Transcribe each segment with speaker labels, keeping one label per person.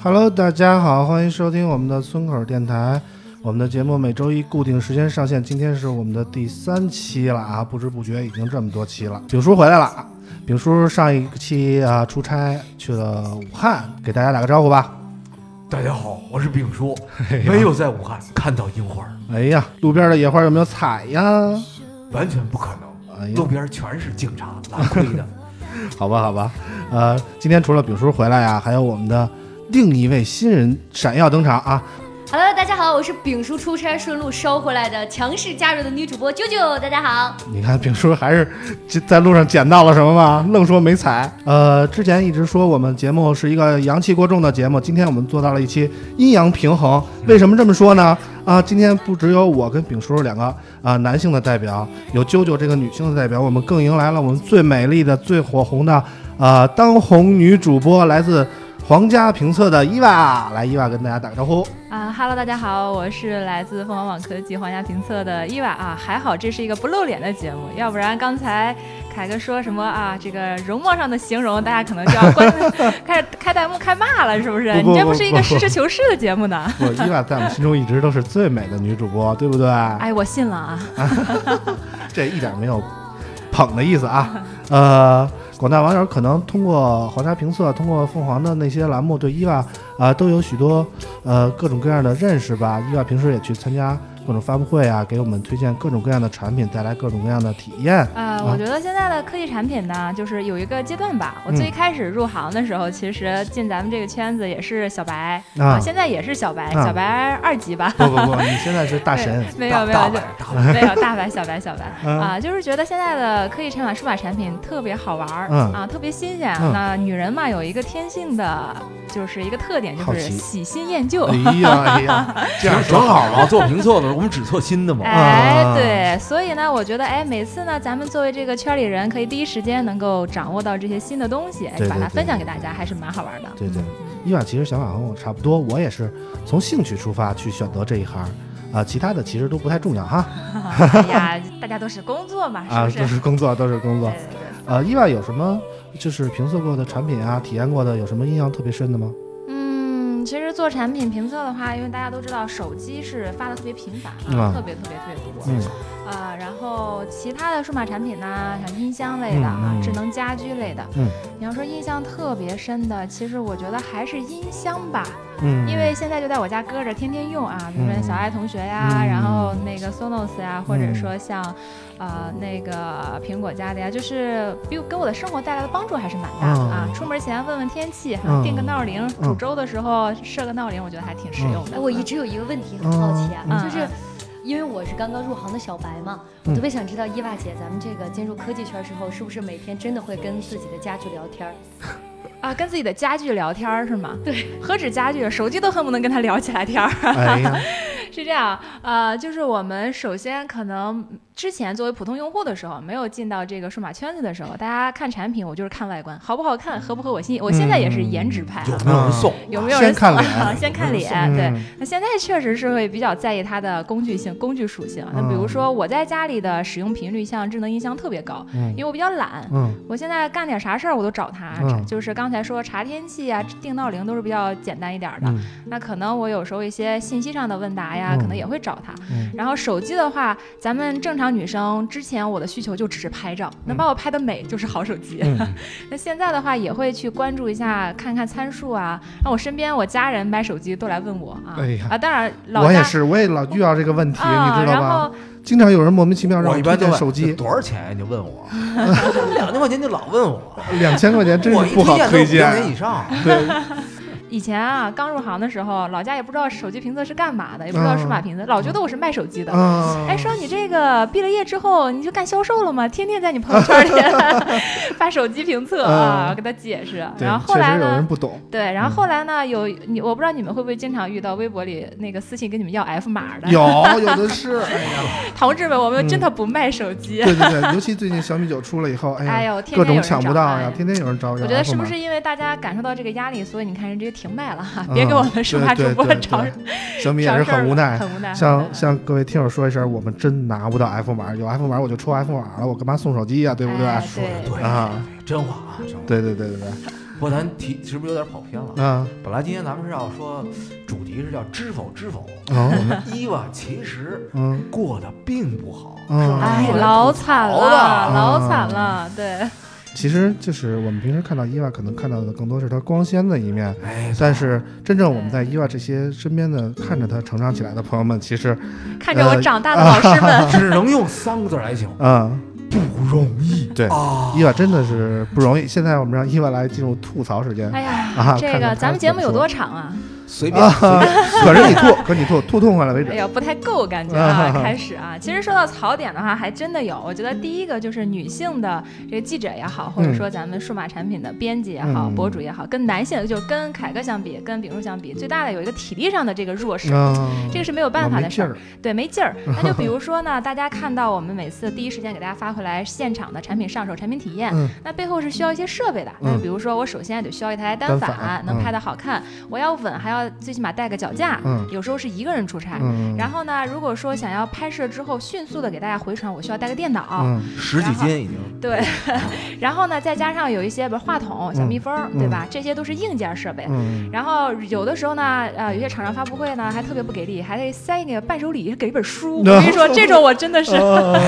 Speaker 1: Hello，大家好，欢迎收听我们的村口电台。我们的节目每周一固定时间上线，今天是我们的第三期了啊！不知不觉已经这么多期了。丙叔回来了，丙叔上一期啊出差去了武汉，给大家打个招呼吧。
Speaker 2: 大家好，我是丙叔，没有在武汉看到樱花，
Speaker 1: 哎呀，路边的野花有没有采呀？
Speaker 2: 完全不可能。
Speaker 1: 哎呀
Speaker 2: 路，边全是警察拉亏 的，
Speaker 1: 好吧，好吧，呃，今天除了丙叔回来啊，还有我们的另一位新人闪耀登场啊！
Speaker 3: Hello，大家好，我是丙叔出差顺路捎回来的强势加入的女主播啾啾，大家好。
Speaker 1: 你看丙叔还是这在路上捡到了什么吗？愣说没踩。呃，之前一直说我们节目是一个阳气过重的节目，今天我们做到了一期阴阳平衡。为什么这么说呢？啊，今天不只有我跟丙叔两个啊、男性的代表，有啾啾这个女性的代表，我们更迎来了我们最美丽的、最火红的啊、当红女主播，来自皇家评测的伊娃。来，伊娃跟大家打个招呼。
Speaker 4: 啊哈喽，大家好，我是来自凤凰网科技皇家评测的伊娃啊。还好这是一个不露脸的节目，要不然刚才凯哥说什么啊，这个容貌上的形容，大家可能就要关 开始开弹幕开骂了，是不是？
Speaker 1: 不不
Speaker 4: 你这
Speaker 1: 不
Speaker 4: 不是一
Speaker 1: 不
Speaker 4: 个
Speaker 1: 不
Speaker 4: 实事求是的节目呢？
Speaker 1: 不，伊娃在我们心中一直都是最美的女主播，对不对？
Speaker 4: 哎，我信了啊。
Speaker 1: 这一点没有捧的意思啊。呃，广大网友可能通过皇家评测，通过凤凰的那些栏目，对伊娃啊、都有许多呃各种各样的认识吧。伊娃平时也去参加各种发布会啊，给我们推荐各种各样的产品，带来各种各样的体验。
Speaker 4: 呃，我觉得现在的科技产品呢，就是有一个阶段吧。
Speaker 1: 嗯
Speaker 4: 我最开始入行的时候，其实进咱们这个圈子也是小白
Speaker 1: 啊
Speaker 4: 现在也是小白，
Speaker 1: 啊
Speaker 4: 小白二级吧。
Speaker 1: 不不不，你现在是大神，
Speaker 4: 对 没有没有
Speaker 2: 大
Speaker 4: 就
Speaker 2: 白 大白，
Speaker 4: 没有大白、小白、小白
Speaker 1: 嗯
Speaker 4: 啊，就是觉得现在的科技产品、数码产品特别好玩儿
Speaker 1: 嗯
Speaker 4: 啊，特别新鲜。
Speaker 1: 嗯
Speaker 4: 那女人嘛，有一个天性的，就是一个特点，
Speaker 1: 好
Speaker 4: 就
Speaker 1: 奇
Speaker 4: 是喜新厌旧。
Speaker 1: 哎呀哎呀， 这样
Speaker 2: 正
Speaker 1: 多
Speaker 2: 好
Speaker 1: 好
Speaker 2: 嘛，
Speaker 1: 啊！
Speaker 2: 做评测的，我们只测新的嘛。
Speaker 4: 哎
Speaker 1: 啊，
Speaker 4: 对，所以呢，我觉得，哎，每次呢，咱们作为这个圈里人，可以第一时间能够掌握到这些新的东西，哎
Speaker 1: 对
Speaker 4: 把
Speaker 1: 对
Speaker 4: 它
Speaker 1: 对
Speaker 4: 分享给大家，还是蛮好玩的。
Speaker 1: 对对，伊娃其实想法和我差不多，我也是从兴趣出发去选择这一行，啊、其他的其实都不太重要哈，
Speaker 4: 哎呀，大家都是工作嘛，
Speaker 1: 啊，
Speaker 4: 是
Speaker 1: 都
Speaker 4: 不是？
Speaker 1: 是工作，都是工
Speaker 4: 对
Speaker 1: 作。
Speaker 4: 对对。
Speaker 1: 呃，意外有什么就是评测过的产品啊，体验过的有什么印象特别深的吗？
Speaker 4: 嗯，其实做产品评测的话，因为大家都知道手机是发的特别频繁
Speaker 1: 啊
Speaker 4: 啊，特别特别特别多。
Speaker 1: 嗯
Speaker 4: 啊，然后其他的数码产品呢，像音箱类的啊
Speaker 1: 嗯嗯，
Speaker 4: 智能家居类的，
Speaker 1: 嗯，
Speaker 4: 你要说印象特别深的，其实我觉得还是音箱吧，
Speaker 1: 嗯
Speaker 4: 因为现在就在我家搁着，天天用啊，比如说
Speaker 1: 嗯
Speaker 4: 小爱同学呀，
Speaker 1: 嗯
Speaker 4: 然后那个 Sonos 呀，或者
Speaker 1: 嗯
Speaker 4: 说像，呃，那个苹果家的呀，就是比我给我的生活带来的帮助还是蛮大的啊
Speaker 1: 嗯。
Speaker 4: 出门前问问天气，
Speaker 1: 嗯
Speaker 4: 定个闹铃，
Speaker 1: 嗯
Speaker 4: 煮粥的时候设个闹铃，我觉得还挺实用的。
Speaker 3: 哎，我一直有一个问题很好奇
Speaker 1: 嗯
Speaker 3: 啊，
Speaker 4: 嗯
Speaker 3: 就是因为我是刚刚入行的小白嘛，
Speaker 1: 嗯
Speaker 3: 我特别想知道伊娃姐，咱们这个进入科技圈之后，是不是每天真的会跟自己的家具聊天儿？
Speaker 4: 啊，跟自己的家具聊天儿是吗？对，何止家具，手机都恨不能跟他聊起来天儿。啊
Speaker 1: 哎呀，
Speaker 4: 是这样，呃，就是我们首先可能之前作为普通用户的时候，没有进到这个数码圈子的时候，大家看产品，我就是看外观，好不好看，合不合我心意。我现在也是颜值派、啊。
Speaker 2: 有没有人送？
Speaker 4: 有没
Speaker 1: 嗯
Speaker 4: 有
Speaker 1: 先
Speaker 4: 人
Speaker 1: 看
Speaker 4: 送
Speaker 1: 脸
Speaker 4: 啊先看 脸，
Speaker 1: 嗯
Speaker 4: 对。那现在确实是会比较在意它的工具性、工具属性。啊那比如
Speaker 1: 嗯
Speaker 4: 说我在家里的使用频率，像智能音箱特别高，
Speaker 1: 嗯
Speaker 4: 因为我比较懒，
Speaker 1: 嗯
Speaker 4: 我现在干点啥事儿我都找它，
Speaker 1: 嗯
Speaker 4: 就是刚才说查天气啊、定闹铃都是比较简单一点儿的。
Speaker 1: 嗯
Speaker 4: 那可能我有时候一些信息上的问答呀，
Speaker 1: 嗯
Speaker 4: 可能也会找他。
Speaker 1: 嗯
Speaker 4: 然后手机的话，咱们正常女生之前我的需求就只是拍照，能把我拍的美就是好手机。
Speaker 1: 嗯
Speaker 4: 那现在的话也会去关注一下，看看参数啊。那我身边我家人买手机都来问我啊，
Speaker 1: 哎呀
Speaker 4: 啊，当然老家
Speaker 1: 我也是，我也老遇到这个问题，
Speaker 4: 啊，
Speaker 1: 你知道
Speaker 4: 然
Speaker 1: 吧？
Speaker 4: 后
Speaker 1: 经常有人莫名其妙让
Speaker 2: 我一
Speaker 1: 推
Speaker 2: 般都
Speaker 1: 荐
Speaker 2: 问
Speaker 1: 手
Speaker 2: 这
Speaker 1: 机，
Speaker 2: 多少钱呀？你就问我， 两千块钱就老问我，
Speaker 1: 两千块钱真
Speaker 2: 我
Speaker 1: 是
Speaker 2: 一
Speaker 1: 不好
Speaker 2: 推
Speaker 1: 推
Speaker 2: 荐都五六年
Speaker 1: 荐啊
Speaker 2: 以。上。
Speaker 1: 对，
Speaker 4: 以前啊，刚入行的时候，老家也不知道手机评测是干嘛的，也不知
Speaker 1: 嗯
Speaker 4: 道数码评测，老觉得我是卖手机的。
Speaker 1: 啊，
Speaker 4: 哎，说你这个毕了业之后你就干销售了吗？天天在你朋友圈里发手机评测啊，
Speaker 1: 嗯
Speaker 4: 给他解释。
Speaker 1: 对，
Speaker 4: 然后后
Speaker 1: 确
Speaker 4: 来
Speaker 1: 实有人
Speaker 4: 呢？
Speaker 1: 不嗯懂，
Speaker 4: 对，然后后来呢？有你，我不知道你们会不会经常遇到微博里那个私信跟你们要 F 码的
Speaker 1: 有有的是，哎呀，
Speaker 4: 同志们，我们
Speaker 1: 嗯
Speaker 4: 真的不卖手机。
Speaker 1: 对对对，尤其最近小米九出了以后，哎呀，
Speaker 4: 哎呦，天
Speaker 1: 各
Speaker 4: 天
Speaker 1: 种
Speaker 4: 有人
Speaker 1: 抢不
Speaker 4: 找
Speaker 1: 到啊
Speaker 4: 哎
Speaker 1: 呀，天天有人找要 iPhone
Speaker 4: 我
Speaker 1: 嘛。
Speaker 4: 觉得是不是因为大家感受到这个压力，所以你看人直接停卖了哈，别给我们数码主播
Speaker 1: 嗯嗯对对对
Speaker 4: 找
Speaker 1: 对小米也
Speaker 4: 找
Speaker 1: 是
Speaker 4: 事儿
Speaker 1: 很
Speaker 4: 了
Speaker 1: 无奈？啊
Speaker 4: 很无奈。
Speaker 1: 向
Speaker 4: 嗯
Speaker 1: 向各位听友说一声，我们真拿不到 F 码，有 F 码我就抽 F 码了，我干嘛送手机啊呀、对不对？
Speaker 4: 哎
Speaker 2: 说的
Speaker 4: 对
Speaker 2: 对
Speaker 1: 啊，
Speaker 2: 真话啊，真话。
Speaker 1: 对对对对对，
Speaker 2: 不过咱题是不是有点跑偏了？
Speaker 1: 嗯，
Speaker 2: 本来今天咱们是要说主题是叫知否知否，
Speaker 1: 哦，
Speaker 2: 伊娃啊其实
Speaker 1: 嗯，
Speaker 2: 过得并不好，
Speaker 1: 嗯
Speaker 2: 是吧
Speaker 4: 哎
Speaker 2: 有，人
Speaker 4: 老
Speaker 2: 吐槽
Speaker 4: 惨了，
Speaker 2: 的
Speaker 4: 老惨了，对，
Speaker 1: 其实就是我们平时看到伊娃，可能看到的更多是她光鲜的一面，
Speaker 2: 哎，
Speaker 1: 但是真正我们在伊娃这些身边的看着她成长起来的朋友们，其实，
Speaker 4: 看着
Speaker 1: 呃
Speaker 4: 我长大的老 师们，
Speaker 2: 只能用三个字来形容，
Speaker 1: 嗯，
Speaker 2: 不容易
Speaker 1: 对，
Speaker 2: 啊！
Speaker 1: 伊娃真的是不容易。现在我们让伊娃来进入吐槽时间，
Speaker 4: 哎呀
Speaker 1: 啊，
Speaker 4: 这
Speaker 1: 看看
Speaker 4: 个
Speaker 1: 他
Speaker 4: 咱们节目有
Speaker 1: 怎么
Speaker 4: 多长啊？
Speaker 2: 随便
Speaker 1: 啊，可是你吐，可是你吐，吐痛快了为止
Speaker 4: 哎。呀，不太够感觉啊！ 开始啊，其实说到槽点的话，还真的有。我觉得第一个就是女性的这个记者也好，或者说咱们数码产品的编辑也好、
Speaker 1: 嗯
Speaker 4: 博主也好，跟男性就是跟凯哥相比，跟秉叔相比，最大的有一个体力上的这个弱势。
Speaker 1: 嗯，
Speaker 4: 哎这个是没有办法的事
Speaker 1: 我
Speaker 4: 儿
Speaker 1: 没，劲
Speaker 4: 对，没劲儿。那就比如说呢，大家看到我们每次第一时间给大家发回来现场的产品上手、产品体验，
Speaker 1: 嗯
Speaker 4: 那背后是需要一些设备的。
Speaker 1: 嗯
Speaker 4: 那比如说，我首先得需要一台
Speaker 1: 单
Speaker 4: 单
Speaker 1: 反
Speaker 4: 能
Speaker 1: 嗯
Speaker 4: 拍得好看，我要稳，还要最起码带个脚架。
Speaker 1: 嗯
Speaker 4: 有时候是一个人出差，
Speaker 1: 嗯，
Speaker 4: 然后呢，如果说想要拍摄之后迅速的给大家回传，我需要带个电脑，
Speaker 1: 嗯
Speaker 2: 十几斤已经，
Speaker 4: 对， 然后呢，再加上有一些比如话筒、小蜜蜂，对吧？这些都是硬件设备。
Speaker 1: 嗯，
Speaker 4: 然后有的时候呢，呃，有些厂商发布会呢还特别不给力，还得塞那个伴手礼，给一本 书。我跟你说，这种我真的 是
Speaker 1: 呃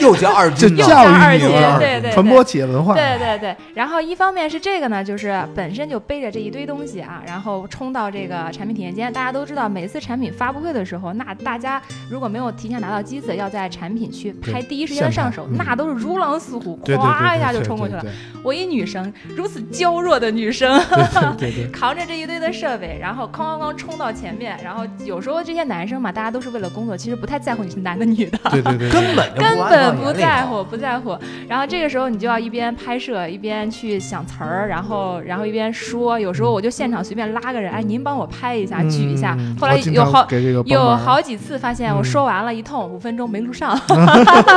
Speaker 2: 又加二
Speaker 1: 这
Speaker 2: 斤呢，
Speaker 1: 教育
Speaker 4: 又
Speaker 1: 你
Speaker 4: 加
Speaker 1: 了，
Speaker 4: 二阶对对对
Speaker 1: 传播企业文化，
Speaker 4: 对对对，然后一方面是这个呢，就是本身就背着这一堆东西啊，然后冲到这个产品体验间。大家都知道，每次产品发布会的时候，那大家如果没有提前拿到机子，要在产品区拍
Speaker 1: 对
Speaker 4: 第一时
Speaker 1: 现
Speaker 4: 间上
Speaker 1: 拍
Speaker 4: 手，
Speaker 1: 嗯
Speaker 4: 那都是如狼似虎，
Speaker 1: 对对对
Speaker 4: 咵
Speaker 1: 对
Speaker 4: 一下就
Speaker 1: 对
Speaker 4: 冲过去
Speaker 1: 对
Speaker 4: 了。
Speaker 1: 对
Speaker 4: 我一女生，如此娇弱的女生，
Speaker 1: 对对对，
Speaker 4: 扛着这一堆的设备，然后哐哐哐冲到前面，然后有时候这些男生嘛，大家都是为了工作，其实不太在乎你是男的女的。
Speaker 1: 对对对，
Speaker 2: 根本就
Speaker 4: 根
Speaker 2: 按
Speaker 4: 本
Speaker 2: 照
Speaker 4: 不
Speaker 2: 眼里
Speaker 1: 啊
Speaker 4: 在
Speaker 2: 头
Speaker 4: 乎，不在乎。然后这个时候你就要一边拍摄一边去想词儿，然后然后一边说。有时候我就现场随便拉个人，哎，您帮我拍一下，举一下
Speaker 1: 嗯。
Speaker 4: 后来
Speaker 1: 我经
Speaker 4: 有
Speaker 1: 常
Speaker 4: 好
Speaker 1: 给这个帮
Speaker 4: 有
Speaker 1: 忙嗯
Speaker 4: 好几次发现我说完了，一通五分钟没录上。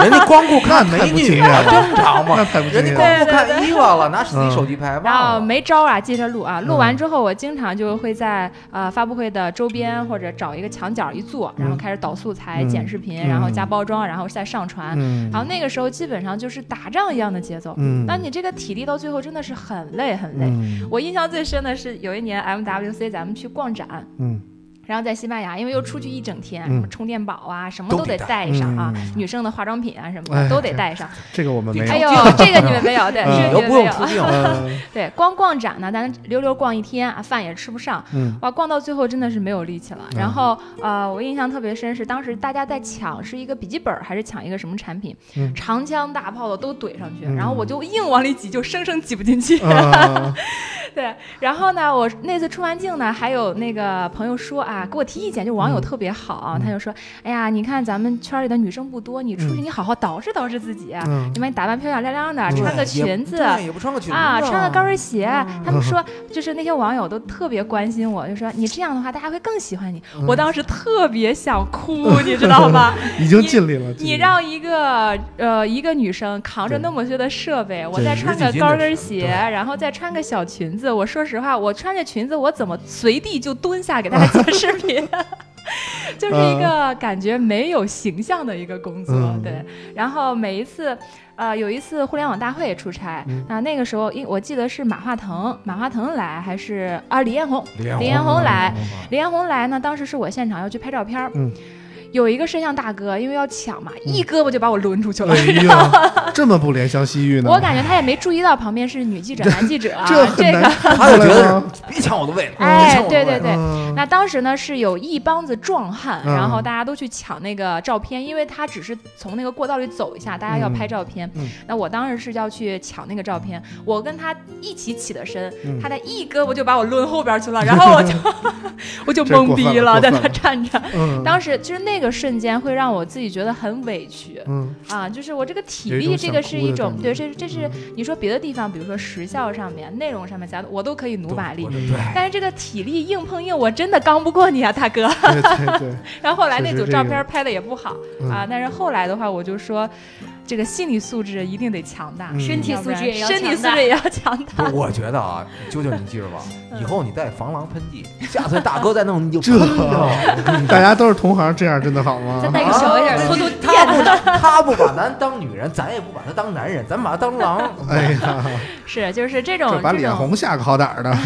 Speaker 2: 人家光顾 看
Speaker 1: 那太
Speaker 2: 美
Speaker 1: 不敬
Speaker 2: 女
Speaker 1: 业了
Speaker 2: 正常嘛
Speaker 1: 那，太不敬
Speaker 2: 人
Speaker 1: 业
Speaker 2: 家
Speaker 1: 了，
Speaker 2: 光顾看伊娃了，拿自
Speaker 1: 嗯
Speaker 2: 己手机拍
Speaker 4: 然后
Speaker 2: 忘了。
Speaker 4: 没招儿啊，接着录啊。录
Speaker 1: 嗯
Speaker 4: 完之后，我经常就会在呃发布会的周边或者找一个墙角一坐，然后
Speaker 1: 嗯
Speaker 4: 开始导素材、
Speaker 1: 嗯
Speaker 4: 剪视频，
Speaker 1: 嗯
Speaker 4: 然后加包装，然后再上传。
Speaker 1: 嗯
Speaker 4: 然后那个时候基本上就是打仗一样的节奏。
Speaker 1: 嗯，
Speaker 4: 那你这个体力到最后真的是很累很累。
Speaker 1: 嗯
Speaker 4: 我印象最深的是有一年 MWC 咱们去逛展，
Speaker 1: 嗯
Speaker 4: 然后在西班牙，因为又出去一整天，
Speaker 1: 嗯
Speaker 4: 什么充电宝啊，什么
Speaker 2: 都
Speaker 4: 都
Speaker 2: 得
Speaker 4: 得带上啊，
Speaker 1: 嗯
Speaker 4: 女生的化妆品啊什么
Speaker 1: 哎
Speaker 4: 的都得带上。
Speaker 1: 这个我们没
Speaker 4: 哎
Speaker 1: 有，
Speaker 4: 呦，这个你们没有，对，这
Speaker 1: 嗯
Speaker 2: 你
Speaker 4: 个
Speaker 2: 都
Speaker 4: 你们
Speaker 2: 不
Speaker 4: 没
Speaker 2: 用
Speaker 4: 有。
Speaker 2: 出镜，
Speaker 1: 呃
Speaker 4: 对，光逛展呢，咱溜溜逛一天啊，饭也吃不上，
Speaker 1: 嗯
Speaker 4: 哇，逛到最后真的是没有力气了。
Speaker 1: 嗯
Speaker 4: 然后呃，我印象特别深是当时大家在抢是一个笔记本儿还是抢一个什么产品，
Speaker 1: 嗯
Speaker 4: 长枪大炮的都怼上去，
Speaker 1: 嗯
Speaker 4: 然后我就硬往里挤，就生生挤不进去。
Speaker 1: 呃，
Speaker 4: 对，然后呢，我那次出完镜呢，还有那个朋友说啊，给我提意见，就网友
Speaker 1: 嗯
Speaker 4: 特别好啊，
Speaker 1: 嗯
Speaker 4: 他就说，哎呀，你看咱们圈里的女生不多，你出去
Speaker 1: 嗯
Speaker 4: 你好好捯饬捯饬自己，啊
Speaker 1: 嗯
Speaker 4: 你把你打扮漂漂亮亮的，
Speaker 1: 嗯
Speaker 4: 穿个
Speaker 2: 对也
Speaker 4: 裙子。
Speaker 2: 对也不穿个裙子
Speaker 4: 啊，穿个高跟鞋，他们说就是那些网友都特别关心我，就说你这样的话，大家会更喜欢你。我当时特别想哭，你知道吗？
Speaker 1: 已经尽力了，尽力
Speaker 4: 你
Speaker 1: 了
Speaker 4: 让一个呃一个女生扛着
Speaker 1: 对
Speaker 4: 那么些的设备，我
Speaker 1: 对
Speaker 4: 再
Speaker 2: 十
Speaker 4: 穿
Speaker 2: 几
Speaker 4: 个
Speaker 2: 斤
Speaker 4: 高
Speaker 2: 的
Speaker 4: 跟
Speaker 2: 是
Speaker 4: 鞋，
Speaker 2: 对
Speaker 4: 然后再穿个小裙子，我说实话，我穿着裙子，我怎么随地就蹲下给大家剪视频？ 就是一个感觉没有形象的一个工作，
Speaker 1: 嗯
Speaker 4: 对。然后每一次，呃，有一次互联网大会出差，
Speaker 1: 嗯
Speaker 4: 啊，那个时候因我记得是马化腾，马化腾来还是啊李彦宏，
Speaker 2: 李彦
Speaker 4: 李彦宏来
Speaker 2: 嗯
Speaker 4: 李彦宏来呢，当时是我现场要去拍照片儿
Speaker 1: 嗯
Speaker 4: 有一个摄像大哥，因为要抢嘛，一胳膊就把我抡出去了。
Speaker 1: 哎呀，这么不怜香惜玉呢？
Speaker 4: 我感觉他也没注意到旁边是女记者、男记者 啊，
Speaker 1: 这很难
Speaker 4: 个。
Speaker 2: 他就觉得是别抢我的位子，别
Speaker 4: 哎
Speaker 2: 抢我的
Speaker 4: 对
Speaker 2: 位
Speaker 4: 对
Speaker 2: 子。
Speaker 4: 对
Speaker 1: 嗯
Speaker 4: 那当时呢是有一帮子壮汉，
Speaker 1: 嗯
Speaker 4: 然后大家都去抢那个照片，因为他只是从那个过道里走一下，大家要拍照片。
Speaker 1: 嗯嗯
Speaker 4: 那我当时是要去抢那个照片，我跟他一起起的身，
Speaker 1: 嗯
Speaker 4: 他的一胳膊就把我抡后 边去了，然后我就 我就
Speaker 1: 这过
Speaker 4: 懵
Speaker 1: 分
Speaker 4: 逼
Speaker 1: 了过
Speaker 4: 在
Speaker 1: 分
Speaker 4: 那
Speaker 1: 了
Speaker 4: 站着。
Speaker 1: 嗯
Speaker 4: 当时就是那个瞬间会让我自己觉得很委屈
Speaker 1: 嗯
Speaker 4: 啊，就是我这个体
Speaker 1: 有一
Speaker 4: 力
Speaker 1: 种
Speaker 4: 这
Speaker 1: 想
Speaker 4: 个是
Speaker 1: 哭
Speaker 4: 一
Speaker 1: 的
Speaker 4: 种
Speaker 1: 感
Speaker 4: 对，
Speaker 1: 觉
Speaker 4: 这这是你说别的地方，比如说时效上面、内容上面，咱我都可以努
Speaker 2: 对
Speaker 4: 把力
Speaker 2: 我。这对，
Speaker 4: 但是这个体力硬碰硬，我真的刚不过你啊，大哥。
Speaker 1: 对对对，
Speaker 4: 然后后来那
Speaker 1: 确
Speaker 4: 组
Speaker 1: 实
Speaker 4: 照
Speaker 1: 这
Speaker 4: 片
Speaker 1: 个
Speaker 4: 拍的也不好、
Speaker 1: 嗯
Speaker 4: 啊，但是后来的话，我就说，这个心理素质一定得强大，
Speaker 1: 嗯
Speaker 3: 身体
Speaker 4: 要不
Speaker 3: 素
Speaker 4: 然
Speaker 3: 质也要
Speaker 4: 身体
Speaker 3: 强
Speaker 4: 素
Speaker 3: 大
Speaker 4: 质。也要强
Speaker 2: 不
Speaker 4: 大。
Speaker 2: 是，我觉得啊，啾啾，你记着吧，
Speaker 4: 嗯
Speaker 2: 以后你带防狼喷剂，下次大哥再弄 你就
Speaker 1: 这
Speaker 2: 喷了。我跟你
Speaker 1: 大
Speaker 2: 说
Speaker 1: 家都是同行，这样真的好
Speaker 3: 再
Speaker 1: 吗？
Speaker 3: 带个小一点
Speaker 2: 啊
Speaker 3: 偷偷
Speaker 2: 他
Speaker 3: 电，
Speaker 2: 不他不把咱当女人，咱也不把他当男人，咱把他当狼。
Speaker 1: 哎呀，
Speaker 4: 是，就是这种
Speaker 1: 这把
Speaker 4: 这
Speaker 1: 脸
Speaker 4: 种，
Speaker 1: 红吓个好歹儿 的，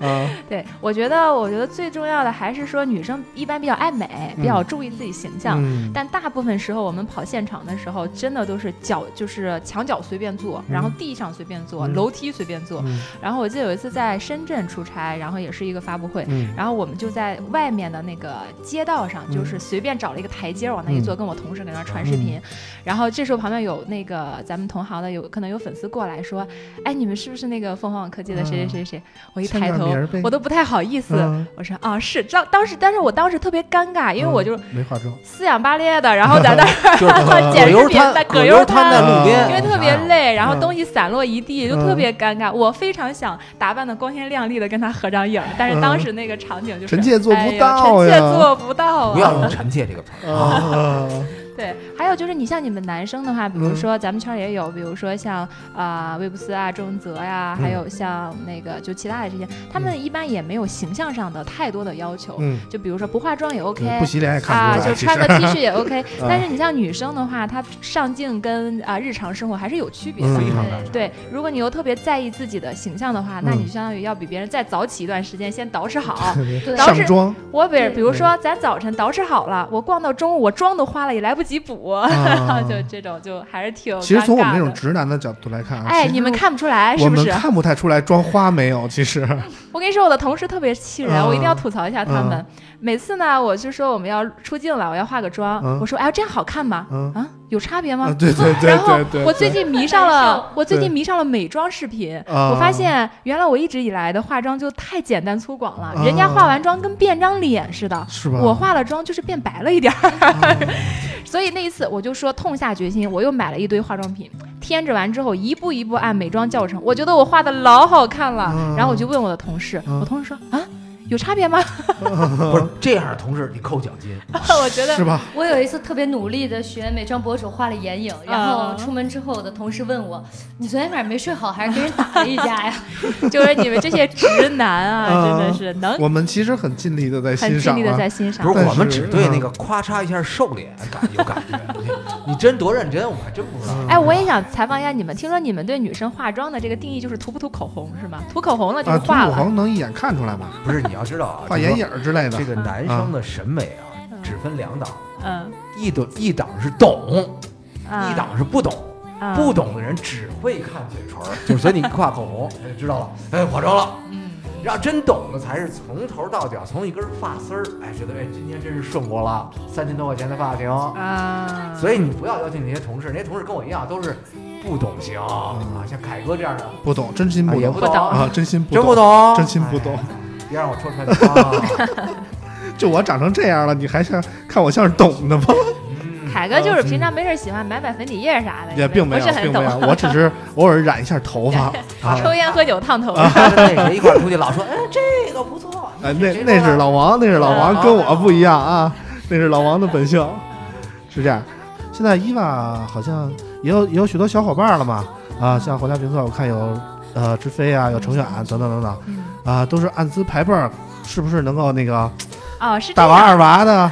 Speaker 1: 嗯
Speaker 4: 对我觉得，我觉得最重要的还是说，女生一般比较爱美，比较注意自己形象。
Speaker 1: 嗯
Speaker 4: 但大部分时候，我们跑现场的时候，真的都是脚就是墙角随便坐，然后
Speaker 1: 嗯
Speaker 4: 地上随便坐，
Speaker 1: 嗯
Speaker 4: 楼梯随便坐。
Speaker 1: 嗯
Speaker 4: 然后我记得有一次在深圳出差，然后也是一个发布会，
Speaker 1: 嗯
Speaker 4: 然后我们就在外面的那个街道上，
Speaker 1: 嗯
Speaker 4: 就是随便找了一个台阶儿往那一坐，跟我同事搁那儿传视频。然后这时候旁边有那个咱们同行的有可能有粉丝过来说：“哎，你们是不是那个凤凰网科技的谁谁谁谁？”我一
Speaker 1: 嗯签
Speaker 4: 抬
Speaker 1: 个
Speaker 4: 头
Speaker 1: 名儿呗，
Speaker 4: 我都不太好意思。
Speaker 1: 嗯
Speaker 4: 我说啊，是当当时，但是我当时特别尴尬，因为我就
Speaker 1: 嗯没化妆，
Speaker 4: 四仰八裂的，然后在那儿
Speaker 2: 就是
Speaker 1: 呃
Speaker 4: 剪
Speaker 2: 葛
Speaker 4: 视
Speaker 2: 优
Speaker 4: 频在
Speaker 2: 瘫，
Speaker 4: 葛
Speaker 2: 葛
Speaker 4: 优
Speaker 2: 优瘫在路边，
Speaker 1: 嗯
Speaker 4: 因为特别
Speaker 2: 你
Speaker 4: 累，然后
Speaker 1: 嗯
Speaker 4: 东西散落一地，就
Speaker 1: 嗯
Speaker 4: 特别尴尬。我非常想打扮的光鲜亮丽的跟他合张影儿，但是当时那个场景就
Speaker 1: 嗯
Speaker 4: 是
Speaker 1: 臣妾做不
Speaker 4: 哎呀
Speaker 1: 到
Speaker 4: 臣妾
Speaker 1: 呀
Speaker 4: 做不
Speaker 2: 想想，
Speaker 4: 到啊！
Speaker 2: 不要用“臣妾”这个词儿。
Speaker 1: 啊，
Speaker 4: 对，还有就是你像你们男生的话，比如
Speaker 1: 嗯
Speaker 4: 说咱们圈儿也有，比如说像啊、呃、魏布斯啊、周文泽呀、
Speaker 1: 嗯
Speaker 4: 还有像那个就其他的这些，他们一般也没有形象上的太多的要求，
Speaker 1: 嗯，
Speaker 4: 就比如说不化妆也 OK，
Speaker 1: 不洗脸也
Speaker 4: 啊，
Speaker 1: 看不出
Speaker 4: 就
Speaker 1: 来，
Speaker 4: 穿个 T 恤也 OK，、
Speaker 1: 啊
Speaker 4: 但是你像女生的话，她上镜跟啊、日常生活还是有区别的。
Speaker 1: 嗯
Speaker 2: 非常大
Speaker 3: 对
Speaker 4: 对，如果你又特别在意自己的形象的话，
Speaker 1: 嗯
Speaker 4: 那你就相当于要比别人再早起一段时间，先捯 饬好。
Speaker 1: 其实
Speaker 4: 当时
Speaker 1: 上妆
Speaker 4: 我比
Speaker 3: 对
Speaker 4: 比如说，咱早晨捯饬好了，我逛到中午，我妆都花了，也来不及补，
Speaker 1: 啊
Speaker 4: 就这种就还是挺尴尬的。
Speaker 1: 其实从我们这种直男的角度来看啊，
Speaker 4: 哎，
Speaker 1: 其实
Speaker 4: 你们看不出来是
Speaker 1: 我
Speaker 4: 不
Speaker 1: 们
Speaker 4: 是？
Speaker 1: 看不太出来妆花没有，其 实，
Speaker 4: 我跟你说，我的同事特别气人，
Speaker 1: 嗯
Speaker 4: 我一定要吐槽一下他们。每次呢，我就说我们要出镜了，我要化个妆，
Speaker 1: 嗯
Speaker 4: 我说哎，这样好看吗？
Speaker 1: 嗯
Speaker 4: 啊，有差别吗？
Speaker 1: 啊对 对对
Speaker 4: 然后
Speaker 1: 对对，
Speaker 4: 我最
Speaker 1: 对
Speaker 4: 近迷上
Speaker 3: 难
Speaker 4: 了
Speaker 3: 受，
Speaker 4: 我最近迷上了美妆视频。
Speaker 1: 啊
Speaker 4: 我发现原来我一直以来的化妆就太简单粗犷了，
Speaker 1: 啊
Speaker 4: 人家化完妆跟变张脸似的。
Speaker 1: 是吧？
Speaker 4: 我化了妆就是变白了一点儿，
Speaker 1: 啊
Speaker 4: 所以那一次我就说痛下决心，我又买了一堆化妆品，添置完之后一步一步按美妆教程，我觉得我画的老好看了。
Speaker 1: 啊
Speaker 4: 然后我就问我的同事，
Speaker 1: 啊
Speaker 4: 我同事说啊，有差别吗？
Speaker 2: 不是这样的同事，你扣奖金。
Speaker 4: 我觉得
Speaker 1: 是吧？
Speaker 3: 我有一次特别努力的学美妆博主画了眼影，然后出门之后，我的同事问我：“你昨天晚上没睡好，还是跟人打了一架呀
Speaker 4: 就是你们这些直男啊，
Speaker 1: 啊
Speaker 4: 真的是能
Speaker 1: 我们其实很尽力的在
Speaker 4: 很
Speaker 1: 欣
Speaker 4: 尽
Speaker 1: 赏
Speaker 4: 力的
Speaker 1: 啊
Speaker 4: 在，欣赏
Speaker 2: 不。是
Speaker 1: 但
Speaker 2: 我们
Speaker 1: 是
Speaker 2: 只对那
Speaker 1: 嗯
Speaker 2: 个咔嚓一下瘦脸感有感觉，你真多认真，我还真不知道。
Speaker 1: 嗯
Speaker 4: 哎，我也想采访一下你们，听说你们对女生化妆的这个定义就是涂不涂口红是吗？涂口红了就
Speaker 1: 啊，
Speaker 4: 是
Speaker 1: 涂
Speaker 4: 化
Speaker 1: 口
Speaker 4: 了。
Speaker 1: 红能一眼看出来吗？
Speaker 2: 不是你要知道啊，
Speaker 1: 画眼影儿之类
Speaker 2: 这
Speaker 1: 的
Speaker 2: 个，这个男生的审美啊，
Speaker 4: 嗯
Speaker 2: 只分两档，
Speaker 4: 嗯，
Speaker 2: 一档一档是懂，
Speaker 4: 啊
Speaker 2: 一档是不懂。
Speaker 4: 啊
Speaker 2: 不懂的人只会看嘴唇 儿，就是所以你画口红，他就知道了，哎，化妆了。
Speaker 4: 嗯
Speaker 2: 让真懂的才是从头到脚，从一根发丝儿，哎，觉得哎，今天真是顺过了，三千多块钱的发型。
Speaker 4: 啊，
Speaker 2: 所以你不要要求你那些同事，那些同事跟我一样都是不懂
Speaker 1: 嗯
Speaker 2: 型啊，像凯哥这样的
Speaker 1: 不懂，真心
Speaker 2: 哎
Speaker 1: 不
Speaker 2: 也
Speaker 1: 懂
Speaker 2: 不
Speaker 4: 懂
Speaker 1: 啊，真心不
Speaker 2: 真不
Speaker 1: 懂，
Speaker 2: 懂，
Speaker 1: 真心不懂
Speaker 2: 哎。别让我戳穿 你啊！
Speaker 1: 就我长成这样了，你还像看我像是懂的吗？
Speaker 4: 凯哥就是平常没事喜欢买买粉底液啥的，
Speaker 1: 也并没有
Speaker 4: 不，是很
Speaker 1: 并没有，
Speaker 4: 懂。
Speaker 1: 我只是偶尔染一下头发啊。
Speaker 4: 抽烟喝酒烫头，
Speaker 2: 跟那谁一块儿出去，老说哎这个不错，
Speaker 1: 哎，
Speaker 2: 你
Speaker 1: 那
Speaker 2: 谁
Speaker 1: 那
Speaker 2: 说
Speaker 1: 是
Speaker 2: 的
Speaker 1: 老王，那是老王，跟我不一样啊，那是老王的本性，是这样。现在伊娃好像也有也有许多小伙伴了嘛，啊，像皇家评测，我看有呃知飞啊，有程远等等等等，
Speaker 4: 嗯
Speaker 1: 啊，都是按资排辈儿，是不是能够那个
Speaker 4: 哦，是这
Speaker 1: 大娃
Speaker 4: 样，
Speaker 1: 二娃的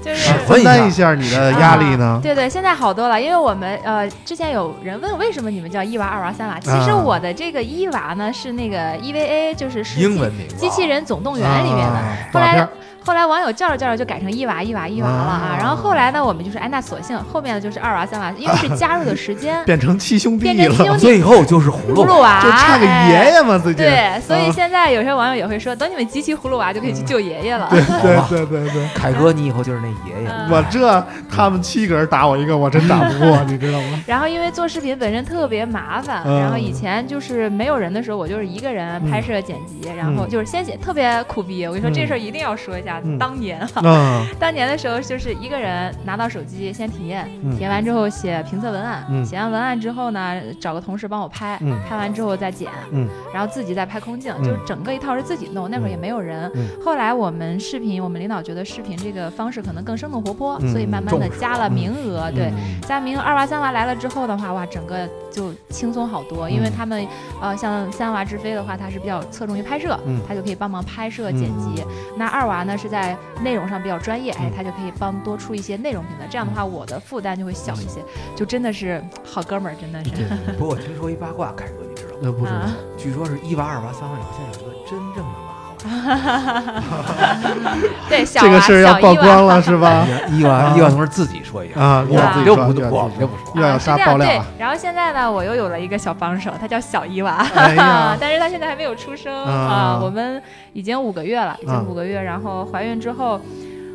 Speaker 4: 就是
Speaker 2: 啊
Speaker 1: 分担一下你的压力呢？
Speaker 4: 对对，现在好多了，因为我们呃之前有人问为什么你们叫一娃、二娃、三娃，其实
Speaker 1: 啊
Speaker 4: 我的这个一娃呢是那个 E EVA，就是世纪
Speaker 2: 英文名字啊
Speaker 4: 机器人总动员里面的。
Speaker 1: 啊
Speaker 4: 后
Speaker 1: 动画片
Speaker 4: 来
Speaker 1: 儿，
Speaker 4: 后来网友叫着叫着就改成一娃一娃一娃了啊
Speaker 1: 啊。，
Speaker 4: 然后后来呢，我们就是哎那索性后面的就是二娃三娃，因为是加入的时间
Speaker 1: 变成七兄弟
Speaker 4: 变成七
Speaker 1: 了
Speaker 4: 兄，
Speaker 2: 最后就是葫芦
Speaker 4: 葫芦
Speaker 2: 娃，
Speaker 4: 娃，
Speaker 1: 就差个爷
Speaker 4: 哎
Speaker 1: 爷嘛，最近。
Speaker 4: 对，所以
Speaker 1: 啊
Speaker 4: 现在有些网友也会说，等你们集齐葫芦娃就可以去救爷爷了。
Speaker 2: 好吧
Speaker 1: 嗯对对对对，
Speaker 2: 凯哥，你以后就是那爷爷。
Speaker 4: 嗯
Speaker 1: 我这他们七个人打我一个，我真打不过，你知道 吗？
Speaker 4: 然后因为做视频本身特别麻烦，
Speaker 1: 嗯
Speaker 4: 然后以前就是没有人的时候，我就是一个人拍摄剪辑，然后就是先写特别苦逼。我跟你说、
Speaker 1: 嗯
Speaker 4: 这事儿一定要说一下，
Speaker 1: 嗯
Speaker 4: 当年哈，
Speaker 1: 嗯
Speaker 4: 当年的时候就是一个人拿到手机先体验，
Speaker 1: 嗯
Speaker 4: 体验完之后写评测文案，
Speaker 1: 嗯
Speaker 4: 写完文案之后呢，找个同事帮我拍，
Speaker 1: 嗯
Speaker 4: 拍完之后再剪，
Speaker 1: 嗯
Speaker 4: 然后自己再拍空镜，
Speaker 1: 嗯
Speaker 4: 就是整个一套是自己弄，那会儿也没有人。
Speaker 1: 嗯
Speaker 4: 后来我们视频，我们领导觉得视频这个方式可能更生动活泼，
Speaker 1: 嗯
Speaker 4: 所以慢慢
Speaker 2: 重视
Speaker 4: 的加了名额，对。
Speaker 1: 嗯
Speaker 4: 加名二娃三娃来了之后的话，哇，整个就轻松好多，因为
Speaker 1: 嗯
Speaker 4: 他们，呃，像三娃志飞的话，他是比较侧重于拍摄，
Speaker 1: 嗯
Speaker 4: 他就可以帮忙拍摄剪辑；那二娃呢是在内容上比较专业，
Speaker 1: 嗯
Speaker 4: 哎，他就可以帮多出一些内容评测。这样的话，我的负担就会小一些，就真的是好哥们儿，真的是。
Speaker 1: 对，对对
Speaker 2: 不过我听说一八卦，凯哥你知道吗？
Speaker 1: 那嗯不是
Speaker 4: 啊
Speaker 2: 据说是一娃、二娃、三娃以后，现在有个真正的娃娃。
Speaker 4: 对，小娃
Speaker 1: 这个事儿要
Speaker 4: 啊小
Speaker 1: 曝
Speaker 4: 一娃啊
Speaker 1: 光了是吧？
Speaker 2: 哎一
Speaker 1: 啊
Speaker 2: 娃，一娃同志自己说一下，
Speaker 1: 啊，
Speaker 2: 我
Speaker 1: 要自
Speaker 2: 们
Speaker 1: 己
Speaker 2: 就
Speaker 1: 说，
Speaker 2: 不我
Speaker 1: 要
Speaker 2: 们就不说。
Speaker 1: 又要
Speaker 4: 啊是
Speaker 1: 杀
Speaker 4: 这
Speaker 1: 爆
Speaker 4: 样
Speaker 1: 料
Speaker 4: 对
Speaker 1: 啊！，
Speaker 4: 然后现在呢，我又有了一个小帮手，他叫小伊娃，
Speaker 1: 哎 呀
Speaker 4: 啊但是他现在还没有出生
Speaker 1: 啊
Speaker 4: 啊、我们已经五个月了，已
Speaker 1: 啊
Speaker 4: 经五个月，然后怀孕之后。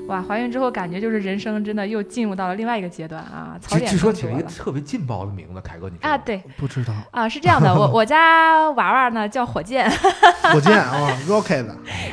Speaker 4: 哇，怀孕之后感觉就是人生真的又进入到了另外一个阶段啊，槽
Speaker 2: 据
Speaker 4: 点
Speaker 2: 据说
Speaker 4: 更
Speaker 2: 起
Speaker 4: 多
Speaker 2: 了一个
Speaker 4: 了
Speaker 2: 特别劲爆的名字，凯哥你知道
Speaker 4: 啊，
Speaker 2: 吗，
Speaker 4: 对
Speaker 1: 不知道
Speaker 4: 啊，是这样的，我我家娃娃呢叫火箭，
Speaker 1: 火箭啊，rocket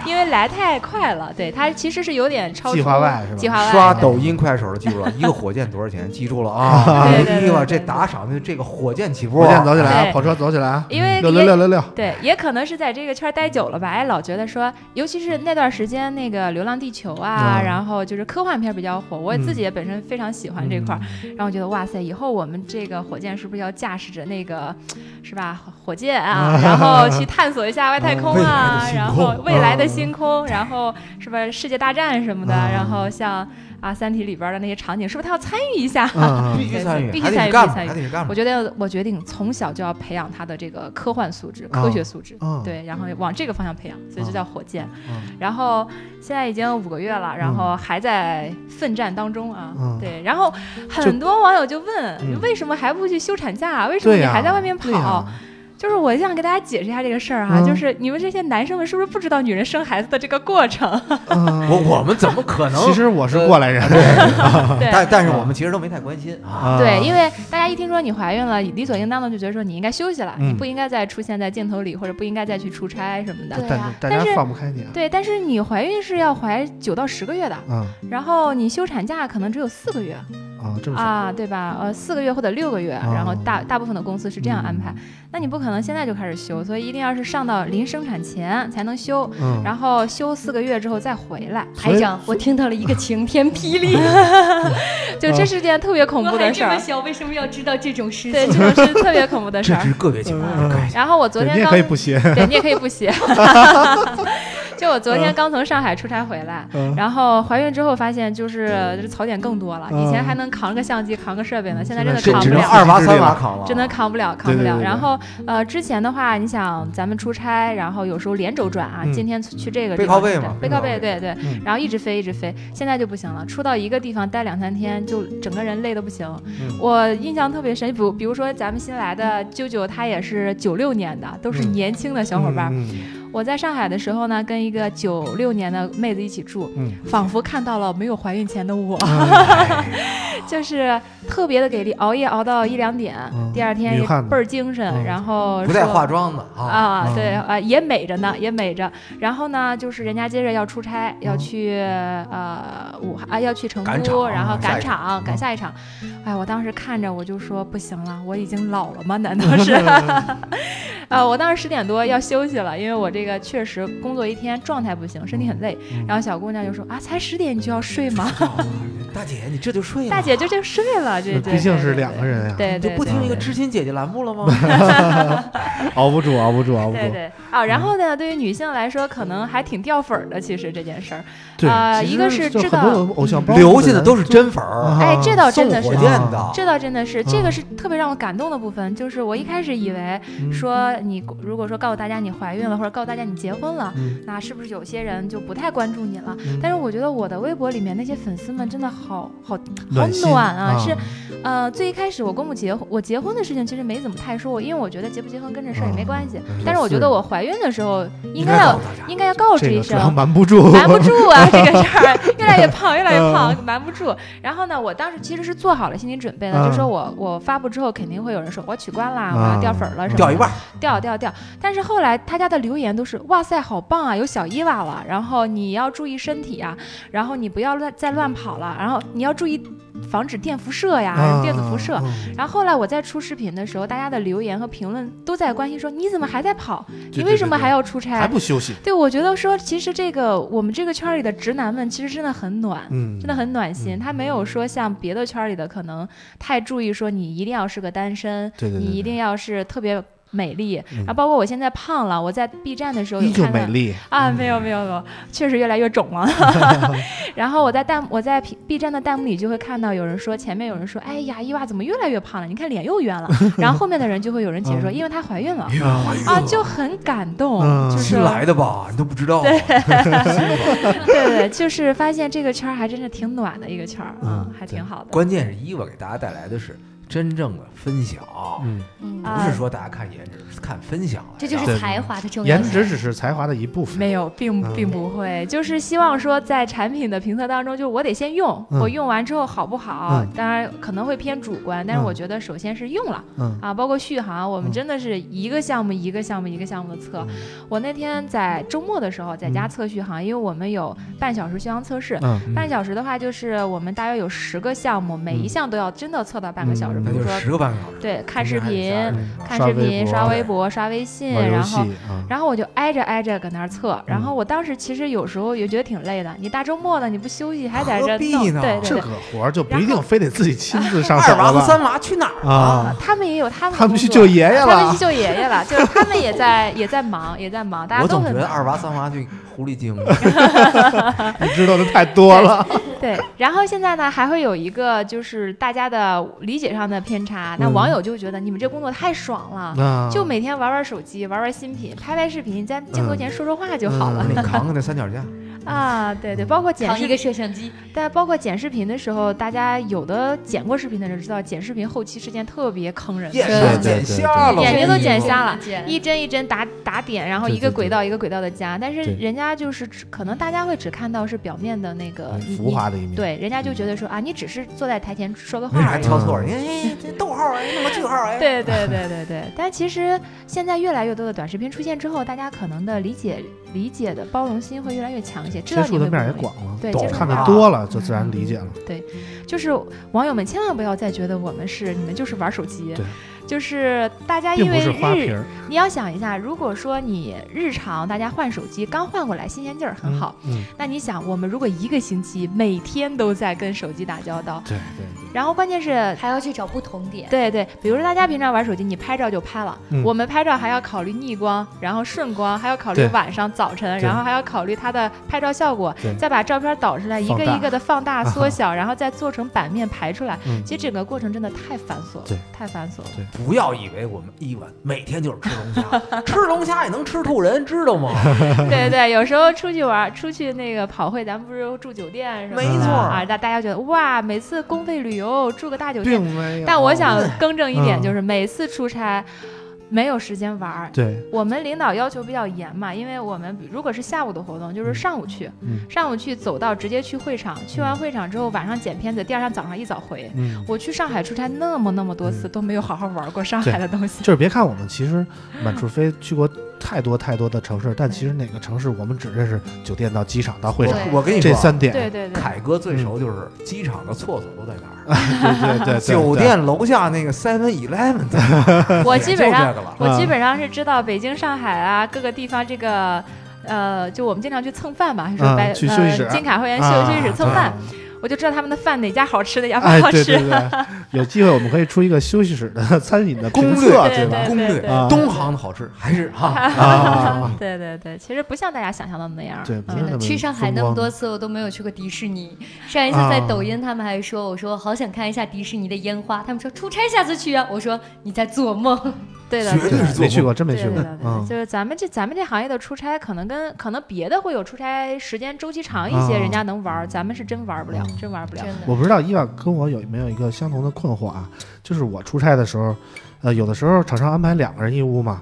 Speaker 4: 因为来太快了，对他其实是有点超出
Speaker 1: 计划外是吧
Speaker 4: 计划外
Speaker 2: 啊刷
Speaker 4: 对
Speaker 2: 抖音、快手的记住了，一个火箭多少钱？记住了 啊！
Speaker 4: 对对对
Speaker 2: 一娃
Speaker 4: 对对
Speaker 2: 这打赏的这个火箭起步，哎
Speaker 1: 火箭走起来啊，
Speaker 4: 对
Speaker 1: 火车走起来啊，
Speaker 4: 因为
Speaker 1: 六六六六六，
Speaker 4: 对，也可能是在这个圈儿待久了吧，哎，老觉得说，尤其是那段时间那个《流浪地球》啊，
Speaker 1: 嗯
Speaker 4: 然后就是科幻片儿比较火，我也自己也本身非常喜欢这块儿，
Speaker 1: 嗯
Speaker 4: 然后觉得哇塞，以后我们这个火箭是不是要驾驶着那个，是吧，火 箭啊，然后去探索一下外太空
Speaker 2: 未来的
Speaker 4: 啊，
Speaker 2: 星
Speaker 4: 然
Speaker 2: 空
Speaker 4: 后未来的
Speaker 1: 嗯
Speaker 4: 星空，然后是吧，世界大战什么的，
Speaker 1: 嗯
Speaker 4: 然后像啊《三体》里边儿的那些场景，是不是他要参与一下？
Speaker 1: 嗯
Speaker 2: 必
Speaker 1: 嗯
Speaker 2: 须参
Speaker 4: 对
Speaker 2: 与，
Speaker 4: 必须
Speaker 2: 还得是
Speaker 4: 参与
Speaker 2: 干
Speaker 4: 必须
Speaker 2: 部，
Speaker 4: 参与
Speaker 2: 还得是干部
Speaker 4: 我。觉得我决定从小就要培养他的这个科幻素质、
Speaker 1: 啊
Speaker 4: 科学素质，
Speaker 1: 啊
Speaker 4: 对，然后往这个方向培养，所以就叫火箭。
Speaker 1: 嗯
Speaker 4: 然后现在已经五个月了，然后还在奋战当中啊。
Speaker 1: 嗯
Speaker 4: 对，然后很多网友就问，
Speaker 1: 嗯
Speaker 4: 为什么还不去休产假、啊为什么
Speaker 1: 对
Speaker 4: 你
Speaker 1: 呀，
Speaker 4: 还在外面跑？
Speaker 1: 对呀
Speaker 4: 就是我想给大家解释一下这个事儿啊，
Speaker 1: 嗯
Speaker 4: 就是你们这些男生们是不是不知道女人生孩子的这个过 程？
Speaker 1: 嗯
Speaker 2: 我我们怎么可能？呃
Speaker 1: 其实我是过来人，
Speaker 4: 对。
Speaker 2: 但但是我们其实都没太关心啊。
Speaker 1: 啊
Speaker 4: 对，因为大家一听说你怀孕了，理所应当的就觉得说你应该休息了，
Speaker 1: 嗯
Speaker 4: 你不应该再出现在镜头里，或者不应该再去出差什么 的。
Speaker 3: 对
Speaker 1: 但
Speaker 3: 啊
Speaker 1: 是大家
Speaker 4: 但是
Speaker 1: 放不开你啊，
Speaker 4: 对，但是你怀孕是要怀九到十个月的，
Speaker 1: 嗯
Speaker 4: 然后你休产假可能只有四个月
Speaker 1: 啊，这么说
Speaker 4: 啊，对吧？呃，四个月或者六个月，
Speaker 1: 哦嗯
Speaker 4: 然后大大部分的公司是这样安排。那你不可能现在就开始休，所以一定要是上到临生产前才能休，
Speaker 1: 嗯，
Speaker 4: 然后休四个月之后再回来。
Speaker 1: 所以
Speaker 3: 台长，我听到了一个晴 天霹雳，
Speaker 4: 就这是件特别恐怖
Speaker 3: 我还
Speaker 4: 的事
Speaker 3: 这么
Speaker 4: 儿，
Speaker 3: 小，为什么要知道这种事
Speaker 4: 对，
Speaker 3: 情？
Speaker 4: 这种是特别恐怖的事
Speaker 2: 这
Speaker 4: 儿
Speaker 2: 只。是个别情况，
Speaker 1: 嗯
Speaker 2: 个别情
Speaker 4: 然后我昨
Speaker 1: 对
Speaker 4: 天
Speaker 1: 你也
Speaker 4: 刚
Speaker 1: 可以不歇，
Speaker 4: 对你也可以不写。就我昨天刚从上海出差回来，
Speaker 1: 嗯
Speaker 4: 然后怀孕之后发现就是这槽点更多了，
Speaker 1: 嗯
Speaker 4: 以前还能扛个相机、扛个设备呢，现在
Speaker 1: 现
Speaker 4: 真
Speaker 1: 在
Speaker 4: 的
Speaker 2: 况这
Speaker 4: 扛
Speaker 2: 只
Speaker 4: 不
Speaker 2: 能
Speaker 4: 了。
Speaker 2: 二娃三娃扛了，
Speaker 4: 真的扛不了，扛
Speaker 1: 对
Speaker 4: 不
Speaker 1: 对
Speaker 4: 了。
Speaker 1: 对对
Speaker 4: 然后，呃，之前的话，你想咱们出差，然后有时候连轴转啊，
Speaker 1: 嗯
Speaker 4: 今天去这个
Speaker 2: 背
Speaker 4: 地方
Speaker 2: 靠背
Speaker 4: 去
Speaker 2: 嘛背
Speaker 4: 背靠
Speaker 2: 靠
Speaker 4: 背，
Speaker 2: 背
Speaker 4: 对对
Speaker 1: 嗯。
Speaker 4: 然后一直飞，一直飞，现在就不行了。出到一个地方待两三天，就整个人累得不行。
Speaker 1: 嗯
Speaker 4: 我印象特别深，比如比如说咱们新来的啾啾，他也是九六年的，都是
Speaker 1: 嗯
Speaker 4: 年轻的小伙伴儿。
Speaker 1: 嗯，
Speaker 4: 我在上海的时候呢，跟一个九六年的妹子一起住，
Speaker 1: 嗯哎
Speaker 4: 仿佛看到了没有怀孕前的我， 就是特别的给力，熬夜熬到一两点，
Speaker 1: 嗯
Speaker 4: 第二天
Speaker 1: 女
Speaker 4: 也
Speaker 1: 汉子
Speaker 4: 倍儿精神，
Speaker 1: 嗯
Speaker 4: 然后
Speaker 2: 不带
Speaker 4: 说
Speaker 2: 化妆的啊。
Speaker 4: 啊
Speaker 1: 嗯，
Speaker 4: 对啊，也美着呢，也美着。然后呢，就是人家接着要出差，要去呃武汉啊，要去成
Speaker 2: 赶
Speaker 4: 都，
Speaker 2: 场
Speaker 4: 然后
Speaker 2: 啊下
Speaker 4: 赶
Speaker 2: 一
Speaker 4: 场，赶
Speaker 1: 嗯
Speaker 4: 下一场。哎，我当时看着我就说不行了，我已经老了吗？难道是？ 呃，我当时十点多要休息了，因为我这个确实工作一天状 态不行，身体很累。然后小姑娘就说啊，才十点你就要睡吗？
Speaker 2: 嗯大姐，你这就睡了？
Speaker 4: 大姐就这睡了，这这
Speaker 1: 呃嗯毕竟是两个人呀、啊
Speaker 4: 对
Speaker 2: 就
Speaker 4: 对，
Speaker 2: 不听一个
Speaker 4: 对
Speaker 2: 知心姐姐栏目了 吗？
Speaker 1: 熬不住，熬不住，熬不住
Speaker 4: 对。对啊、然后呢，对于女性来说，可能还挺掉粉儿的。其实这件事儿，
Speaker 1: 对
Speaker 4: 啊
Speaker 1: 其
Speaker 4: 一
Speaker 1: 实
Speaker 4: 个是
Speaker 1: 就
Speaker 4: 知
Speaker 1: 很
Speaker 4: 道
Speaker 1: 多偶像包
Speaker 2: 留下的都
Speaker 1: 是
Speaker 2: 是啊真粉儿，
Speaker 4: 哎，这倒真的是
Speaker 2: 送火，箭的，
Speaker 4: 这倒真的是，这
Speaker 1: 啊嗯
Speaker 4: 个是特别让我感动的部分。就是我一开始以为
Speaker 1: 嗯
Speaker 4: 说你如果说告诉大家你怀孕了，或者告诉大家你结婚了
Speaker 1: 嗯，
Speaker 4: 那是不是有些人就不太关注你了
Speaker 1: 嗯？
Speaker 4: 但是我觉得我的微博里面那些粉丝们真的好好好
Speaker 1: 暖心
Speaker 4: 暖啊！是
Speaker 1: 啊
Speaker 4: 呃，最一开始我公布结婚，我结婚的事情其实没怎么太说过，因为我觉得结不结婚跟这事儿也没关系。
Speaker 1: 嗯
Speaker 4: 但是我觉得我怀孕的时候应该
Speaker 2: 告
Speaker 4: 要
Speaker 2: 诉大家
Speaker 4: 应该要告知
Speaker 1: 这
Speaker 4: 一
Speaker 1: 个主
Speaker 4: 声，
Speaker 1: 要 瞒不住，
Speaker 4: 瞒不住 啊，这个事儿越来越胖，越来越
Speaker 1: 嗯
Speaker 4: 胖，瞒不住。然后呢，我当时其实是做好了心理准备的，
Speaker 1: 嗯
Speaker 4: 就说我我发布之后肯定会有人说我取关啦，
Speaker 1: 嗯
Speaker 4: 我要掉粉儿了什么的，
Speaker 2: 掉一半儿，
Speaker 4: 掉掉掉。但是后来大家的留言都是哇塞，好棒啊，有小伊娃了，然后你要注意身体啊，然后你不要乱再乱跑了，然后你要注意防止电辐射呀，
Speaker 1: 啊
Speaker 4: 电子辐射。
Speaker 1: 嗯
Speaker 4: 然后后来我在出视频的时候，大家的留言和评论都在关心说你怎么还在跑？
Speaker 1: 对
Speaker 4: 你
Speaker 1: 对
Speaker 4: 为什么
Speaker 1: 对
Speaker 4: 还要出差？啊
Speaker 1: 还不休息，
Speaker 4: 对，我觉得说，其实这个我们这个圈儿里的直男们，其实真的很暖。
Speaker 1: 嗯，
Speaker 4: 真的很暖心，他没有说像别的圈儿里的可能太注意说你一定要是个单身，
Speaker 1: 对对对
Speaker 4: 你一定要是特别美丽，
Speaker 1: 嗯
Speaker 4: 然后包括我现在胖了，我在 B 站的时候
Speaker 1: 依
Speaker 4: 有
Speaker 1: 旧
Speaker 4: 看到
Speaker 1: 美丽，嗯
Speaker 4: 啊，没有没有没有，确实越来越肿 了。 然后我在弹我在 P- B 站的弹幕里就会看到有人说，前面有人说，哎呀，伊娃怎么越来越胖了？你看脸又圆了。然后后面的人就会有人解说，因为她怀孕了
Speaker 1: 哎
Speaker 4: 啊，就很感动，
Speaker 1: 嗯
Speaker 4: 就是
Speaker 2: 新来的吧，你都不知道啊，
Speaker 4: 对对，就是发现这个圈儿还真是挺暖的一个圈儿，
Speaker 1: 嗯
Speaker 4: 嗯，还挺好的。
Speaker 2: 关键是伊娃给大家带来的是真正的分享，
Speaker 1: 嗯，
Speaker 3: 嗯，
Speaker 4: 啊
Speaker 2: 不是说大家看颜值，是看分享来的。
Speaker 3: 这就是
Speaker 1: 对
Speaker 3: 才华的重要
Speaker 1: 颜
Speaker 3: 性。
Speaker 1: 值只是才华的一部分，
Speaker 4: 没有，并
Speaker 1: 嗯
Speaker 4: 并不会，就是希望说在产品的评测当中，就是我得先用，
Speaker 1: 嗯
Speaker 4: 我用完之后好不好？
Speaker 1: 嗯
Speaker 4: 当然可能会偏主观，但是
Speaker 1: 嗯
Speaker 4: 我觉得首先是用了、
Speaker 1: 嗯
Speaker 4: 啊，包括续航，我们
Speaker 1: 嗯
Speaker 4: 真的是一个项目一个项目一个项目的测。我那天在周末的时候在家测续航，因为我们有半小时续航测试。
Speaker 1: 嗯，
Speaker 4: 半小时的话，就是我们大约有十个项目，每一项都要真的测到半个小
Speaker 1: 嗯
Speaker 4: 时。比
Speaker 2: 那
Speaker 4: 如
Speaker 2: 就是
Speaker 4: 说
Speaker 2: 十个半个小时，
Speaker 4: 对，看
Speaker 2: 中
Speaker 4: 视
Speaker 2: 间还得加人
Speaker 4: 频、
Speaker 1: 刷
Speaker 4: 看视
Speaker 1: 微
Speaker 4: 频、
Speaker 1: 博
Speaker 4: 刷微博、刷微信，
Speaker 1: 玩游
Speaker 4: 然
Speaker 1: 戏嗯
Speaker 4: 后。
Speaker 1: 啊，
Speaker 4: 然后我就挨着挨着搁那儿测，然后我当时其实有时候也觉得挺累的，你大周末的你不休息还在这
Speaker 2: 何必
Speaker 4: 弄，
Speaker 2: 呢
Speaker 4: 对对
Speaker 1: 这
Speaker 4: 对，
Speaker 1: 个活儿就不一定非得自己亲自 上手
Speaker 2: 二娃
Speaker 1: 了
Speaker 2: 和
Speaker 1: 吧？
Speaker 2: 三娃去哪儿
Speaker 1: 啊，
Speaker 4: 他们也有他们的
Speaker 1: 他们
Speaker 4: 工
Speaker 1: 去救
Speaker 4: 作
Speaker 1: 爷爷
Speaker 4: 他们
Speaker 1: 了
Speaker 4: 去，救爷爷了，就是他们 也在也在忙，也在忙，大家
Speaker 2: 我
Speaker 4: 都
Speaker 2: 总觉
Speaker 4: 很
Speaker 2: 得
Speaker 4: 忙。
Speaker 2: 二娃三娃去狐狸精了，
Speaker 1: 你知道的太多 了。
Speaker 4: 对，然后现在呢还会有一个就是大家的理解上的偏差，那
Speaker 1: 嗯
Speaker 4: 网友就觉得你们这工作太爽了。
Speaker 1: 啊
Speaker 4: 就每天玩玩手机，玩玩新品，拍拍视频，在镜头
Speaker 1: 嗯
Speaker 4: 前说说话就好
Speaker 2: 我
Speaker 4: 了
Speaker 2: 说、你扛扛那三脚架，
Speaker 4: 啊！对对，包括剪
Speaker 3: 扛
Speaker 4: 视
Speaker 3: 一个摄像机，
Speaker 4: 但包括剪视频的时候，大家有的剪过视频的人知道，剪视频后期是件特别坑人的
Speaker 2: 眼
Speaker 4: 事
Speaker 1: 对
Speaker 4: 儿
Speaker 1: 对
Speaker 2: 睛
Speaker 1: 对
Speaker 2: 剪瞎了，
Speaker 4: 眼睛都剪瞎了
Speaker 3: 剪
Speaker 4: 一针一针打打点，然后一
Speaker 1: 对
Speaker 4: 个
Speaker 1: 对
Speaker 4: 轨道一个轨道的加。但是
Speaker 1: 对
Speaker 4: 人家就是只可能大家会只看到是表面的那个你
Speaker 1: 嗯浮华的一面，
Speaker 4: 你，对，人家就觉得说啊，你只是坐在台前说个话
Speaker 2: 没人
Speaker 4: 而
Speaker 2: 还
Speaker 4: 已。
Speaker 2: 挑错，哎哎，这逗号哎，弄个句号哎，
Speaker 4: 对对对对对，但其实现在越来越多的短视频出现之后，大家可能的理解、理解的包容心会越来越强一些，知
Speaker 1: 接
Speaker 4: 道你
Speaker 1: 触的面
Speaker 4: 会不
Speaker 1: 儿也
Speaker 4: 容易
Speaker 1: 广了，
Speaker 4: 对
Speaker 2: 懂
Speaker 4: 接触嗯
Speaker 1: 看
Speaker 4: 面
Speaker 1: 的
Speaker 4: 儿
Speaker 1: 多了就自然理解了。
Speaker 4: 就是网友们千万不要再觉得我们是你们就是玩手机
Speaker 1: 对，
Speaker 4: 就是大家
Speaker 1: 并
Speaker 4: 因
Speaker 1: 不
Speaker 4: 为
Speaker 1: 是花
Speaker 4: 日
Speaker 1: 瓶，儿，
Speaker 4: 你要想一下，如果说你日常大家换手机刚换过来，新鲜劲儿很好，
Speaker 1: 嗯，
Speaker 4: 那你想我们如果一个星期每天都在跟手机打交道，
Speaker 1: 对对
Speaker 4: 然后关键是。
Speaker 3: 还要去找不同点。
Speaker 4: 对对，比如说大家平常玩手机，你拍照就拍了，
Speaker 1: 嗯
Speaker 4: 我们拍照还要考虑逆光，然后顺光，还要考虑
Speaker 1: 对
Speaker 4: 晚上、早晨，
Speaker 1: 对
Speaker 4: 然后还要考虑它的拍照效果
Speaker 1: 对，
Speaker 4: 再把照片导出来，一
Speaker 1: 放
Speaker 4: 个
Speaker 1: 大啊
Speaker 4: 一个的放大、缩小，然后再做成版面排出来。
Speaker 1: 嗯
Speaker 4: 其实整个过程真的太繁琐了
Speaker 1: 对，
Speaker 4: 太繁琐了。
Speaker 2: 不要以为我们一碗每天就是吃龙虾，吃龙虾也能吃吐人，知道吗？
Speaker 4: 对对，有时候出去玩儿，出去那个跑会，咱们不是住酒店什么的
Speaker 1: 没错
Speaker 4: 啊，大大家觉得哇，每次公费旅游住个大酒
Speaker 1: 对，
Speaker 4: 店。
Speaker 1: 并没有。
Speaker 4: 但我想更正一点，
Speaker 1: 嗯
Speaker 4: 就是每次出差。没有时间玩儿，
Speaker 1: 对，
Speaker 4: 我们领导要求比较严嘛，因为我们如果是下午的活动，就是上午去，
Speaker 1: 嗯
Speaker 4: 上午去走到直接去会场，去完会场之后晚上剪片子，第二天早上一早回。
Speaker 1: 嗯，
Speaker 4: 我去上海出差那么那么多次，都没有好好玩过上海 的东西。
Speaker 1: 就是别看我们其实满处飞去过太多太多的城市，但其实哪个城市我们只认识酒店到机场到会场
Speaker 3: 对
Speaker 2: 我跟你
Speaker 1: 这
Speaker 2: 说啊，
Speaker 1: 三点，
Speaker 4: 对对对，
Speaker 2: 凯哥最熟就是机场的厕所都在哪儿，
Speaker 1: 对对嗯 对，啊
Speaker 2: 酒店楼下那个 Seven Eleven 在哪儿，
Speaker 4: 我基本上
Speaker 2: 也 就这个了。
Speaker 4: 我
Speaker 1: 啊
Speaker 4: 基本上是知道北京、上海啊各个地方这个。呃，就我们经常去蹭饭嘛，就是
Speaker 1: 嗯
Speaker 4: 白、
Speaker 1: 去休息室
Speaker 4: 呃、金卡会员休
Speaker 1: 啊嗯
Speaker 4: 休息室蹭饭，，我我就知道他们的饭哪家好吃，哪家不
Speaker 1: 哎，
Speaker 4: 好
Speaker 1: 对
Speaker 4: 吃。
Speaker 1: 对对，有机会我们可以出一个休息室的 餐饮的
Speaker 2: 攻
Speaker 1: 评
Speaker 2: 略
Speaker 1: 测，
Speaker 4: 对
Speaker 1: 吧？
Speaker 2: 攻略
Speaker 4: 对
Speaker 1: 啊
Speaker 2: 东航的好吃还是哈，
Speaker 1: 啊，
Speaker 4: 对对对，其实不像大家想象的那样。嗯
Speaker 1: 对，不是
Speaker 3: 真
Speaker 1: 那
Speaker 3: 的
Speaker 1: 么
Speaker 3: 去上海
Speaker 1: 风
Speaker 3: 那
Speaker 1: 光啊
Speaker 3: 么多次，我都没有去过迪士尼。上一次在抖音，他们还说，我说好想看一下迪士尼的烟花，他们说出差下次去啊。我说你在做梦。
Speaker 4: 对的，
Speaker 2: 绝
Speaker 4: 对的
Speaker 2: 对是做
Speaker 1: 没去
Speaker 2: 梦
Speaker 1: 过，真没
Speaker 4: 对
Speaker 1: 去
Speaker 4: 对
Speaker 1: 过
Speaker 4: 对对，
Speaker 1: 嗯，
Speaker 4: 就是咱们这咱们这行业的出差，可能跟可能别的会有出差时间周期长一些，
Speaker 1: 啊嗯
Speaker 4: 人家能玩儿，咱们是真玩儿不了，真玩儿不了
Speaker 3: 真。的，
Speaker 1: 我不知道伊娃跟我有没有一个相同的困惑啊，就是我出差的时候，呃，有的时候厂商安排两个人一屋 嘛，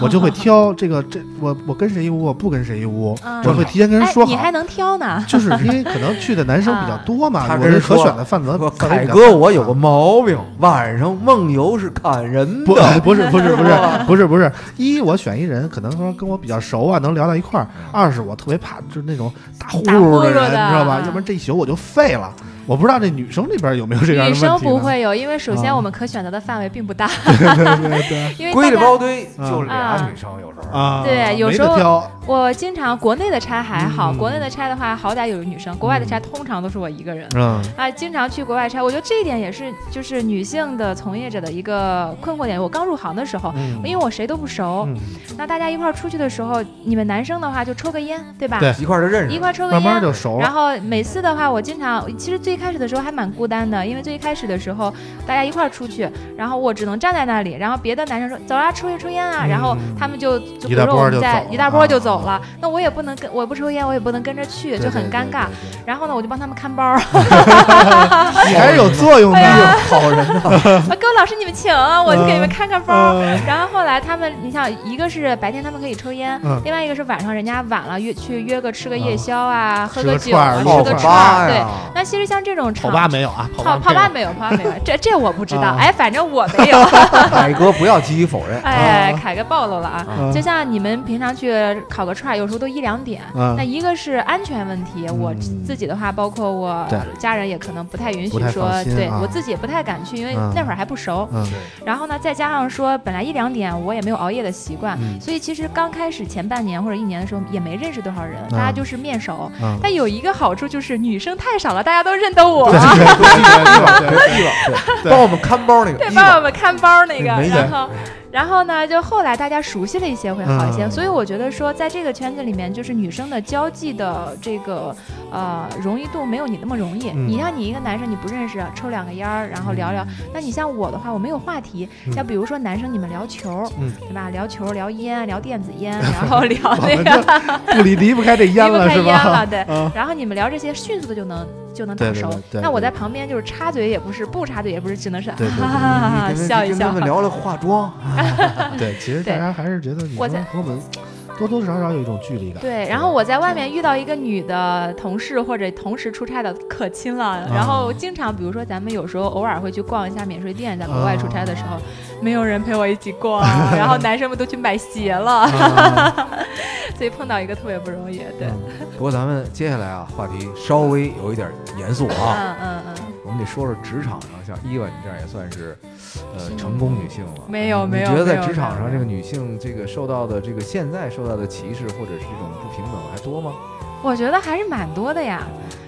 Speaker 1: 我就会挑这个这我我跟谁一屋，我不跟谁一屋，
Speaker 4: 嗯
Speaker 1: 我会提前跟人
Speaker 4: 哎
Speaker 1: 说，
Speaker 4: 你还
Speaker 1: 好，
Speaker 4: 能挑呢？
Speaker 1: 就是因为可能去的男生比较多嘛，
Speaker 2: 啊他
Speaker 1: 我
Speaker 2: 跟
Speaker 1: 这
Speaker 2: 人
Speaker 1: 可
Speaker 2: 说
Speaker 1: 选的范则
Speaker 2: 我
Speaker 1: 范围
Speaker 2: 凯
Speaker 1: 比较
Speaker 2: 哥，
Speaker 1: 大
Speaker 2: 我有
Speaker 1: 啊
Speaker 2: 个毛病，晚上梦游是砍人
Speaker 1: 不呃
Speaker 2: 的。，
Speaker 1: 不是，不是，不是
Speaker 2: 哇，
Speaker 1: 不是，不是。一，我选一人，可能说跟我比较熟啊，能聊到一块儿；二是我特别怕就是那种大呼
Speaker 4: 大
Speaker 1: 噜
Speaker 4: 呼噜
Speaker 1: 的人，
Speaker 4: 的
Speaker 1: 你知道吧？
Speaker 4: 嗯
Speaker 1: 要不然这一宿我就废了。我不知道这女生这边有没有 这样的问题。
Speaker 4: 女生不，会有，因为首先
Speaker 1: 啊
Speaker 4: 我们可选择的范围并不大，
Speaker 1: 对对对
Speaker 4: 因为
Speaker 2: 归
Speaker 4: 大
Speaker 2: 了
Speaker 4: 家
Speaker 2: 包堆就
Speaker 1: 嗯
Speaker 4: 啊
Speaker 2: 俩女生，有时候
Speaker 1: 啊，
Speaker 4: 对有
Speaker 1: 没
Speaker 4: 时
Speaker 1: 得
Speaker 4: 候
Speaker 1: 挑
Speaker 4: 我经常国内的差还好，
Speaker 1: 嗯
Speaker 4: 国内的差的话好歹有女生，国外的差通常都是我一个人。
Speaker 1: 嗯
Speaker 4: 啊，经常去国外差，我觉得这一点也是就是女性的从业者的一个困惑点。我刚入行的时候，
Speaker 1: 嗯，
Speaker 4: 因为我谁都不熟，
Speaker 1: 嗯
Speaker 4: 那大家一块儿出去的时候，你们男生的话就抽个烟，对吧？
Speaker 1: 对
Speaker 2: 一块儿就认
Speaker 4: 一
Speaker 2: 识。
Speaker 4: 块儿抽个
Speaker 1: 慢慢
Speaker 4: 烟。
Speaker 1: 就熟
Speaker 4: 然
Speaker 1: 了。
Speaker 4: 后每次的话，我经常其实最开始的时候还蛮孤单的，因为最开始的时候大家一块儿出去，然后我只能站在那里，然后别的男生说走啊，出去抽烟啊，
Speaker 1: 嗯
Speaker 4: 然后他们就就
Speaker 1: 一
Speaker 4: 比
Speaker 1: 大
Speaker 4: 如
Speaker 1: 波
Speaker 4: 说
Speaker 1: 儿
Speaker 4: 我
Speaker 1: 就
Speaker 4: 们在
Speaker 1: 走
Speaker 4: 一大波
Speaker 1: 了嗯
Speaker 4: 儿就走了，那我也不能跟我也不抽烟，我也不能跟着去，就
Speaker 1: 对
Speaker 4: 很
Speaker 1: 对
Speaker 4: 尴
Speaker 1: 对
Speaker 4: 尬。
Speaker 1: 对
Speaker 4: 然后呢，我就帮他们看包儿，
Speaker 1: 对你还是有作用的
Speaker 4: 哎呀，
Speaker 2: 好人呐，
Speaker 4: 各位老师你们请啊，我就给你们看看包儿。
Speaker 1: 嗯
Speaker 4: 然后后来他们，你想，一个是白天他们可以抽烟，
Speaker 1: 嗯
Speaker 4: 另外一个是晚上人家晚了约去约个吃个夜宵啊，喝
Speaker 1: 吃个
Speaker 4: 酒
Speaker 1: 串
Speaker 4: 啊，
Speaker 1: 儿
Speaker 4: 吃
Speaker 1: 泡
Speaker 2: 好
Speaker 4: 个
Speaker 1: 吧
Speaker 4: 串儿。对，
Speaker 2: 呀！
Speaker 4: 那其实像这种
Speaker 1: 跑
Speaker 4: 场
Speaker 1: 吧没有啊？
Speaker 4: 泡泡
Speaker 1: 没有
Speaker 4: 吧没有，泡吧 没有，这这我不知道
Speaker 1: 啊。
Speaker 4: 哎，反正我 没有。
Speaker 2: 凯哥不要积极否认，
Speaker 4: 哎
Speaker 1: 啊，
Speaker 4: 凯哥暴露了啊！
Speaker 1: 嗯
Speaker 4: 就像你们平常去烤个串儿，有时候都一两点。
Speaker 1: 嗯
Speaker 4: 那一个是安全问题，我
Speaker 1: 嗯
Speaker 4: 自己的话，包括我
Speaker 1: 对
Speaker 4: 家人也可能不太允
Speaker 1: 不
Speaker 4: 许
Speaker 1: 太
Speaker 4: 说
Speaker 1: 放，心
Speaker 4: 对
Speaker 1: 啊
Speaker 4: 我自己也不太敢去，因为
Speaker 1: 嗯
Speaker 4: 那会儿还不熟。
Speaker 1: 嗯
Speaker 4: 然后呢，再加上说，本来一两点我也没有熬夜的习惯，
Speaker 1: 嗯
Speaker 4: 所以其实刚开始前半年或者一年的时候也没认识多少人，大家就是面熟。
Speaker 1: 嗯，
Speaker 4: 但有一个好处就是女生太少了，大家都认得我，
Speaker 1: 对对对对对
Speaker 2: 对吧？
Speaker 1: 对
Speaker 2: 帮我们看包那个，
Speaker 4: 对，
Speaker 2: 一
Speaker 4: 帮我
Speaker 2: 晚
Speaker 4: 们看包那个，
Speaker 2: 没
Speaker 4: 然
Speaker 2: 人
Speaker 4: 后。然后呢，就后来大家熟悉了一些会好一些，
Speaker 1: 嗯
Speaker 4: 所以我觉得说，在这个圈子里面，就是女生的交际的这个呃容易度没有你那么容易。
Speaker 1: 嗯
Speaker 4: 你让你一个男生你不认识，抽两个烟儿，然后聊聊。那你像我的话，我没有话题。
Speaker 1: 嗯
Speaker 4: 像比如说男生你们聊球，
Speaker 1: 嗯
Speaker 4: 对吧？聊球、聊烟、啊聊电子 烟，然后聊
Speaker 1: 我
Speaker 4: 那
Speaker 1: 们
Speaker 4: 个
Speaker 1: 这不离离不开这烟
Speaker 4: 离不
Speaker 1: 了
Speaker 4: 开
Speaker 1: 是
Speaker 4: 烟
Speaker 1: 吧
Speaker 4: 了，？对。
Speaker 1: 嗯
Speaker 4: 然后你们聊这些，迅速的就能就能
Speaker 1: 对
Speaker 4: 打
Speaker 1: 对
Speaker 4: 熟
Speaker 1: 对对。
Speaker 4: 那我
Speaker 1: 对
Speaker 4: 在旁边就是插嘴也不是，不插嘴也不是，只能是哈
Speaker 1: 对对对
Speaker 4: 哈哈哈
Speaker 2: 上嗯你跟
Speaker 4: 笑一
Speaker 2: 跟他
Speaker 4: 笑。
Speaker 2: 们聊聊化妆，
Speaker 1: 对，其实大
Speaker 4: 啊对
Speaker 1: 家还是觉得女
Speaker 4: 我
Speaker 1: 生
Speaker 4: 在
Speaker 1: 和我们多多少少有一种距离感。
Speaker 4: 对，然后我在外面遇到一个女的同事或者同时出差的，可亲
Speaker 1: 啊
Speaker 4: 了。然后经常，比如说咱们有时候偶尔会去逛一下免税店，在国外出差的时
Speaker 1: 啊
Speaker 4: 候，没有人陪我一起 逛，然后男生们都去买鞋了，
Speaker 1: 啊，
Speaker 4: 所以碰到一个特别不容易。对，
Speaker 1: 嗯
Speaker 2: 不过咱们接下来啊，话题稍微有一点严肃啊，
Speaker 4: 嗯嗯嗯，
Speaker 2: 我们得说说职场上，像伊万你这样也算是，呃，成功女性了。
Speaker 4: 没有没有
Speaker 2: 你觉得
Speaker 4: 没
Speaker 2: 在
Speaker 4: 有
Speaker 2: 职场上
Speaker 4: 没有
Speaker 2: 这个女性这个受到的这个现在受到的歧视或者是这种不平等还多吗？
Speaker 4: 我觉得还是蛮多的呀。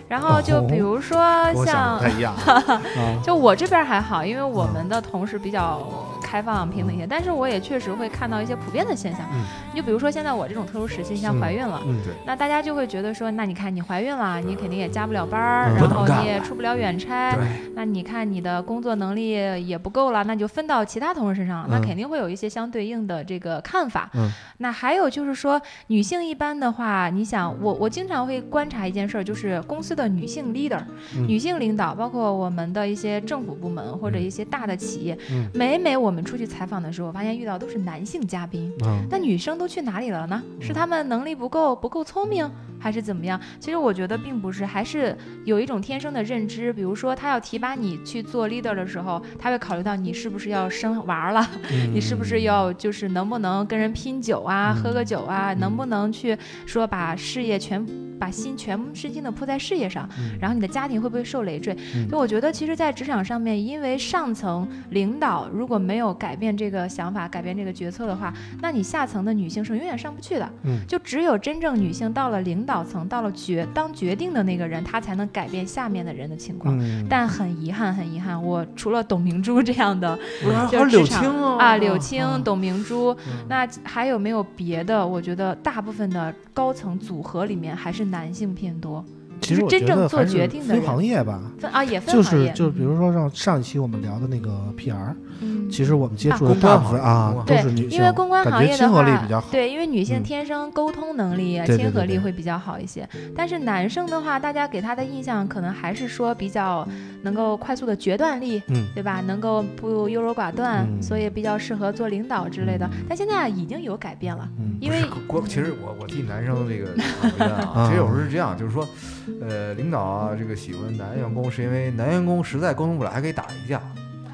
Speaker 4: 然后就比如说
Speaker 1: 跟啊我想的
Speaker 4: 像
Speaker 1: 不太 一样啊。啊
Speaker 4: 就我这边还好，因为我们的同事比较开放平等一些，但是我也确实会看到一些普遍的现象。
Speaker 1: 嗯
Speaker 4: 你就比如说现在我这种特殊时期，像
Speaker 1: 嗯
Speaker 4: 怀孕了。
Speaker 1: 嗯，
Speaker 2: 对
Speaker 4: 那大家就会觉得说，那你看你怀孕了，你肯定也加不了班儿，
Speaker 1: 嗯
Speaker 4: 然
Speaker 2: 不能
Speaker 4: 后
Speaker 2: 干
Speaker 4: 你也
Speaker 2: 了
Speaker 4: 出不了远差，
Speaker 2: 对，
Speaker 4: 那你看你的工作能力也不够了，那你就分到其他同事身上，那
Speaker 1: 嗯
Speaker 4: 肯定会有一些相对应的这个看法。
Speaker 1: 嗯
Speaker 4: 那还有就是说，女性一般的话，你想我我经常会观察一件事儿，就是公司的女性 leader、
Speaker 1: 嗯
Speaker 4: 女性领导，包括我们的一些政府部门或者一些大的企业，
Speaker 1: 嗯
Speaker 4: 每每我们出去采访的时候，我发现遇到都是男性嘉宾。
Speaker 1: 嗯，
Speaker 4: 那女生都去哪里了呢？是她们能力不够、不够聪明，还是怎么样？其实我觉得并不是，还是有一种天生的认知。比如说，他要提拔你去做 leader 的时候，他会考虑到你是不是要生娃儿了，你是不是要就是能不能跟人拼酒啊、喝个酒啊，能不能去说把事业全把心全身心的扑在事业上，
Speaker 1: 嗯
Speaker 4: 然后你的家庭会不会受累赘？
Speaker 1: 嗯
Speaker 4: 就我觉得，其实，在职场上面，因为上层领导如果没有改变这个想法、改变这个决策的话，那你下层的女性是永远上不去的。
Speaker 1: 嗯
Speaker 4: 就只有真正女性到了领导层到了决当决定的那个人，他才能改变下面的人的情况。
Speaker 1: 嗯，
Speaker 4: 但很遗憾，很遗憾，我除了董明珠这样的
Speaker 1: 嗯
Speaker 2: 不是还
Speaker 4: 嗯就
Speaker 2: 有
Speaker 4: 是
Speaker 2: 柳
Speaker 4: 职场
Speaker 2: 青哦
Speaker 4: 啊，柳
Speaker 1: 啊
Speaker 4: 青、董明珠，
Speaker 2: 嗯
Speaker 4: 那还有没有别的？我觉得大部分的高层组合里面还是男性偏多，
Speaker 1: 其实
Speaker 4: 就是
Speaker 1: 我
Speaker 4: 真
Speaker 1: 觉
Speaker 4: 正
Speaker 1: 得
Speaker 4: 做
Speaker 1: 还是
Speaker 4: 决定的
Speaker 1: 分
Speaker 4: 人
Speaker 1: 行业吧，
Speaker 4: 分啊也
Speaker 1: 就
Speaker 4: 分行
Speaker 1: 是
Speaker 4: 业。
Speaker 1: 就比如说上上一期我们聊的那个 PR，
Speaker 4: 嗯
Speaker 1: 其实我们接触
Speaker 2: 啊
Speaker 1: 的
Speaker 2: 公关
Speaker 1: 大部分啊都
Speaker 2: 行业公关
Speaker 4: 对
Speaker 1: 是女性，
Speaker 4: 因为公关行
Speaker 1: 感
Speaker 4: 业
Speaker 1: 觉
Speaker 4: 的
Speaker 1: 亲和
Speaker 4: 话，
Speaker 1: 力比较好。
Speaker 4: 对，因为女性
Speaker 1: 嗯
Speaker 4: 天生沟通能力、啊，
Speaker 1: 对对
Speaker 4: 亲和
Speaker 1: 对
Speaker 4: 力
Speaker 1: 对
Speaker 4: 会比较好一些。但是男生的话，大家给他的印象可能还是说比较能够快速的决断力，
Speaker 1: 嗯，
Speaker 4: 对吧？能够不优柔寡断，
Speaker 1: 嗯
Speaker 4: 所以比较适合做领导之类的。
Speaker 2: 嗯
Speaker 4: 但现在啊已经有改变了，
Speaker 1: 嗯
Speaker 4: 因为
Speaker 2: 不是国其实我我替男生 这个讨论啊，其实有时候是这样，就是说，呃，领导啊，这个喜欢男员工是因为男员工实在沟通不了，还可以打一架。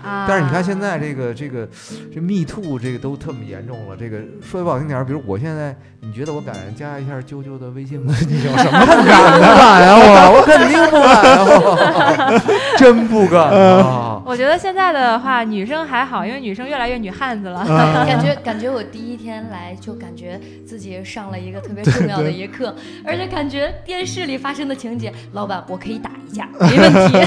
Speaker 4: 啊，
Speaker 2: 嗯但是你看现在这个这个这 me too 这个都特么严重了，这个说句不好听点儿，比如我现在，你觉得我敢加一下啾啾的微信 吗？你有什么不敢的？
Speaker 1: 哎呀，我
Speaker 2: 我肯定不敢啊， 真不敢啊！
Speaker 4: 我觉得现在的话，女生还好，因为女生越来越女汉子
Speaker 2: 嗯
Speaker 4: 了。
Speaker 3: 感觉感觉我第一天来就感觉自己上了一个特别重要的一课，而且感觉电视里发生的情节，老板我可以打 一架，没问题。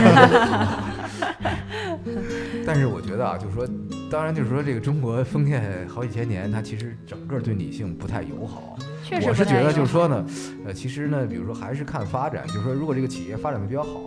Speaker 2: 但是我觉得啊，就是说，当然就是说，这个中国封建好几千年，它其实整个对女性不太友好。啊
Speaker 4: 确实
Speaker 2: 我
Speaker 4: 不
Speaker 2: 是
Speaker 4: 太
Speaker 2: 觉
Speaker 4: 一
Speaker 2: 得
Speaker 4: 样
Speaker 2: 就是说呢，呃，其实呢，比如说还是看发展，就是说，如果这个企业发展的比较好，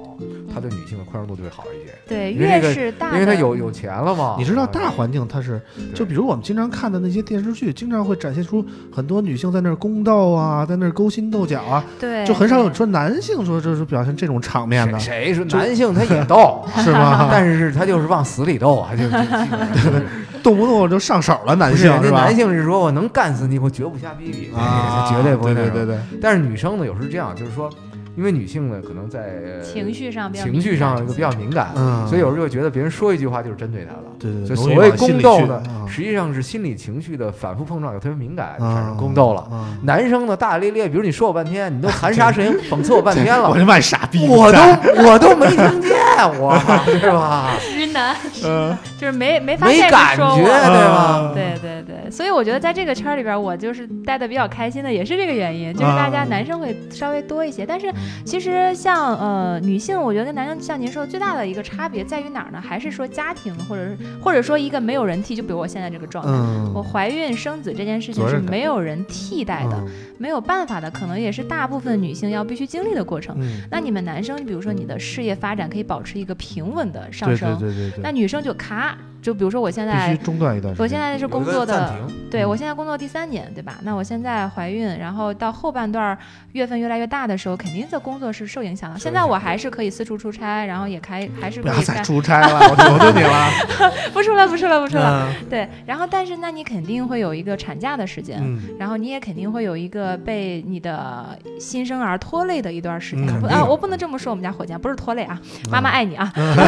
Speaker 2: 它对女性的宽容度就会好一些，
Speaker 4: 对，
Speaker 2: 因为
Speaker 4: 越
Speaker 2: 这个
Speaker 4: 是大的，
Speaker 2: 因为它有有钱了嘛。
Speaker 1: 你知道
Speaker 2: 啊
Speaker 1: 大环境它是，
Speaker 2: 对
Speaker 1: 就比如我们经常看的那些电视剧，经常会展现出很多女性在那儿宫斗啊，在那儿勾心斗角啊，
Speaker 4: 对，
Speaker 1: 就很少有说男性说就是表现这种场面的，
Speaker 2: 谁谁说
Speaker 1: 就，
Speaker 2: 男性他也斗
Speaker 1: 啊是 吗？
Speaker 2: 但是他就是往死里斗啊，就就 基本上是
Speaker 1: 动不动就上手了，男
Speaker 2: 不
Speaker 1: 性
Speaker 2: 是人家
Speaker 1: 吧？
Speaker 2: 男性是说我能干死你，我绝不瞎逼逼，
Speaker 1: 啊，
Speaker 2: 绝对不会那
Speaker 1: 对
Speaker 2: 种
Speaker 1: 对对对，
Speaker 2: 但是女生呢，有时候是这样，就是说，因为女性呢，可能在
Speaker 4: 情绪上比较
Speaker 2: 情绪上比较敏感，
Speaker 1: 嗯，
Speaker 2: 所以有时候就会觉得别人说一句话就是针对她了。
Speaker 1: 对对
Speaker 2: 所
Speaker 1: 对，容易
Speaker 2: 以所谓
Speaker 1: 往心
Speaker 2: 宫
Speaker 1: 里
Speaker 2: 斗
Speaker 1: 去
Speaker 2: 呢
Speaker 1: 啊
Speaker 2: 实际上是心理情绪的反复碰撞，有特别敏感，
Speaker 1: 啊
Speaker 2: 产生嗯宫斗了。
Speaker 1: 啊
Speaker 2: 男生呢，大大咧咧，比如你说我半天，你都含 沙射影讽刺我半天了
Speaker 1: 我，这卖傻逼，
Speaker 2: 我都我都没听见， 我对吧？
Speaker 3: 直男，
Speaker 1: 嗯
Speaker 4: 就是没没发
Speaker 2: 没
Speaker 4: 现
Speaker 2: 感
Speaker 4: 是
Speaker 2: 觉，
Speaker 4: 说我
Speaker 2: 对吧？
Speaker 1: 啊
Speaker 4: 对对对，所以我觉得在这个圈儿里边儿，我就是待的比较开心的，也是这个原因，就是大
Speaker 1: 啊
Speaker 4: 家男生会稍微多一些。但是其实像呃女性，我觉得跟男生像您说的最大的一个差别在于哪儿呢？还是说家庭，或者是或者说一个没有人替，就比如我现在这个状态。
Speaker 1: 嗯，
Speaker 4: 我怀孕生子这件事情
Speaker 1: 责
Speaker 4: 是
Speaker 1: 任感嗯
Speaker 4: 没有人替代的，没有办法的，可能也是大部分女性要必须经历的过程。
Speaker 1: 嗯，
Speaker 4: 那你们男生，比如说你的事业发展可以保持一个平稳的上
Speaker 1: 对
Speaker 4: 升
Speaker 1: 对，对对对，
Speaker 4: 那女生就咔，就比如说我现
Speaker 1: 必
Speaker 4: 在
Speaker 1: 须中断一段时间。
Speaker 4: 我现在是工作
Speaker 2: 有一个
Speaker 4: 的
Speaker 2: 暂，停
Speaker 4: 对我现在工作第三年，对吧？那我现在怀孕，然后到后半段儿月份越来越大的时候，肯定这工作是受影响的。
Speaker 2: 受
Speaker 4: 现
Speaker 2: 影
Speaker 4: 在
Speaker 2: 响
Speaker 4: 我还是可以四处出差，然后也开还是
Speaker 1: 不
Speaker 4: 可
Speaker 1: 要
Speaker 4: 以
Speaker 1: 再
Speaker 4: 干，
Speaker 1: 出差 了，我求求你了。
Speaker 4: 不出了，不出了，不出了。
Speaker 1: 嗯
Speaker 4: 对，然后但是那你肯定会有一个产假的时间。
Speaker 1: 嗯，
Speaker 4: 然后你也肯定会有一个被你的新生儿拖累的一段时
Speaker 1: 嗯
Speaker 4: 间，不
Speaker 2: 肯定
Speaker 4: 啊，我不能这么说我们家火箭，不是拖累啊，妈妈爱你啊。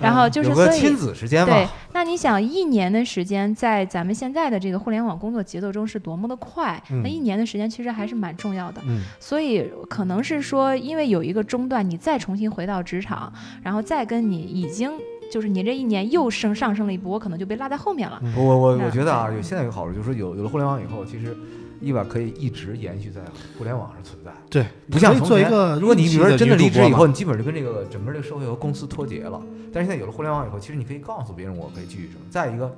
Speaker 4: 然后就是
Speaker 2: 有
Speaker 4: 所
Speaker 2: 个
Speaker 4: 以
Speaker 2: 亲子时间
Speaker 4: 对
Speaker 2: 嘛，，
Speaker 4: 那你想一年的时间，在咱们现在的这个互联网工作节奏中是多么的快，
Speaker 1: 嗯
Speaker 4: 那一年的时间其实还是蛮重要的。
Speaker 1: 嗯
Speaker 4: 所以可能是说，因为有一个中断，你再重新回到职场，然后再跟你已经就是你这一年又升上升了一步，我可能就被落在后面了。
Speaker 2: 我我我
Speaker 4: 那嗯
Speaker 2: 我觉得啊，有现在有个好处，就是说有有了互联网以后，其实伊娃可以一直延续在互联网上存在。
Speaker 1: 对，
Speaker 2: 不像
Speaker 1: 可以
Speaker 2: 从
Speaker 1: 做一
Speaker 2: 前
Speaker 1: 个
Speaker 2: 如果你
Speaker 1: 预
Speaker 2: 比
Speaker 1: 期
Speaker 2: 如说
Speaker 1: 的
Speaker 2: 真的
Speaker 1: 女
Speaker 2: 离
Speaker 1: 主
Speaker 2: 职
Speaker 1: 播
Speaker 2: 以
Speaker 1: 嘛
Speaker 2: 后，，你基本就跟这个整个这个社会和公司脱节了。但是现在有了互联网以后，其实你可以告诉别人我可以继续什么。再一个。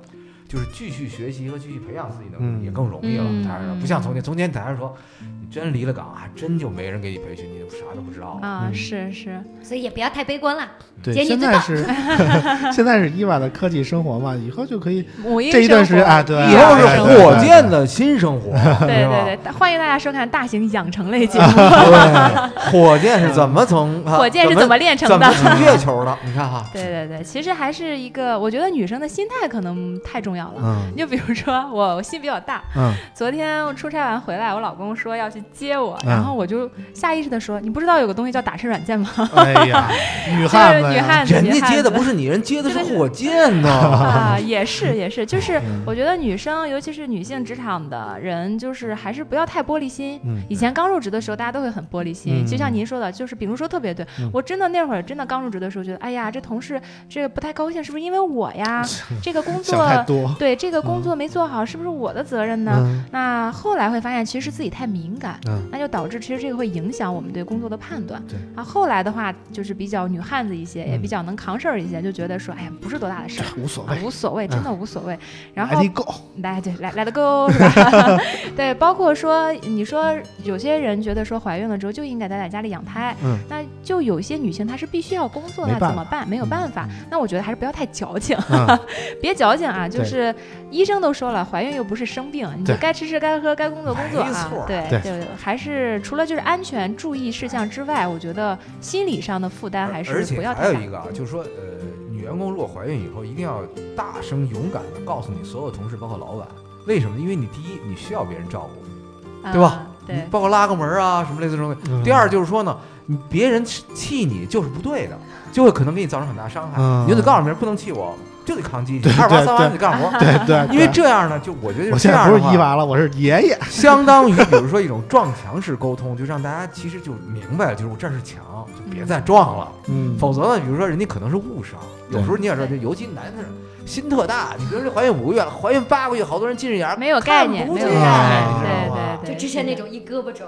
Speaker 2: 就是继续学习和继续培养自己能力
Speaker 1: 嗯
Speaker 2: 也更容易了，
Speaker 4: 嗯
Speaker 2: 当然了，不像从前，从前咱是说，你真离了岗，还真就没人给你培训，你就啥都不知道了。
Speaker 4: 啊，
Speaker 1: 嗯
Speaker 4: 是是，
Speaker 3: 所以也不要太悲观了。
Speaker 1: 对，
Speaker 3: 姐你
Speaker 1: 现
Speaker 3: 知
Speaker 1: 在
Speaker 3: 道
Speaker 1: 是现在是伊娃的科技生活嘛，以后就可以
Speaker 4: 母婴
Speaker 1: 这一段时
Speaker 4: 生
Speaker 1: 间
Speaker 4: 活
Speaker 1: 啊，对，
Speaker 2: 以后是
Speaker 1: 对对对
Speaker 2: 火箭的新生活，
Speaker 4: 对
Speaker 2: 吧
Speaker 4: 对对，欢迎大家收看大型养成类节
Speaker 1: 啊
Speaker 4: 目《
Speaker 2: 对，火箭是怎么从 啊
Speaker 4: 火箭是怎么炼成
Speaker 2: 怎
Speaker 4: 的
Speaker 2: 么》。出月球的？你看哈，
Speaker 4: 对对对，其实还是一个，我觉得女生的心态可能太重要了。
Speaker 1: 嗯
Speaker 4: 你就比如说我，我心比较大。
Speaker 1: 嗯
Speaker 4: 昨天我出差完回来，我老公说要去接我，
Speaker 1: 嗯
Speaker 4: 然后我就下意识的说：“你不知道有个东西叫打车软件吗？”
Speaker 1: 哎呀，女
Speaker 4: 就是
Speaker 1: 汉子啊呀，
Speaker 4: 女汉子，
Speaker 2: 人
Speaker 4: 女
Speaker 2: 家
Speaker 4: 汉
Speaker 2: 接的
Speaker 4: 子
Speaker 2: 不是你，人接的是火箭呢。
Speaker 4: 啊，也是也是，就是
Speaker 1: 嗯
Speaker 4: 我觉得女生，尤其是女性职场的人，就是还是不要太玻璃心。
Speaker 1: 嗯，
Speaker 4: 以前刚入职的时候，大家都会很玻璃心，
Speaker 1: 嗯
Speaker 4: 就像您说的，就是比如说特别对、
Speaker 1: 嗯
Speaker 4: 我真的那会儿真的刚入职的时候，觉得哎呀，这同事这不太高兴，是不是因为我 呀？这个工
Speaker 1: 想太
Speaker 4: 作
Speaker 1: 多，
Speaker 4: 对这个工作没做好，是不是我的责任呢？
Speaker 1: 嗯
Speaker 4: 那后来会发现，其实是自己太敏感感，
Speaker 2: 嗯
Speaker 4: 那就导致其实这个会影响我们对工作的判断。
Speaker 2: 对
Speaker 4: 啊，后来的话就是比较女汉子一些，也
Speaker 2: 嗯
Speaker 4: 比较能扛事儿一些，就觉得说，哎呀，不是多大的 事儿。
Speaker 1: 无所
Speaker 4: 啊
Speaker 2: 哎
Speaker 1: 谓，
Speaker 4: 无所谓，真的无
Speaker 2: 嗯
Speaker 4: 所谓。然后
Speaker 1: ID 够，
Speaker 4: 来对来来的够，是吧？ 对，包括说你说有些人觉得说怀孕了之后就应该待在家里养胎，
Speaker 2: 嗯
Speaker 4: 那就有些女性她是必须要工作，
Speaker 1: 没
Speaker 4: 那
Speaker 1: 办
Speaker 4: 怎么办？没有办法。
Speaker 2: 嗯
Speaker 4: 那我觉得还是不要太矫情，
Speaker 2: 嗯
Speaker 4: 别矫情啊！就
Speaker 1: 对
Speaker 4: 是医生都说了，怀孕又不是生病，你就
Speaker 1: 对
Speaker 4: 该吃吃，该喝，该工作工作
Speaker 2: 没
Speaker 4: 啊
Speaker 2: 错。
Speaker 4: 对
Speaker 1: 对
Speaker 4: 对，还是除了就是安全注意事项之外，我觉得心理上的负担还
Speaker 2: 而
Speaker 4: 是
Speaker 2: 且
Speaker 4: 不要
Speaker 2: 还
Speaker 4: 太
Speaker 2: 有
Speaker 4: 大
Speaker 2: 一。个啊，就是说，呃，女员工如果怀孕以后，一定要大声勇敢的告诉你所有同事，包括老板，为什么呢？因为你第一，你需要别人照顾，
Speaker 4: 啊
Speaker 2: 对吧？
Speaker 4: 对
Speaker 2: 你，包括拉个门啊，什么类似这种。第二就是说呢，你别人气你就是不对的，就会可能给你造成很大伤害。
Speaker 1: 嗯
Speaker 2: 你就得告诉别人不能气我，就得抗击你，
Speaker 1: 对
Speaker 2: 二娃
Speaker 1: 对
Speaker 2: 三娃
Speaker 1: 对
Speaker 2: 你得干 活。
Speaker 1: 对对，对
Speaker 2: 因为这样呢，就我觉得
Speaker 1: 我
Speaker 2: 这
Speaker 1: 现在
Speaker 2: 样
Speaker 1: 不
Speaker 2: 的
Speaker 1: 是
Speaker 2: 话
Speaker 1: 伊娃了，我是爷爷，
Speaker 2: 相当于比如说一种撞墙式沟通，就让大家其实就明白了，就是我这儿是墙，就别再撞了。
Speaker 1: 嗯
Speaker 2: 否则呢，比如说人家可能是误伤，有时候你也知道，就
Speaker 4: 对
Speaker 2: 尤其男的心特大，你比如说怀孕五个月了，怀孕八个月，好多人近视眼儿
Speaker 4: 没有概念，
Speaker 2: 看不
Speaker 4: 没有概
Speaker 2: 见
Speaker 4: 念
Speaker 1: 啊，
Speaker 2: 你知道吗
Speaker 4: 对对对，
Speaker 3: 就之前那
Speaker 4: 是的
Speaker 3: 种一胳膊肘，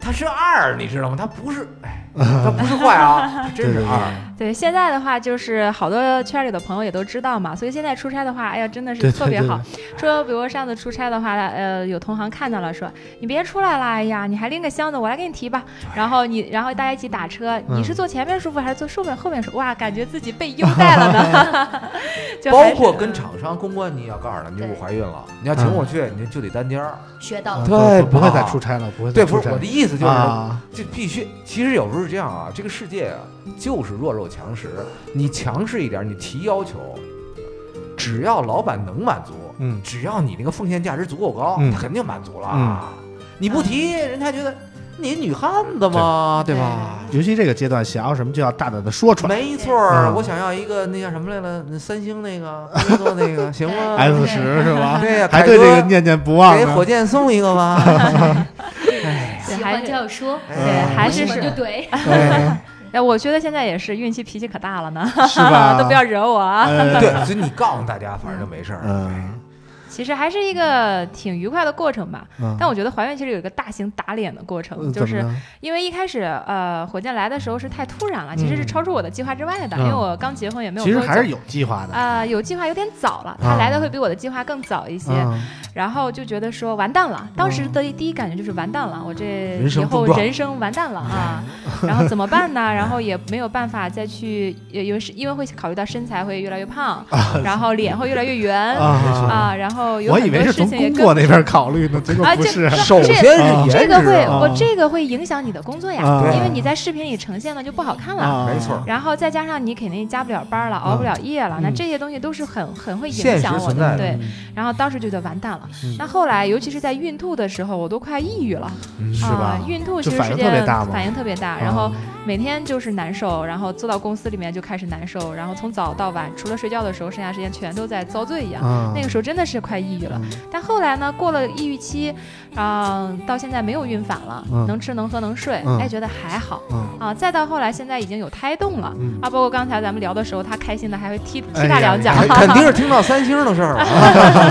Speaker 2: 他是二，你知道吗？他不是，哎，他不是坏啊，他真
Speaker 1: 对
Speaker 2: 是
Speaker 1: 对对
Speaker 2: 二。
Speaker 4: 对，现在的话就是好多圈里的朋友也都知道嘛，所以现在出差的话，哎呀，真的
Speaker 1: 对对
Speaker 4: 是特别
Speaker 1: 对
Speaker 4: 好。说，比如上次出差的话，呃，有同行看到了，说你别出来了，哎呀，你还拎个箱子，我来给你提吧。然后你，然后大家一起打车，
Speaker 1: 嗯
Speaker 4: 你是坐前面舒服还是坐后面后面舒服？哇，感觉自己被优待了呢。
Speaker 1: 嗯
Speaker 4: 就还
Speaker 2: 包
Speaker 4: 是
Speaker 2: 括跟厂商公关，你也要告诉他，你说
Speaker 3: 对
Speaker 2: 我怀孕了，你要请我去，你就得单间儿。
Speaker 3: 学到
Speaker 1: 嗯
Speaker 3: 了。
Speaker 2: 对
Speaker 1: 不不会再
Speaker 2: 吧
Speaker 1: 出差了，不会再
Speaker 2: 对，不
Speaker 1: 出
Speaker 2: 是
Speaker 1: 差
Speaker 2: 我
Speaker 1: 了
Speaker 2: 的意思，就是
Speaker 1: 啊，
Speaker 2: 这必须。其实有时候是这样啊，这个世界啊，就是弱肉强食。你强势一点，你提要求，只要老板能满足，
Speaker 1: 嗯，
Speaker 2: 只要你那个奉献价值足够高，
Speaker 1: 嗯
Speaker 2: 他肯定满足了啊。你不提，人家还觉得你女汉子嘛，对吧？
Speaker 1: 尤其这个阶段，想要什么就要大胆的说出来
Speaker 2: 没错儿，
Speaker 1: 嗯
Speaker 2: 我想要一个那叫什么来了，那三星那个，工作那个 行吗？
Speaker 1: ，S 十是吧？
Speaker 2: 对呀，
Speaker 1: 还
Speaker 2: 凯
Speaker 1: 对这
Speaker 2: 哥
Speaker 1: 个念念不哎忘
Speaker 2: 给
Speaker 1: 呢嗯
Speaker 2: 火箭送一 个吧。哎，
Speaker 4: 对
Speaker 3: 喜
Speaker 4: 还
Speaker 3: 欢
Speaker 4: 是
Speaker 3: 就要说，
Speaker 4: 对还
Speaker 3: 喜
Speaker 4: 是
Speaker 3: 欢
Speaker 4: 是啊
Speaker 3: 就 怼，
Speaker 2: 哎
Speaker 4: 哎，我觉得现在也是运气脾气可大了呢，
Speaker 1: 是吧？
Speaker 4: 都不要惹我啊。
Speaker 1: 哎
Speaker 2: 对，所以你告诉大家，反正就没事儿。
Speaker 1: 嗯
Speaker 4: 其实还是一个挺愉快的过程吧。
Speaker 1: 嗯，
Speaker 4: 但我觉得怀孕其实有一个大型打脸的过程，
Speaker 1: 呃
Speaker 4: 就
Speaker 1: 怎
Speaker 4: 是
Speaker 1: 么呢
Speaker 4: 因为一开始呃，火箭来的时候是太突然了，其实是
Speaker 1: 嗯
Speaker 4: 超出我的计划之外的，
Speaker 1: 嗯
Speaker 4: 因为我刚结婚也没有
Speaker 1: 其
Speaker 4: 多
Speaker 1: 实
Speaker 4: 久。
Speaker 1: 还是有计划的。
Speaker 4: 啊、有计划有点早了，他
Speaker 1: 啊
Speaker 4: 来的会比我的计划更早一些，
Speaker 1: 嗯
Speaker 4: 然后就觉得说完蛋了，当时的第一感觉就是完蛋了，我这
Speaker 2: 人生
Speaker 4: 以后
Speaker 2: 中断
Speaker 4: 人生完蛋了
Speaker 1: 嗯
Speaker 4: 啊，然后怎么办 呢？然后也没有办法再去，也因为是因为会考虑到身材会越来越胖，然后脸会越来越圆啊
Speaker 1: 啊，
Speaker 4: 然后有
Speaker 1: 我以
Speaker 4: 很
Speaker 1: 为
Speaker 4: 多
Speaker 1: 是
Speaker 4: 事
Speaker 1: 从
Speaker 4: 情也
Speaker 1: 工
Speaker 4: 跟
Speaker 1: 作那边考虑呢，结果
Speaker 4: 啊
Speaker 1: 不
Speaker 4: 这
Speaker 1: 是。
Speaker 2: 首先是
Speaker 1: 啊
Speaker 2: 颜值啊，
Speaker 4: 这个会，
Speaker 1: 啊
Speaker 4: 我这个会影响你的工作呀，
Speaker 1: 啊
Speaker 4: 因为你在视频里呈现的就不好看了。
Speaker 1: 啊，
Speaker 2: 没错儿
Speaker 4: 然后再加上你肯定加不了班了，
Speaker 1: 嗯
Speaker 4: 熬不了夜了，那这些东西都是很很会影
Speaker 2: 现实
Speaker 4: 响我
Speaker 2: 存在
Speaker 4: 的，
Speaker 2: 的
Speaker 4: 对。
Speaker 1: 嗯，
Speaker 4: 然后当时就觉得完蛋了。
Speaker 1: 嗯
Speaker 4: 那后来，尤其是在孕吐的时候，我都快抑郁了，
Speaker 2: 嗯
Speaker 1: 是吧
Speaker 4: 啊？孕吐
Speaker 1: 就
Speaker 4: 其实
Speaker 1: 反
Speaker 4: 是
Speaker 1: 应
Speaker 4: 件
Speaker 1: 特别大吗啊
Speaker 4: 反应特别大，然后每天就是难受，然后坐到公司里面就开始难受，然后从早到晚，除了睡觉的时候，剩下时间全都在遭罪一样。
Speaker 1: 啊
Speaker 4: 那个时候真的是快抑郁了。
Speaker 1: 嗯
Speaker 4: 但后来呢，过了抑郁期，啊、到现在没有孕反了，
Speaker 1: 嗯
Speaker 4: 能吃能喝能睡，
Speaker 1: 嗯
Speaker 4: 哎，觉得还好。
Speaker 1: 嗯
Speaker 4: 啊，再到后来，现在已经有胎动了、
Speaker 1: 嗯
Speaker 4: 啊，包括刚才咱们聊的时候，他开心的还会踢
Speaker 1: 哎呀
Speaker 4: 踢大两脚，
Speaker 1: 哎
Speaker 2: 肯定是听到三星的 事儿
Speaker 1: 啊
Speaker 2: 了。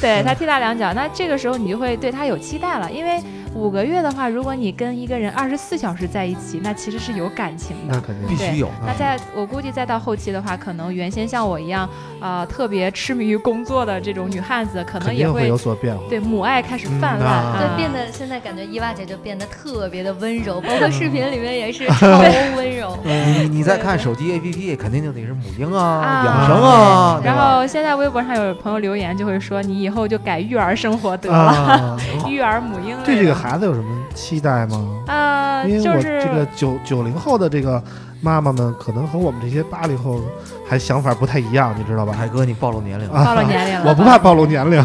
Speaker 4: 对
Speaker 1: 嗯
Speaker 4: 他踢大两脚，那这个时候你就会对他有期待了，因为五个月的话，如果你跟一个人二十四小时在一起，那其实是有感情的
Speaker 1: 那。肯定
Speaker 2: 必须有，
Speaker 1: 嗯
Speaker 4: 那在我估计再到后期的话，可能原先像我一样，啊，特别痴迷于工作的这种女汉子，可能
Speaker 1: 肯
Speaker 4: 也
Speaker 1: 定会
Speaker 4: 会
Speaker 1: 有所变化。
Speaker 4: 对母爱开始
Speaker 1: 嗯
Speaker 4: 泛滥，
Speaker 1: 呐
Speaker 4: 啊
Speaker 3: 对，变得现在感觉伊娃姐就变得特别的温柔，包括视频里面也 是超温柔。
Speaker 2: 你你再看手机 APP，肯定就得是母婴啊、
Speaker 4: 啊
Speaker 2: 养生啊，
Speaker 1: 嗯
Speaker 2: 对
Speaker 4: 然
Speaker 2: 吧？
Speaker 4: 后现在微博上有朋友留言就会说，你以后就改育儿生活得了，
Speaker 1: 啊，
Speaker 4: 育儿母婴类
Speaker 1: 对这
Speaker 4: 的
Speaker 1: 个孩子有什么期待吗？
Speaker 4: 呃，
Speaker 1: 因为
Speaker 4: 就
Speaker 1: 我
Speaker 4: 是
Speaker 1: 这个九九零后的这个妈妈们，可能和我们这些八零后还想法不太一样，你知 道吧？
Speaker 2: 凯哥，你暴露年龄了，
Speaker 4: 到了年龄 了，
Speaker 1: 我不怕。暴露年 龄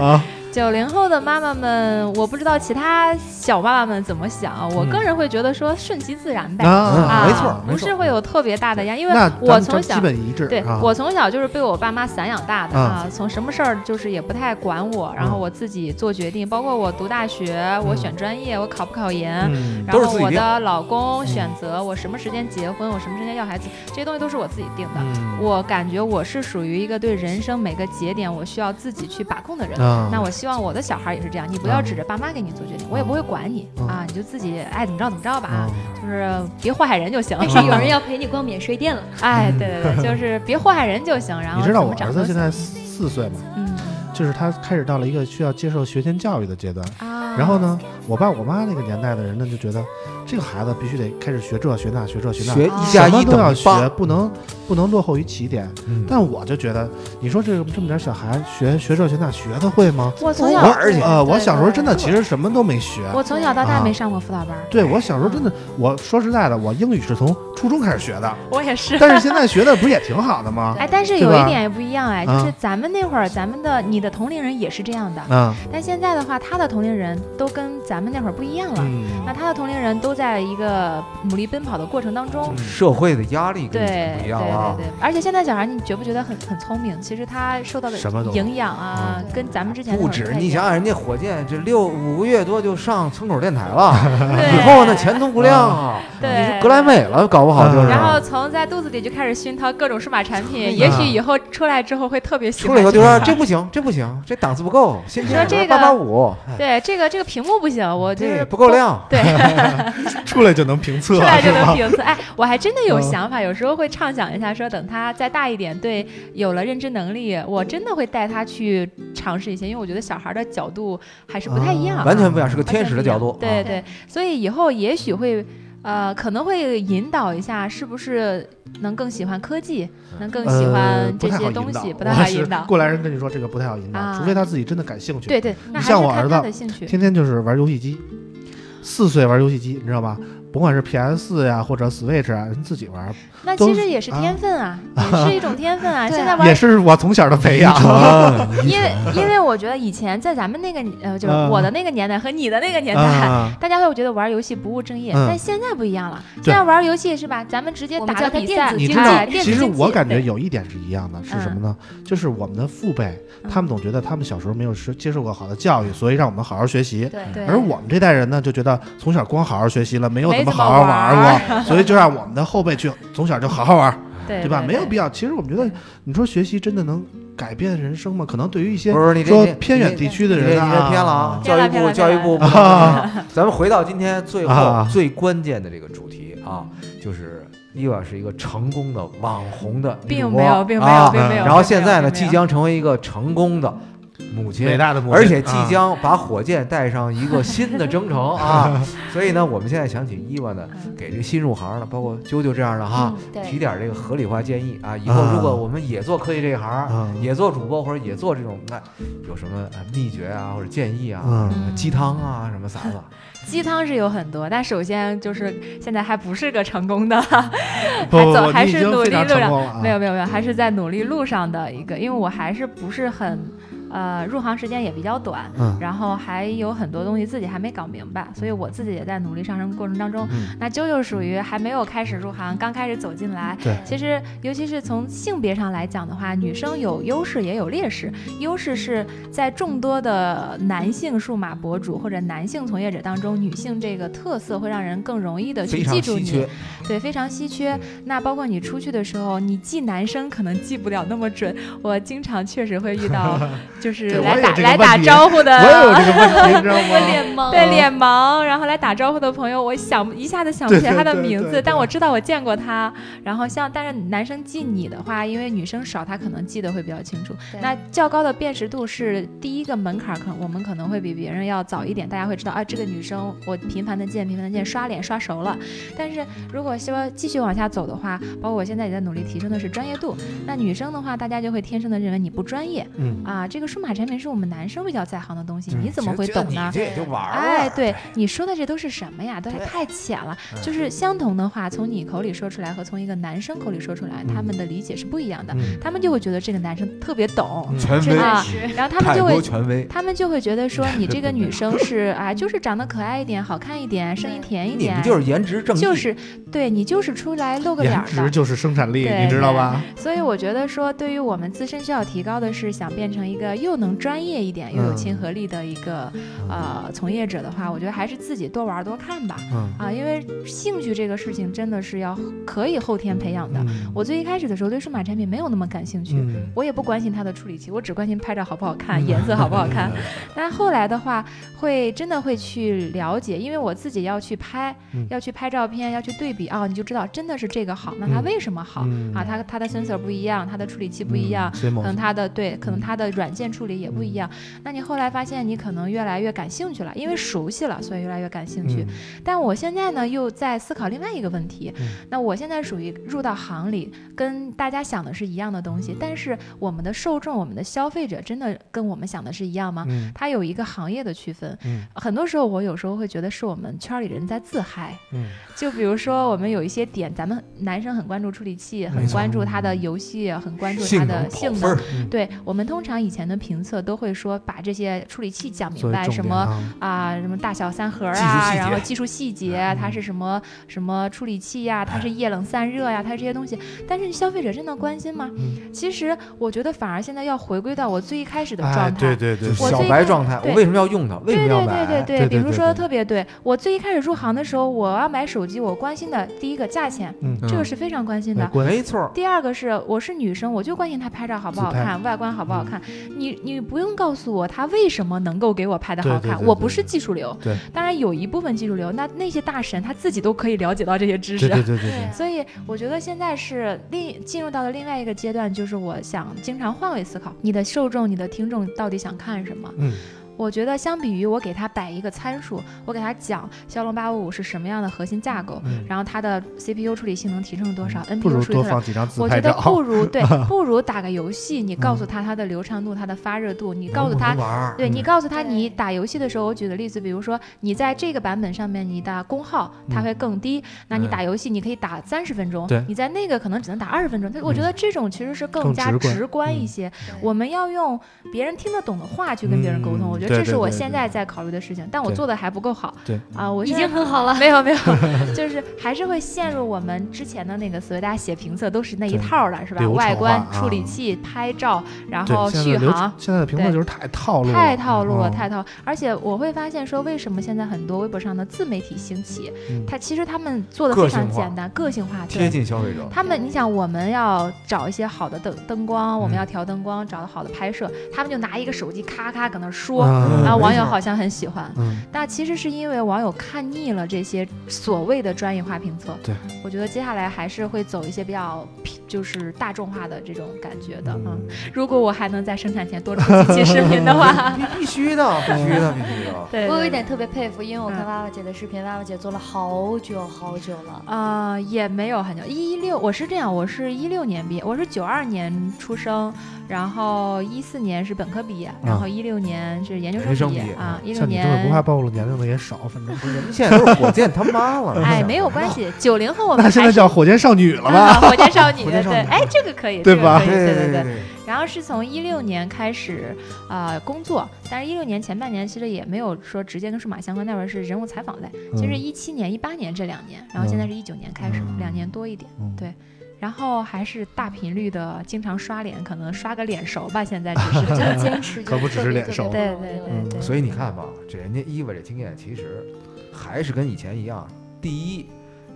Speaker 1: 啊，
Speaker 4: 九零后的妈妈们，我不知道其他小妈妈们怎么想，啊我
Speaker 1: 嗯
Speaker 4: 个人会觉得说顺其自然呗，
Speaker 1: 啊
Speaker 4: 啊，
Speaker 2: 没错没
Speaker 4: 不
Speaker 2: 错
Speaker 4: 是会有特别大的压，因为
Speaker 1: 那
Speaker 4: 我
Speaker 1: 咱
Speaker 4: 从
Speaker 1: 们这
Speaker 4: 小
Speaker 1: 基。本一致，
Speaker 4: 对
Speaker 1: 啊
Speaker 4: 我从小就是被我爸妈散养大的
Speaker 1: 啊
Speaker 4: 啊，从什么事儿就是也不太管我，然后
Speaker 1: 嗯
Speaker 4: 我自己做决定，包括我读大学，我选专业，我考不考研，
Speaker 1: 嗯
Speaker 4: 然
Speaker 2: 都是
Speaker 4: 后
Speaker 2: 自己
Speaker 4: 我
Speaker 2: 定
Speaker 4: 的老公选择我什么时间结婚，我什么时间要孩子，这些东西都是我自己定的。
Speaker 1: 嗯
Speaker 4: 我感觉我是属于一个对人生每个节点我需要自己去把控的人。
Speaker 1: 啊
Speaker 4: 那我希望我的小孩也是这样，你不
Speaker 1: 嗯
Speaker 4: 要指着爸妈给你做决定，我也不会管你
Speaker 2: 嗯
Speaker 4: 啊，你就自己爱怎么着怎么着吧啊，
Speaker 2: 嗯
Speaker 4: 就是别祸害人就行。
Speaker 3: 但是有人要陪你逛免税店 了，
Speaker 4: 哎，对对 对，就是别祸害人就行。然后
Speaker 1: 你知道
Speaker 4: 怎
Speaker 1: 我
Speaker 4: 么长
Speaker 1: 儿子
Speaker 4: 都
Speaker 1: 现在四岁嘛，
Speaker 4: 嗯
Speaker 1: 就是他开始到了一个需要接受学前教育的阶段。
Speaker 4: 啊，
Speaker 1: 然后呢，我爸我妈那个年代的人呢，就觉得这个孩子必须得开始学这学那学这学那，
Speaker 2: 学
Speaker 4: 啊
Speaker 2: 一加
Speaker 1: 什么
Speaker 2: 一
Speaker 1: 都要
Speaker 2: 等于
Speaker 1: 学，
Speaker 2: 八，
Speaker 1: 不能不能落后于起点。
Speaker 2: 嗯
Speaker 1: 但我就觉得，你说这个这么点小孩学学这学那学得会吗？
Speaker 4: 我从小
Speaker 2: 玩儿去
Speaker 1: 呃，我
Speaker 4: 对
Speaker 1: 小时候
Speaker 4: 对
Speaker 1: 真的其实什么都没学。
Speaker 4: 我从小到大
Speaker 1: 啊
Speaker 4: 没上过辅导班儿，
Speaker 1: 对我小时候真的，我说实在的，我英语是从初中开始学的，
Speaker 4: 我也是。
Speaker 1: 但是现在学的不是也挺好的吗？
Speaker 4: 哎，但是
Speaker 1: 对
Speaker 4: 有
Speaker 1: 吧
Speaker 4: 一点也不一样哎，就
Speaker 1: 啊
Speaker 4: 是咱们那会儿，咱们的你的同龄人也是这样的，
Speaker 1: 嗯
Speaker 4: 但现在的话，他的同龄人都跟咱们那会儿不一样了。那
Speaker 1: 嗯，
Speaker 4: 他的同龄人都在一个努力奔跑的过程当中，
Speaker 2: 社会的压力跟以
Speaker 4: 对
Speaker 2: 前嗯不一
Speaker 4: 对
Speaker 2: 样了啊
Speaker 4: 对。对，而且现在小孩，你觉不觉得很很聪明？其实他受到的
Speaker 1: 什么都
Speaker 4: 营养啊，
Speaker 3: 嗯
Speaker 4: 跟咱们之前那
Speaker 2: 不
Speaker 4: 会儿
Speaker 2: 止，
Speaker 4: 太一
Speaker 2: 你
Speaker 4: 样
Speaker 2: 想想，人家火箭这六五个月多就上村口电台了，
Speaker 4: 对
Speaker 2: 以后呢前途无量啊！
Speaker 4: 对
Speaker 2: 你是格莱美了，搞不好就是。
Speaker 1: 嗯
Speaker 4: 然后从在肚子里就开始熏陶各种数码产品，
Speaker 2: 嗯哎
Speaker 4: 也许以后出来之后会特别喜
Speaker 2: 出
Speaker 4: 欢
Speaker 2: 来以
Speaker 4: 这
Speaker 2: 后
Speaker 4: 个。
Speaker 2: 就说这不行，这不行，这档次不够，先
Speaker 4: 说这个
Speaker 2: 八八五，
Speaker 4: 对这个这个屏幕不行，我就
Speaker 2: 这
Speaker 4: 是
Speaker 2: 不够。亮。
Speaker 4: 对，
Speaker 1: 出来就能评测
Speaker 4: 出来就能
Speaker 1: 吧？
Speaker 4: 评测。哎，我还真的有
Speaker 1: 嗯
Speaker 4: 想法，有时候会畅想一下，说等他再大一点，对，有了认知能力，我真的会带他去尝试一些，因为我觉得小孩的角度还是不太一样，
Speaker 1: 啊
Speaker 2: 完全不一样，是个天使的角度。
Speaker 4: 对
Speaker 2: 啊
Speaker 4: 对，所以以后也许会。呃，可能会引导一下，是不是能更喜欢科技，能更喜
Speaker 1: 呃
Speaker 4: 欢，
Speaker 1: 不
Speaker 4: 这
Speaker 1: 太好
Speaker 4: 些
Speaker 1: 引
Speaker 4: 东
Speaker 1: 导
Speaker 4: 西，不
Speaker 1: 我
Speaker 4: 太好
Speaker 1: 是
Speaker 4: 引导。
Speaker 1: 过来人跟你说这个不太好引导，
Speaker 4: 啊
Speaker 1: 除非他自己真的感兴趣。
Speaker 4: 对对，那
Speaker 1: 你
Speaker 4: 还
Speaker 1: 像
Speaker 4: 是
Speaker 1: 我
Speaker 4: 看
Speaker 1: 儿
Speaker 4: 他
Speaker 1: 子
Speaker 4: 的兴趣。
Speaker 1: 天天就是玩游戏机，四岁玩游戏机，你知道吧？甭管是 PS 呀或者 Switch 啊，人自己玩，
Speaker 4: 那
Speaker 1: 都
Speaker 4: 其
Speaker 1: 是
Speaker 4: 实也是
Speaker 1: 啊
Speaker 4: 天分啊，也是一种 天分啊。
Speaker 3: 对
Speaker 4: 现
Speaker 3: 啊
Speaker 4: 在玩
Speaker 1: 也是我从小的培 养。
Speaker 4: 因为因为我觉得以前在咱们那个呃，就是
Speaker 1: 嗯
Speaker 4: 我的那个年代和你的那个年代，
Speaker 1: 啊，
Speaker 4: 大家会觉得玩游戏不务正业，
Speaker 1: 嗯
Speaker 4: 但现在不一样了。
Speaker 1: 对
Speaker 4: 现在玩游戏是吧？咱们直接
Speaker 3: 我
Speaker 4: 打
Speaker 3: 们
Speaker 4: 个
Speaker 3: 叫它
Speaker 4: 比
Speaker 3: 电
Speaker 4: 赛，
Speaker 3: 子
Speaker 1: 你知
Speaker 3: 竞技
Speaker 1: 道
Speaker 4: 哎，电子
Speaker 1: 其实
Speaker 4: 竞技
Speaker 1: 我感觉
Speaker 4: 对
Speaker 1: 有一点是一样的，是什么呢？就是我们的父辈，
Speaker 4: 嗯
Speaker 1: 他们总觉得他们小时候没有是接受过好的教育，所以让我们好好学习。
Speaker 3: 对
Speaker 4: 对
Speaker 1: 而我们这代人呢，就觉得从小光好好学习了，没有怎么
Speaker 4: 没怎么
Speaker 1: 好好
Speaker 4: 玩
Speaker 1: 玩 过，所以就让我们的后辈去从小就好好玩，
Speaker 4: 对
Speaker 1: 对吧？没有必
Speaker 4: 要。
Speaker 1: 要。其实我们觉得，你说学习真的能改变人生吗？可能对于一些
Speaker 2: 不是你这
Speaker 1: 说
Speaker 2: 你
Speaker 1: 偏远地区的
Speaker 2: 你这
Speaker 1: 人
Speaker 2: 你这
Speaker 1: 啊，
Speaker 2: 偏了啊！
Speaker 4: 偏
Speaker 2: 教
Speaker 4: 了
Speaker 2: 育
Speaker 4: 偏
Speaker 2: 部，
Speaker 4: 了
Speaker 2: 教育
Speaker 4: 偏
Speaker 2: 部
Speaker 4: 了
Speaker 2: 不能这 样，咱们回到今天最后
Speaker 1: 啊
Speaker 2: 最关键的这个主题啊，就是伊娃是一个成功的网红的女主
Speaker 4: 并
Speaker 2: 播
Speaker 4: 没有，并没
Speaker 2: 啊
Speaker 4: 有，并没有。
Speaker 2: 然后现在呢，
Speaker 4: 并
Speaker 2: 即
Speaker 4: 没有
Speaker 2: 将成为一个成功的母亲
Speaker 1: 伟，大的母
Speaker 2: 而
Speaker 1: 亲
Speaker 2: 且即
Speaker 1: 啊
Speaker 2: 将把火箭带上一个新的征程 啊！所以呢，我们现在想请伊娃呢，给这个新入行的，包括啾啾这样的
Speaker 4: 啊
Speaker 2: 哈，
Speaker 3: 嗯对
Speaker 2: 提点这个合理化建议啊。以后
Speaker 1: 啊
Speaker 2: 如果我们也做科技这一行，
Speaker 1: 嗯
Speaker 2: 也做主播或者也做这种，那有什么呃秘诀啊或者建议啊、
Speaker 1: 嗯
Speaker 4: 嗯
Speaker 2: 鸡汤啊什么撒撒？
Speaker 4: 鸡汤是有很多，但首先就是现在还不是个成功的，
Speaker 1: 不
Speaker 4: 还
Speaker 1: 不
Speaker 4: 走
Speaker 1: 不，
Speaker 4: 还
Speaker 1: 你已
Speaker 4: 是
Speaker 1: 经
Speaker 4: 努
Speaker 1: 非
Speaker 4: 力
Speaker 1: 常
Speaker 4: 路
Speaker 1: 成
Speaker 4: 上
Speaker 1: 功了啊。
Speaker 4: 没有没有没有，还是在努力路上的一个，因为我还是不是很，呃，入行时间也比较短，
Speaker 1: 嗯
Speaker 4: 然后还有很多东西自己还没搞明白，所以我自己也在努力上升过程当中。
Speaker 2: 嗯
Speaker 4: 那啾啾属于还没有开始入行，刚开始走进来。
Speaker 1: 对
Speaker 4: 其实，尤其是从性别上来讲的话，女生有优势也有劣势。优势是在众多的男性数码博主或者男性从业者当中，女性这个特色会让人更容易的
Speaker 2: 非
Speaker 4: 去
Speaker 2: 常
Speaker 4: 呃记住
Speaker 2: 稀
Speaker 4: 你。
Speaker 2: 缺，
Speaker 4: 对，非常稀缺
Speaker 2: 嗯。
Speaker 4: 那包括你出去的时候，你记男生可能记不了那么准。我经常确实会遇到， 就是
Speaker 1: 对我
Speaker 4: 来
Speaker 1: 也
Speaker 4: 打
Speaker 1: 有这个
Speaker 4: 来打
Speaker 1: 问题
Speaker 4: 招呼的，
Speaker 1: 我也有这个问题，你知 道
Speaker 3: 我
Speaker 1: 吗？
Speaker 3: 脸盲，
Speaker 4: 对脸盲，然后来打招呼的朋友，我想不一下子想不
Speaker 1: 对
Speaker 4: 起来
Speaker 1: 对
Speaker 4: 他的
Speaker 1: 对
Speaker 4: 名
Speaker 1: 对
Speaker 4: 字，但
Speaker 1: 对
Speaker 4: 我知道我见过他。然后像，但是男生记你的话，因为女生少，他可能记得会比较清楚。
Speaker 3: 对
Speaker 4: 那较高的辨识度是第一个门槛儿，可我们可能会比别人要早一点，大家会知道啊，这个女生我频繁的见，频繁的见，刷脸刷熟了。但是如果希望继续往下走的话，包括我现在也在努力提升的是专业度。那女生的话，大家就会天生的认为你不专业
Speaker 1: 嗯，
Speaker 4: 啊，这个数码产品是我们男生比较在行的东西，你怎么会
Speaker 2: 觉得
Speaker 4: 懂呢
Speaker 2: 你？这也就玩儿啊
Speaker 4: 哎，
Speaker 2: 玩儿
Speaker 4: 对，你说的这都是什么呀？都
Speaker 2: 对
Speaker 4: 太浅了。
Speaker 2: 嗯
Speaker 4: 就是相同的话，从你口里说出来和从一个男生口里说出来，他
Speaker 2: 嗯
Speaker 4: 们的理解是不一样的。
Speaker 1: 嗯
Speaker 4: 他们就会觉得这个男生特别懂，
Speaker 2: 权
Speaker 3: 真
Speaker 2: 威，
Speaker 4: 啊
Speaker 3: 的是
Speaker 4: 然后他们
Speaker 2: 嗯太
Speaker 4: 就
Speaker 2: 多
Speaker 4: 会。
Speaker 2: 权威。
Speaker 4: 他们就会觉得说你这个 女生是啊，就是长得可爱一点、好看一点、声音甜一
Speaker 2: 你
Speaker 4: 点
Speaker 2: 们，就是颜值正义，
Speaker 4: 就是对你就是出来露个脸
Speaker 1: 颜
Speaker 4: 儿
Speaker 1: 值
Speaker 4: 的。
Speaker 1: 就是生产力，
Speaker 4: 对
Speaker 1: 你知道吧？
Speaker 4: 所以我觉得说，对于我们自身需要提高的是，想变成一个又能专业一点又有
Speaker 2: 嗯
Speaker 4: 亲和力的一个呃从业者的话，我觉得还是自己多玩多看吧。
Speaker 2: 嗯
Speaker 4: 啊，因为兴趣这个事情真的是要可以后天培养的。
Speaker 2: 嗯
Speaker 4: 我最一开始的时候对数码产品没有那么感兴趣，
Speaker 2: 嗯
Speaker 4: 我也不关心它的处理器，我只关心拍照好不好看，
Speaker 2: 嗯
Speaker 4: 颜色 好不好看
Speaker 2: 嗯。
Speaker 4: 但后来的话，会真的会去了解，因为我自己要去拍，
Speaker 2: 嗯
Speaker 4: 要去拍照片，要去对比啊、你就知道真的是这个好，那它
Speaker 2: 嗯
Speaker 4: 为什么好、
Speaker 2: 嗯
Speaker 4: 啊？它它的 sensor 不一样，它的处理器不一样。嗯
Speaker 1: 谁
Speaker 4: 可
Speaker 1: 猛
Speaker 4: 能它的对，可能
Speaker 2: 嗯
Speaker 4: 它的软件处理也不一样。那你后来发现，你可能越来越感兴趣了，因为熟悉了，所以越来越感兴趣。
Speaker 1: 嗯
Speaker 4: 但我现在呢，又在思考另外一个问题。
Speaker 2: 嗯
Speaker 4: 那我现在属于入到行里，跟大家想的是一样的东西，但是我们的受众、我们的消费者真的跟我们想的是一样吗？
Speaker 2: 嗯
Speaker 4: 它有一个行业的区分，
Speaker 2: 嗯
Speaker 4: 很多时候我有时候会觉得是我们圈儿里人在自嗨。
Speaker 2: 嗯
Speaker 4: 就比如说，我们有一些点，咱们男生很关注处理器，很
Speaker 2: 没错嗯
Speaker 4: 关注它的游戏，很关注它
Speaker 2: 性
Speaker 4: 的
Speaker 2: 能
Speaker 4: 性
Speaker 2: 跑
Speaker 4: 能
Speaker 2: 分。儿，
Speaker 4: 对我们通常以前的评测都会说，把这些处理器讲
Speaker 2: 作
Speaker 4: 明
Speaker 2: 为
Speaker 4: 白
Speaker 2: 重
Speaker 4: 什
Speaker 2: 点
Speaker 4: 么
Speaker 2: 啊
Speaker 4: 啊，什么大小三核
Speaker 2: 技术细
Speaker 4: 啊，
Speaker 2: 节
Speaker 4: 然后技术细节啊，
Speaker 2: 嗯哎
Speaker 4: 它是什么什么处理器呀、它是液冷散热呀、它是这些东西。但是消费者真的关心吗？
Speaker 2: 嗯
Speaker 4: 其实我觉得反而现在要回归到我最一开始的
Speaker 2: 哎
Speaker 4: 状，态。
Speaker 2: 对对对，
Speaker 4: 我
Speaker 2: 小
Speaker 4: 最
Speaker 2: 白
Speaker 4: 开
Speaker 2: 状态，
Speaker 4: 对
Speaker 2: 我为什么要用它？为什
Speaker 4: 对
Speaker 2: 么要
Speaker 4: 对
Speaker 2: 买？
Speaker 4: 对
Speaker 2: 对
Speaker 4: 对，比如说
Speaker 2: 对
Speaker 4: 特别对我最一开始入行的时候，我要买手机，我关心的第一个价钱，
Speaker 2: 嗯
Speaker 4: 这个是非常关心的。
Speaker 2: 没错儿，
Speaker 4: 第二个是，我是女生，我就关心她拍照好不好
Speaker 1: 自拍
Speaker 4: 看，外观好不好看。
Speaker 2: 嗯
Speaker 4: 你你不用告诉我她为什么能够给我拍的
Speaker 2: 对
Speaker 4: 好
Speaker 2: 对
Speaker 4: 看，
Speaker 2: 对
Speaker 4: 我
Speaker 2: 对
Speaker 4: 不是技术流。
Speaker 2: 对
Speaker 4: 当然有一部分技术流，那那些大神他自己都可以了解到这些知识。
Speaker 2: 对对
Speaker 3: 对啊
Speaker 4: 所以我觉得现在是另进入到了另外一个阶段，就是我想经常换位思考，你的受众、你的听众到底想看什么？
Speaker 2: 嗯，
Speaker 4: 我觉得相比于我给他摆一个参数，我给他讲骁龙八五五是什么样的核心架构，
Speaker 2: 嗯
Speaker 4: 然后它的 CPU 处理性能提升了多少
Speaker 1: 嗯不
Speaker 4: ，NPU
Speaker 1: 如
Speaker 4: 处理多
Speaker 1: 多
Speaker 4: 少。
Speaker 1: 放几张自
Speaker 4: 我
Speaker 1: 拍
Speaker 4: 觉得不
Speaker 1: 照。
Speaker 4: 如对，不如打个游戏，你告诉他它的流畅度、它的发热度，你告诉他
Speaker 2: 能不能玩儿
Speaker 4: 对你
Speaker 2: 嗯
Speaker 4: 告诉他，你
Speaker 3: 对
Speaker 4: 打游戏的时候，我举的例子，比如说你在这个版本上面，你的功耗它会更低，那你
Speaker 2: 嗯
Speaker 4: 打游戏你可以打三十分钟
Speaker 2: 对，嗯
Speaker 4: 你在那个可能只能打二十分钟。我觉得这种其实是更
Speaker 1: 更
Speaker 4: 加
Speaker 1: 直观
Speaker 4: 直观一些。
Speaker 3: 对
Speaker 4: 我们要用别人听得懂的话去跟别人沟通，
Speaker 2: 嗯
Speaker 4: 我觉得
Speaker 2: 对
Speaker 4: 这是
Speaker 2: 对
Speaker 4: 我
Speaker 2: 对
Speaker 4: 现
Speaker 2: 对
Speaker 4: 在在考虑的事情，但我
Speaker 2: 对
Speaker 4: 做的还不够好。
Speaker 2: 对
Speaker 4: 啊，我
Speaker 3: 已
Speaker 4: 现
Speaker 3: 经
Speaker 4: 在
Speaker 3: 很好了。
Speaker 4: 没有没有，就是还是会陷入我们之前的那个思维，大家写评测都是那一
Speaker 2: 对
Speaker 4: 套儿的，是吧？
Speaker 2: 流
Speaker 4: 外
Speaker 2: 程
Speaker 4: 观、
Speaker 2: 化
Speaker 4: 处理
Speaker 2: 啊
Speaker 4: 器、拍照，然
Speaker 1: 对
Speaker 4: 后，
Speaker 1: 现
Speaker 4: 续
Speaker 1: 在流
Speaker 4: 航。
Speaker 1: 现在的评测
Speaker 4: 对
Speaker 1: 就是太套路了，
Speaker 4: 太套路了，
Speaker 1: 嗯
Speaker 4: 太套。而且我会发现说，为什么现在很多微博上的自媒体兴起，
Speaker 1: 嗯
Speaker 4: 它其实他们做的
Speaker 2: 个
Speaker 4: 非
Speaker 2: 性
Speaker 4: 常
Speaker 2: 化
Speaker 4: 简单，个性化，对
Speaker 2: 贴近消费者，
Speaker 4: 他们，你想，我们要找一些好的灯灯光，我们
Speaker 2: 嗯
Speaker 4: 要调灯光，找好的拍摄，他们就拿一个手机咔咔搁那说，
Speaker 1: 嗯
Speaker 4: 然
Speaker 2: 没
Speaker 4: 后啊网友
Speaker 2: 错
Speaker 4: 好像很喜欢。
Speaker 2: 嗯，
Speaker 4: 但其实是因为网友看腻了这些所谓的专业化评测。
Speaker 2: 对，
Speaker 4: 我觉得接下来还是会走一些比较平就是大众化的这种感觉的。嗯，如果我还能在生产前多出几期视频的 话，
Speaker 2: 必必须的，必须的，必须 的。
Speaker 4: 对，
Speaker 3: 我有
Speaker 4: 对
Speaker 3: 一点特别佩服，因为我看
Speaker 4: 嗯
Speaker 3: 娃娃姐的视频，娃娃姐做了好久好久 了。
Speaker 4: 啊、也没有很久，一六我是这样，我是一六年毕业，我是九二年出生，然后一四年是本科毕业，
Speaker 1: 啊
Speaker 4: 然后一六年是研
Speaker 2: 研
Speaker 4: 究
Speaker 2: 究
Speaker 4: 生
Speaker 2: 生
Speaker 4: 毕业
Speaker 2: 毕业
Speaker 4: 啊，一六
Speaker 1: 像你这么不怕
Speaker 4: 年。
Speaker 1: 暴露年龄的也少，反 正
Speaker 2: 人们现在都是火箭他妈了，
Speaker 4: 哎，没有关
Speaker 2: 系。
Speaker 4: 系，九零后我们
Speaker 1: 那现在
Speaker 4: 还是
Speaker 1: 叫火箭少女了吧？
Speaker 4: 啊 火箭少女，
Speaker 2: 火箭少女
Speaker 4: 对，哎，这个可以，
Speaker 1: 对
Speaker 4: 这个
Speaker 1: 吧
Speaker 4: 可以
Speaker 2: 对
Speaker 4: 对
Speaker 2: 对
Speaker 4: 对。然后是从一六年开始啊、呃工作，但是一六年前半年其实也没有说直接跟数码相关，那会儿是人物采访类。其实
Speaker 1: 嗯
Speaker 4: 一七年、一八年这两年，然后现在是一九年开始，两年多一点。
Speaker 1: 嗯
Speaker 4: 对，然后还是大频率的，经常刷脸，可能刷个脸熟吧。现在只 是
Speaker 3: 真的坚持就
Speaker 1: 可不只
Speaker 3: 特
Speaker 1: 是
Speaker 3: 别
Speaker 1: 脸
Speaker 3: 特别
Speaker 1: 熟
Speaker 3: 不
Speaker 4: 对
Speaker 3: 容易
Speaker 4: 对
Speaker 3: 了
Speaker 4: 嗯对
Speaker 1: 嗯
Speaker 4: 对，
Speaker 2: 所以你看吧，这人家伊娃这经验其实还是跟以前一样。第一，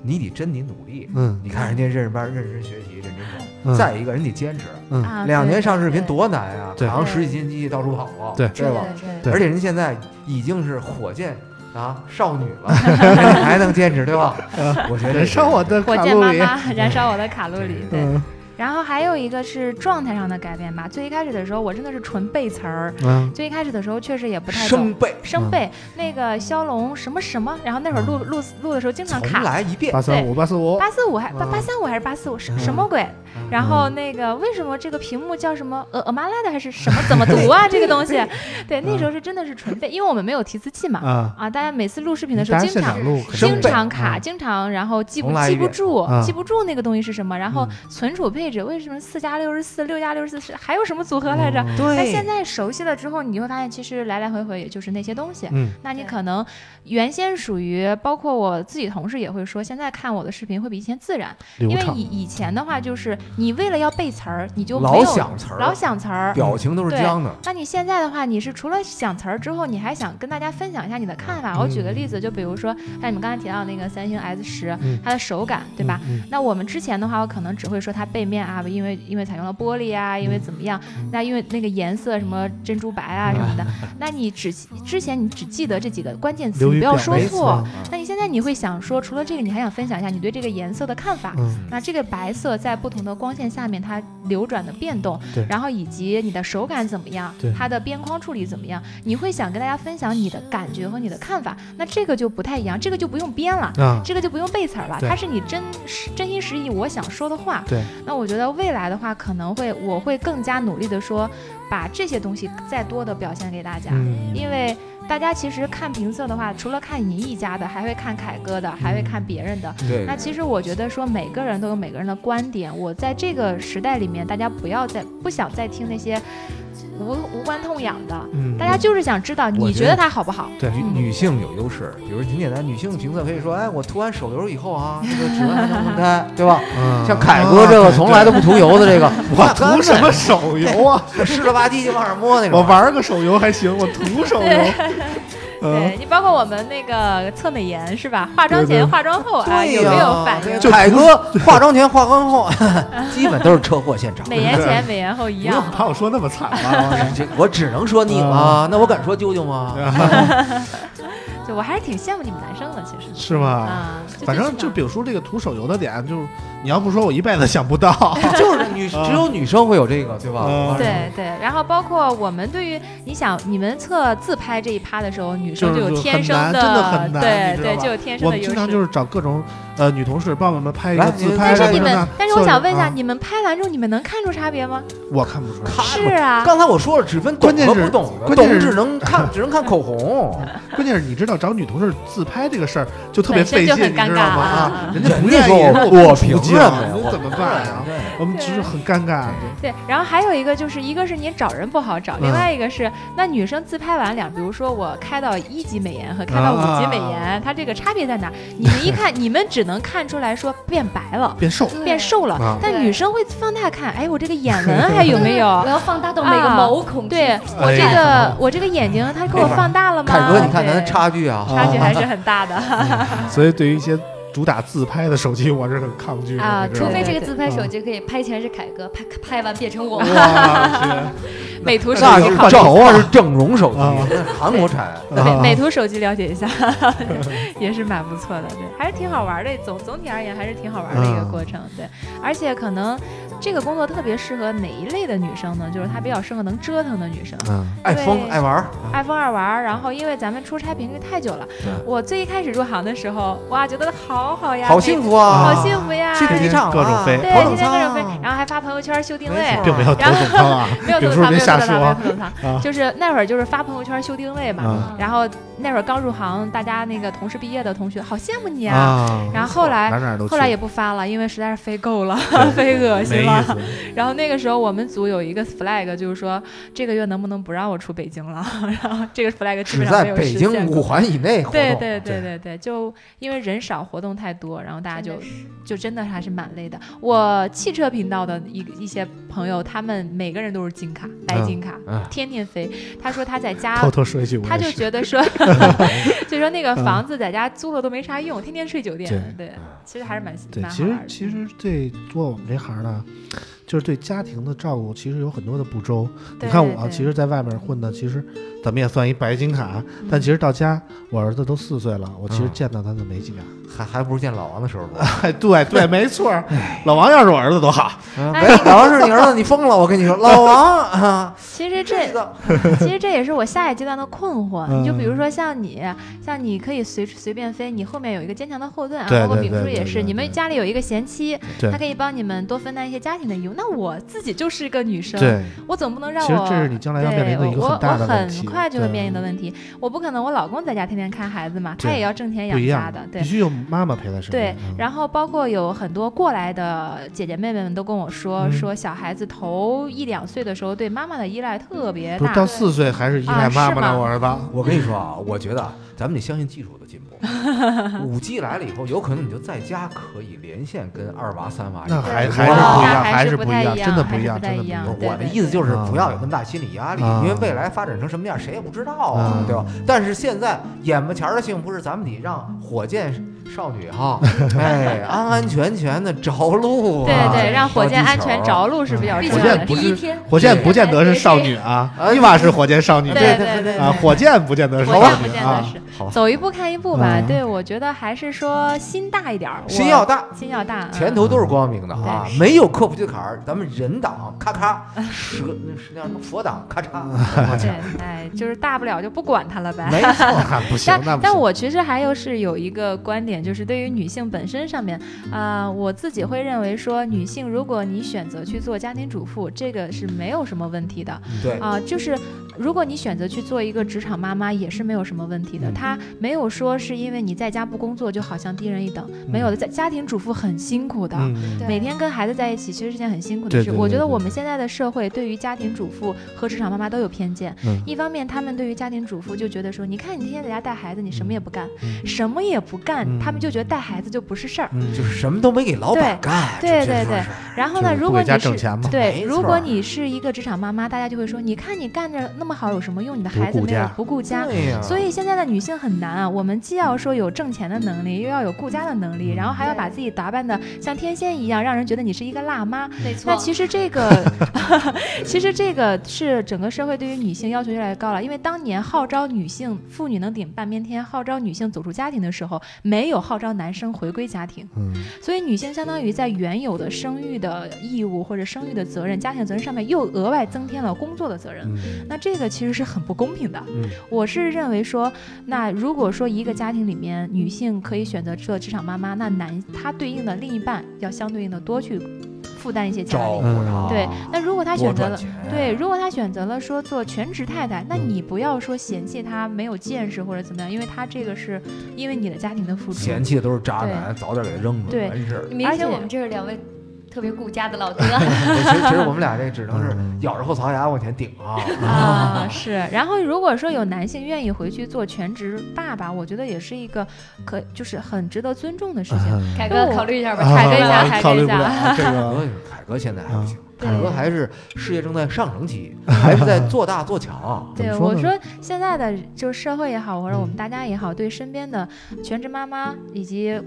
Speaker 2: 你得真得努力。
Speaker 1: 嗯
Speaker 2: 你看人家认识班，认真学习，认真
Speaker 1: 嗯
Speaker 2: 搞。再一个，人得坚持。
Speaker 4: 啊，
Speaker 2: 两
Speaker 4: 对
Speaker 2: 年上
Speaker 4: 对
Speaker 2: 视频
Speaker 4: 对
Speaker 2: 多难啊！
Speaker 1: 对
Speaker 2: 扛十几斤机器到处跑啊，
Speaker 1: 对
Speaker 2: 对吧？
Speaker 3: 对
Speaker 1: 对
Speaker 2: 而且人现在已经是火箭啊少女 了，人还能坚持，对吧？
Speaker 4: 嗯
Speaker 2: 我觉得
Speaker 1: 燃哎烧我的
Speaker 4: 火
Speaker 1: 卡
Speaker 4: 箭
Speaker 1: 路
Speaker 4: 妈
Speaker 1: 里，
Speaker 4: 妈燃烧我的卡路里
Speaker 2: 对，
Speaker 4: 对。
Speaker 1: 嗯
Speaker 4: 然后还有一个是状态上的改变吧。最一开始的时候，我真的是纯背词儿。
Speaker 1: 嗯，
Speaker 4: 最一开始的时候，确实也不太
Speaker 2: 生
Speaker 4: 懂。
Speaker 2: 背
Speaker 4: 生背、那个骁龙什么什么，然后那会儿录录录的时候经常
Speaker 2: 嗯重
Speaker 4: 卡，
Speaker 2: 来一遍
Speaker 1: 八，三五八四五，
Speaker 4: 八四五还八
Speaker 1: 嗯
Speaker 4: 八三五还是八四五什
Speaker 2: 嗯
Speaker 4: 什么鬼
Speaker 2: 嗯？
Speaker 4: 然后那个为什么这个屏幕叫什么呃呃麻拉的还是什么怎么读啊？这个 东西，对，那时候是真的是纯背，因为我们没有提词器
Speaker 2: 嗯
Speaker 4: 嘛。
Speaker 1: 啊，
Speaker 4: 啊，大家每次录视频
Speaker 1: 你
Speaker 4: 的时候，
Speaker 1: 当
Speaker 4: 经
Speaker 1: 现
Speaker 4: 常
Speaker 1: 场录肯定
Speaker 4: 经
Speaker 2: 生背
Speaker 4: 常卡，
Speaker 1: 嗯
Speaker 4: 经常然后记不
Speaker 2: 重来
Speaker 4: 记
Speaker 2: 一
Speaker 4: 不
Speaker 2: 遍
Speaker 4: 住
Speaker 1: 嗯，
Speaker 4: 记不住那个东西是什么，然后
Speaker 2: 嗯
Speaker 4: 存储配置为什么四加六十四、六加六十四是还有什么组合来着？
Speaker 1: 嗯
Speaker 2: 对，
Speaker 4: 但现在熟悉了之后，你会发现其实来来回回也就是那些东西。
Speaker 1: 嗯，
Speaker 4: 那你
Speaker 3: 对
Speaker 4: 可能原先属于，包括我自己同事也会说，现在看我的视频会比以前自然，
Speaker 1: 流
Speaker 4: 因为
Speaker 1: 畅
Speaker 4: 以以前的话就是你为了要背词儿，你就没
Speaker 2: 老
Speaker 4: 有
Speaker 2: 想词儿，
Speaker 4: 老想词儿。
Speaker 2: 表情都是
Speaker 4: 对
Speaker 2: 僵的。
Speaker 4: 那你现在的话，你是除了想词儿之后，你还想跟大家分享一下你的看法？我举
Speaker 2: 嗯
Speaker 4: 个例子，就比如说像你们刚才提到那个三星 S 十
Speaker 1: 嗯，
Speaker 4: 它的手感，对吧？
Speaker 1: 嗯？
Speaker 4: 那我们之前的话，我可能只会说它背面啊，因为因为采用了玻璃
Speaker 1: 嗯
Speaker 4: 啊，因为怎么样？那因为那个颜色什么珍珠白啊 什么的。那你只之前你只记得这几个关键词，
Speaker 1: 流
Speaker 4: 你
Speaker 1: 于
Speaker 4: 不要
Speaker 1: 表
Speaker 4: 说
Speaker 1: 没
Speaker 4: 错
Speaker 1: 错。
Speaker 4: 那你现在你会想说，除了这个，你还想分享一下你对这个颜色的看法？
Speaker 1: 嗯
Speaker 4: 那这个白色在不同的光线下面它流转的变动
Speaker 1: 对，
Speaker 4: 然后以及你的手感怎么样
Speaker 1: 对，
Speaker 4: 它的边框处理怎么样，你会想跟大家分享你的感觉和你的看法。那这个就不太一样，这个就不用编了。
Speaker 1: 嗯啊，
Speaker 4: 这个就不用背词儿了，
Speaker 1: 对
Speaker 4: 它是你真实真心实意我想说的话。
Speaker 1: 对，
Speaker 4: 那我觉得未来的话，可能会我会更加努力的说，把这些东西再多的表现给大家，
Speaker 1: 嗯，
Speaker 4: 因为大家其实看评测的话，除了看你一家的，还会看凯哥的，还会看
Speaker 2: 嗯
Speaker 4: 别人的。
Speaker 2: 对
Speaker 4: 那其实我觉得说每个人都有每个人的观点，我在这个时代里面，大家不要再不想再听那些无无关痛痒的，
Speaker 1: 嗯
Speaker 4: 大家就是想知道
Speaker 2: 我
Speaker 4: 你
Speaker 2: 觉
Speaker 4: 觉
Speaker 2: 得
Speaker 4: 得它好不好。
Speaker 1: 对
Speaker 2: 女女性有优势，比如挺简单，女性评测可以说，哎，我涂完手油以 后啊，这个指纹还能分开，对吧？
Speaker 1: 嗯嗯
Speaker 2: 像凯哥这个从来都不涂油 的这个，
Speaker 1: 我 涂什么手游啊？
Speaker 2: 那湿了吧唧就往上摸那种。
Speaker 1: 我玩个手游还行，我涂手游，嗯
Speaker 4: 对，你包括我们那个测美颜是吧？化妆
Speaker 1: 对对
Speaker 4: 前、化妆后啊，
Speaker 2: 对呀
Speaker 4: 有没有反应？
Speaker 1: 就
Speaker 2: 凯哥化妆前、化 妆后，基本都是车祸现场。
Speaker 4: 美颜前、美颜后一
Speaker 1: 不
Speaker 4: 样
Speaker 1: 用。把我说那么惨 吧？我
Speaker 2: 这我只能说你
Speaker 1: 嗯
Speaker 2: 啊，那我敢说啾啾吗？
Speaker 4: 就我还是挺羡慕你们男生的，其实
Speaker 1: 是吗？
Speaker 4: 啊，就
Speaker 1: 反正
Speaker 4: 这
Speaker 1: 就
Speaker 4: 种
Speaker 1: 比如说这个涂手游的点，就是你要不说，我一辈子想不 到。
Speaker 2: 就是女，
Speaker 1: 嗯
Speaker 2: 只有女生会有这个，对吧
Speaker 1: 嗯？
Speaker 4: 对对，然后包括我们对于你想你们测自拍这一趴的时候，女
Speaker 1: 就
Speaker 4: 生
Speaker 1: 是
Speaker 4: 有
Speaker 1: 就
Speaker 4: 天
Speaker 1: 很
Speaker 4: 生
Speaker 1: 难真的很难你知
Speaker 4: 对
Speaker 1: 道
Speaker 4: 对，
Speaker 1: 吧
Speaker 4: 就有天生
Speaker 1: 我
Speaker 4: 的
Speaker 1: 们经
Speaker 4: 优势
Speaker 1: 常。就是找各种呃女同事帮我们拍一个
Speaker 2: 来
Speaker 1: 自拍
Speaker 4: 但
Speaker 2: 拍
Speaker 1: 什么
Speaker 4: 是你们
Speaker 1: 的。，
Speaker 4: 但是我想问一下，
Speaker 1: 啊
Speaker 4: 你们拍完之后你们能看出差别吗？
Speaker 1: 我看不 出来。
Speaker 4: 是啊，
Speaker 2: 刚才我说了，只分懂
Speaker 1: 关键
Speaker 2: 和
Speaker 1: 是
Speaker 2: 不懂的，
Speaker 1: 关键
Speaker 2: 懂
Speaker 1: 是嗯
Speaker 2: 只能看， 只能看口红。
Speaker 1: 关键是你知道找女同事自拍这个事儿就特别费劲，
Speaker 4: 本身
Speaker 1: 你
Speaker 4: 就很尴尬
Speaker 1: 知道吗？
Speaker 4: 啊
Speaker 1: 啊，人家不
Speaker 2: 人
Speaker 1: 愿
Speaker 2: 家说
Speaker 1: 意，
Speaker 2: 我
Speaker 1: 我
Speaker 2: 我
Speaker 1: 不出
Speaker 2: 凭
Speaker 1: 镜
Speaker 2: 什么呀
Speaker 1: 那
Speaker 2: 我
Speaker 1: 怎么办呀？
Speaker 2: 对
Speaker 1: 我们只是很尴尬。
Speaker 4: 对，然后还有一个就是，一个是你找人不好找，另
Speaker 1: 嗯
Speaker 4: 外一个是那女生自拍完两，比如说我开到一级美颜和开到五级美
Speaker 2: 啊
Speaker 4: 颜，它这个差别在哪儿？你们一看，你们只能看出来说变白了。
Speaker 1: 变瘦，
Speaker 3: 对
Speaker 4: 变瘦了，
Speaker 1: 啊
Speaker 4: 但
Speaker 3: 对
Speaker 4: 女生会放大看，哎，我这个眼纹还有没
Speaker 3: 我
Speaker 4: 有？
Speaker 3: 要放大到每个毛孔去
Speaker 4: 对我
Speaker 1: 哎
Speaker 4: 这
Speaker 1: 呀
Speaker 4: 个我这个眼睛，它给我放大了吗？
Speaker 2: 凯哥，你
Speaker 1: 嗯
Speaker 2: 看咱的
Speaker 4: 对
Speaker 2: 差距啊，
Speaker 4: 差距还是很大的。
Speaker 1: 所以对于一些主打自拍的手机，我是很抗拒的。
Speaker 4: 啊
Speaker 1: 你知道嗯
Speaker 3: 除
Speaker 1: 吗
Speaker 3: 非这个自拍手机可以拍前是凯哥，拍拍完变成我。
Speaker 1: 嗯哇
Speaker 4: 美图手
Speaker 2: 那
Speaker 4: 机
Speaker 2: 是
Speaker 4: 靠
Speaker 2: 整
Speaker 4: 谱，
Speaker 2: 那是整容手机
Speaker 1: 啊，
Speaker 2: 那是韩国产。
Speaker 1: 去
Speaker 4: 美美
Speaker 1: 啊，
Speaker 4: 图手机了解 一下，也是蛮不错的，对，还是挺好玩的。总总体而言，还是挺好玩的一个
Speaker 1: 嗯
Speaker 4: 过程，对。而且可能这个工作特别适合哪一类的女生呢？就是她比较适合能折腾的女生。
Speaker 2: 嗯，爱疯
Speaker 4: 对
Speaker 2: 爱玩儿，
Speaker 4: 爱疯爱玩儿，然后因为咱们出差频率太久了
Speaker 2: 对，
Speaker 4: 我最一开始入行的时候，哇，觉得好好呀，
Speaker 2: 嗯好
Speaker 4: 每
Speaker 2: 幸
Speaker 4: 天
Speaker 2: 福啊！
Speaker 4: 好幸福呀，
Speaker 2: 去
Speaker 1: 天
Speaker 2: 飞机
Speaker 1: 天
Speaker 2: 场
Speaker 1: 各种
Speaker 2: 啊
Speaker 1: 飞
Speaker 4: 对，
Speaker 2: 头等
Speaker 4: 天天各种飞
Speaker 2: 舱，
Speaker 4: 然后还发朋友圈修定
Speaker 2: 没
Speaker 4: 位
Speaker 2: 错，
Speaker 1: 并没有头等舱啊，
Speaker 4: 没有
Speaker 1: 比
Speaker 4: 这
Speaker 1: 如
Speaker 4: 么
Speaker 1: 说
Speaker 4: 大，
Speaker 1: 别
Speaker 4: 没有这
Speaker 1: 瞎
Speaker 4: 么大，没有
Speaker 1: 说
Speaker 4: 这么
Speaker 1: 啊
Speaker 4: 大，就是那会儿就是发朋友圈修定位嘛，
Speaker 1: 啊
Speaker 4: 然后那会儿刚入行，大家那个同事毕业的同学好羡慕你啊。
Speaker 1: 啊
Speaker 4: 然后后
Speaker 1: 哪
Speaker 4: 来
Speaker 1: 哪都去
Speaker 4: 后来也不发了，因为实在是飞够了，
Speaker 1: 对
Speaker 4: 飞恶心
Speaker 1: 没
Speaker 4: 了
Speaker 1: 意。思。
Speaker 4: 然后那个时候我们组有一个 flag，就是说这个月能不能不让我出北京了？ 然后这个 flag 基
Speaker 2: 只
Speaker 4: 本上
Speaker 2: 在
Speaker 4: 没有
Speaker 2: 北
Speaker 4: 实
Speaker 2: 京
Speaker 4: 现
Speaker 2: 五
Speaker 4: 过。
Speaker 2: 环以内活动。
Speaker 4: 对对对对对，就因为人少，活动太多，然后大家就
Speaker 3: 真
Speaker 1: 啊
Speaker 3: 的是
Speaker 4: 就真的还是蛮累的。我汽车频道的一一些朋友，他们每个人都是金卡、白金卡，
Speaker 2: 啊，
Speaker 4: 天天飞。他说他在家
Speaker 1: 偷偷说一句，我
Speaker 4: 他
Speaker 1: 也
Speaker 4: 就是觉 得说，就说那个
Speaker 1: 嗯
Speaker 4: 房子在家租了都没啥用，天天睡酒店。对，其实还是蛮
Speaker 1: 嗯对，
Speaker 4: 蛮
Speaker 1: 其
Speaker 4: 好
Speaker 1: 实
Speaker 4: 玩的。
Speaker 1: 其实对做我们这行呢，就是对家庭的照顾，其实有很多的不周。你
Speaker 4: 对
Speaker 1: 看
Speaker 4: 对
Speaker 1: 我啊，
Speaker 4: 对
Speaker 1: 其实在外面混的，其实怎么也算一白金卡，
Speaker 4: 嗯
Speaker 1: 但其实到家，我儿子都四岁了，我其实
Speaker 2: 嗯
Speaker 1: 见到他都没几面。
Speaker 2: 还还不如见老王的时候 多。
Speaker 1: 哎，对对，没错儿，老王要是我儿子多好。
Speaker 2: 嗯
Speaker 4: 哎
Speaker 2: 没有，老王是你儿子，你疯了！我跟你说，老王啊，
Speaker 4: 其实
Speaker 2: 这
Speaker 4: 这
Speaker 2: 个
Speaker 4: 其实这也是我下一阶段的困惑。
Speaker 1: 嗯
Speaker 4: 你就比如说像你，像你可以随随便飞，你后面有一个坚强的后盾啊，
Speaker 1: 对
Speaker 4: 包括
Speaker 1: 对
Speaker 4: 丙
Speaker 1: 对
Speaker 4: 叔
Speaker 1: 对
Speaker 4: 也
Speaker 1: 对
Speaker 4: 是，
Speaker 1: 对
Speaker 4: 你们家里有一个贤妻，
Speaker 1: 对
Speaker 4: 她可以帮你们多分担一些家庭的义务。那我自己就是一个女生，
Speaker 1: 对，
Speaker 4: 我总不能让
Speaker 1: 其实
Speaker 4: 我
Speaker 1: 这是你将来要
Speaker 4: 对，
Speaker 1: 面临的一个
Speaker 4: 我
Speaker 1: 很大的
Speaker 4: 我
Speaker 1: 问题。
Speaker 4: 很快就会
Speaker 1: 对
Speaker 4: 面临的问题。我不可能，我老公在家天天看孩子嘛，他
Speaker 1: 对
Speaker 4: 也要挣钱
Speaker 1: 不
Speaker 4: 养
Speaker 1: 一
Speaker 4: 家
Speaker 1: 样
Speaker 4: 的，对
Speaker 1: 必。须有
Speaker 5: 妈妈陪在身
Speaker 4: 对
Speaker 5: 边。
Speaker 1: 啊
Speaker 5: 嗯，
Speaker 4: 然后包括有很多过来的姐姐妹妹们都跟我说，
Speaker 1: 嗯
Speaker 4: 说小孩子头一两岁的时候对妈妈的依赖特别
Speaker 1: 不是
Speaker 4: 大，
Speaker 1: 到四岁还是依赖妈妈
Speaker 4: 啊
Speaker 1: 呢，
Speaker 4: 是吗
Speaker 1: 我儿子。
Speaker 2: 我跟你说啊，我觉得啊，咱们得相信技术的进 步。五 G 来了以后，有可能你就在家可以连线跟二娃、三娃一
Speaker 1: 那
Speaker 2: 块儿。
Speaker 1: 还
Speaker 4: 对
Speaker 1: 还是不一
Speaker 4: 那
Speaker 1: 样，
Speaker 4: 还是
Speaker 1: 是
Speaker 4: 不
Speaker 1: 不
Speaker 4: 太
Speaker 1: 样，
Speaker 4: 一
Speaker 1: 真的
Speaker 4: 样
Speaker 1: 不
Speaker 4: 还是
Speaker 1: 样，
Speaker 4: 不太
Speaker 1: 真的
Speaker 4: 一
Speaker 1: 不
Speaker 4: 样
Speaker 1: 样。
Speaker 4: 啊对
Speaker 2: 我的意思就是
Speaker 1: 对
Speaker 2: 不要有那么大心理压力，
Speaker 1: 啊
Speaker 2: 因为未来发展成什么样谁也不知道
Speaker 1: 啊
Speaker 2: 啊，对吧？但是现在眼巴前儿的幸福是咱们得让火箭少女哈，哎，安安全全的着陆啊，
Speaker 4: 对对，让火箭
Speaker 2: 烧
Speaker 4: 安
Speaker 2: 地球
Speaker 4: 全着陆是比较
Speaker 1: 嗯
Speaker 3: 必
Speaker 4: 重
Speaker 3: 须
Speaker 1: 火
Speaker 4: 要
Speaker 1: 箭不
Speaker 3: 得
Speaker 4: 的事。
Speaker 3: 第
Speaker 1: 是
Speaker 3: 一天，
Speaker 1: 火箭不见得是少女啊，伊娃是火箭少女
Speaker 4: 对
Speaker 2: 对
Speaker 4: 对
Speaker 2: 对
Speaker 1: 啊，火箭不见得是
Speaker 4: 火
Speaker 1: 少
Speaker 4: 箭不
Speaker 1: 女
Speaker 4: 见得
Speaker 1: 啊。
Speaker 4: 是
Speaker 2: 好
Speaker 4: 走一步看一步吧。
Speaker 1: 嗯
Speaker 4: 对，我觉得还是说心大一点儿，我
Speaker 2: 心要大，
Speaker 4: 心要大，嗯
Speaker 2: 前途都是光明的啊，
Speaker 4: 对
Speaker 2: 没有克服的坎儿，咱们人党咔咔，蛇那是那叫什么佛党咔嚓，往
Speaker 4: 对
Speaker 2: 前，
Speaker 4: 哎，就是大不了就不管它了呗。
Speaker 2: 没错，
Speaker 1: 那不行
Speaker 4: 但，
Speaker 1: 那不
Speaker 4: 但
Speaker 1: 行。
Speaker 4: 我其实还有是有一个观点，就是对于女性本身上面，啊、我自己会认为说，女性如果你选择去做家庭主妇，这个是没有什么问题的
Speaker 2: 对，
Speaker 4: 啊、就是如果你选择去做一个职场妈妈，也是没有什么问题的。
Speaker 1: 嗯
Speaker 4: 她没有说是因为你在家不工作就好像低人一等，没有的，在家庭主妇很辛苦的。
Speaker 1: 嗯，
Speaker 3: 对
Speaker 4: 每天跟孩子在一起，其实是件很辛苦的
Speaker 1: 对
Speaker 4: 事。
Speaker 1: 对
Speaker 4: 我觉
Speaker 1: 对
Speaker 4: 得
Speaker 1: 对
Speaker 4: 我们现在的社会对于家庭主妇和职场妈妈都有偏见。
Speaker 1: 嗯
Speaker 4: 一方面，他们对于家庭主妇就觉得说，你看你天天在家带孩子，你什么也不干，
Speaker 1: 嗯
Speaker 4: 什么也不干，
Speaker 1: 嗯
Speaker 4: 他们就觉得带孩子就不是事儿。
Speaker 1: 嗯，
Speaker 2: 就是什么都没给老板干，
Speaker 4: 对
Speaker 2: 这
Speaker 4: 对
Speaker 2: 这
Speaker 4: 对
Speaker 2: 事儿
Speaker 4: 然后
Speaker 1: 就
Speaker 4: 呢，
Speaker 1: 是
Speaker 4: 如
Speaker 1: 不
Speaker 4: 果
Speaker 1: 给家
Speaker 4: 你
Speaker 1: 挣
Speaker 4: 是
Speaker 1: 钱嘛，
Speaker 4: 对，
Speaker 2: 没
Speaker 4: 如
Speaker 2: 错
Speaker 4: 果
Speaker 2: 儿
Speaker 4: 你是一个职场妈妈，大家就会说，你看你干着那么好有什么用？你的
Speaker 1: 不
Speaker 4: 孩子
Speaker 1: 顾
Speaker 4: 没有
Speaker 1: 家
Speaker 4: 不顾家。
Speaker 2: 对呀，
Speaker 4: 所以现在的女性很难啊，我们既要说有挣钱的能力，又要有顾家的能
Speaker 1: 嗯
Speaker 4: 力，然后还要把自己打扮的像天仙一样，让人觉得你是一个辣妈。
Speaker 3: 没错
Speaker 4: 那。其实这个， 其实这个是整个社会对于女性要求越来越高了。因为当年号召女性妇女能顶半边天，号召女性走出家庭的时候，没有号召男生回归家庭，
Speaker 5: 嗯，
Speaker 4: 所以女性相当于在原有的生育的义务或者生育的责任、家庭责任上面又额外增添了工作的责任。
Speaker 5: 嗯
Speaker 4: 那这个其实是很不公平的。
Speaker 5: 嗯
Speaker 4: 我是认为说，那如果说一个家庭里面女性可以选择做职场妈妈，那男她对应的另一半要相对应的多去负担一些家
Speaker 2: 照
Speaker 4: 里。
Speaker 2: 顾他，
Speaker 4: 对，那如果她
Speaker 2: 多
Speaker 4: 选择
Speaker 2: 赚
Speaker 4: 了。
Speaker 2: 钱，
Speaker 4: 对，如果她选择了说做全职太太，
Speaker 2: 嗯
Speaker 4: 那你不要说嫌弃她没有见识或者怎么样，因为她这个是因为你的家庭的付出。
Speaker 2: 嫌弃的都是渣男，早点给他扔了，
Speaker 4: 对
Speaker 2: 完事儿。
Speaker 3: 明
Speaker 4: 而且
Speaker 3: 天我们这是两位特别顾家 的老哥，
Speaker 2: 其实其实我们俩这只能是
Speaker 5: 嗯
Speaker 2: 咬着后槽牙往前顶啊，
Speaker 4: 啊，是。然后如果说有男性愿意回去做全职爸爸，我觉得也是一个可就是很值得尊重的事情。
Speaker 3: 凯哥考虑一下吧，
Speaker 1: 啊
Speaker 4: 凯哥一下
Speaker 1: 我
Speaker 4: 凯哥一下
Speaker 1: 考虑不了这
Speaker 2: 凯
Speaker 1: 个。
Speaker 2: 哥，凯哥现在还不行，
Speaker 4: 对
Speaker 2: 凯哥还是事业正在上升期，还是在做大做强。啊
Speaker 1: 怎么
Speaker 4: 对，
Speaker 1: 说
Speaker 4: 我
Speaker 1: 呢嗯
Speaker 4: 说现在的就是社会也好，或者我们大家也好，对身边的全职妈妈以及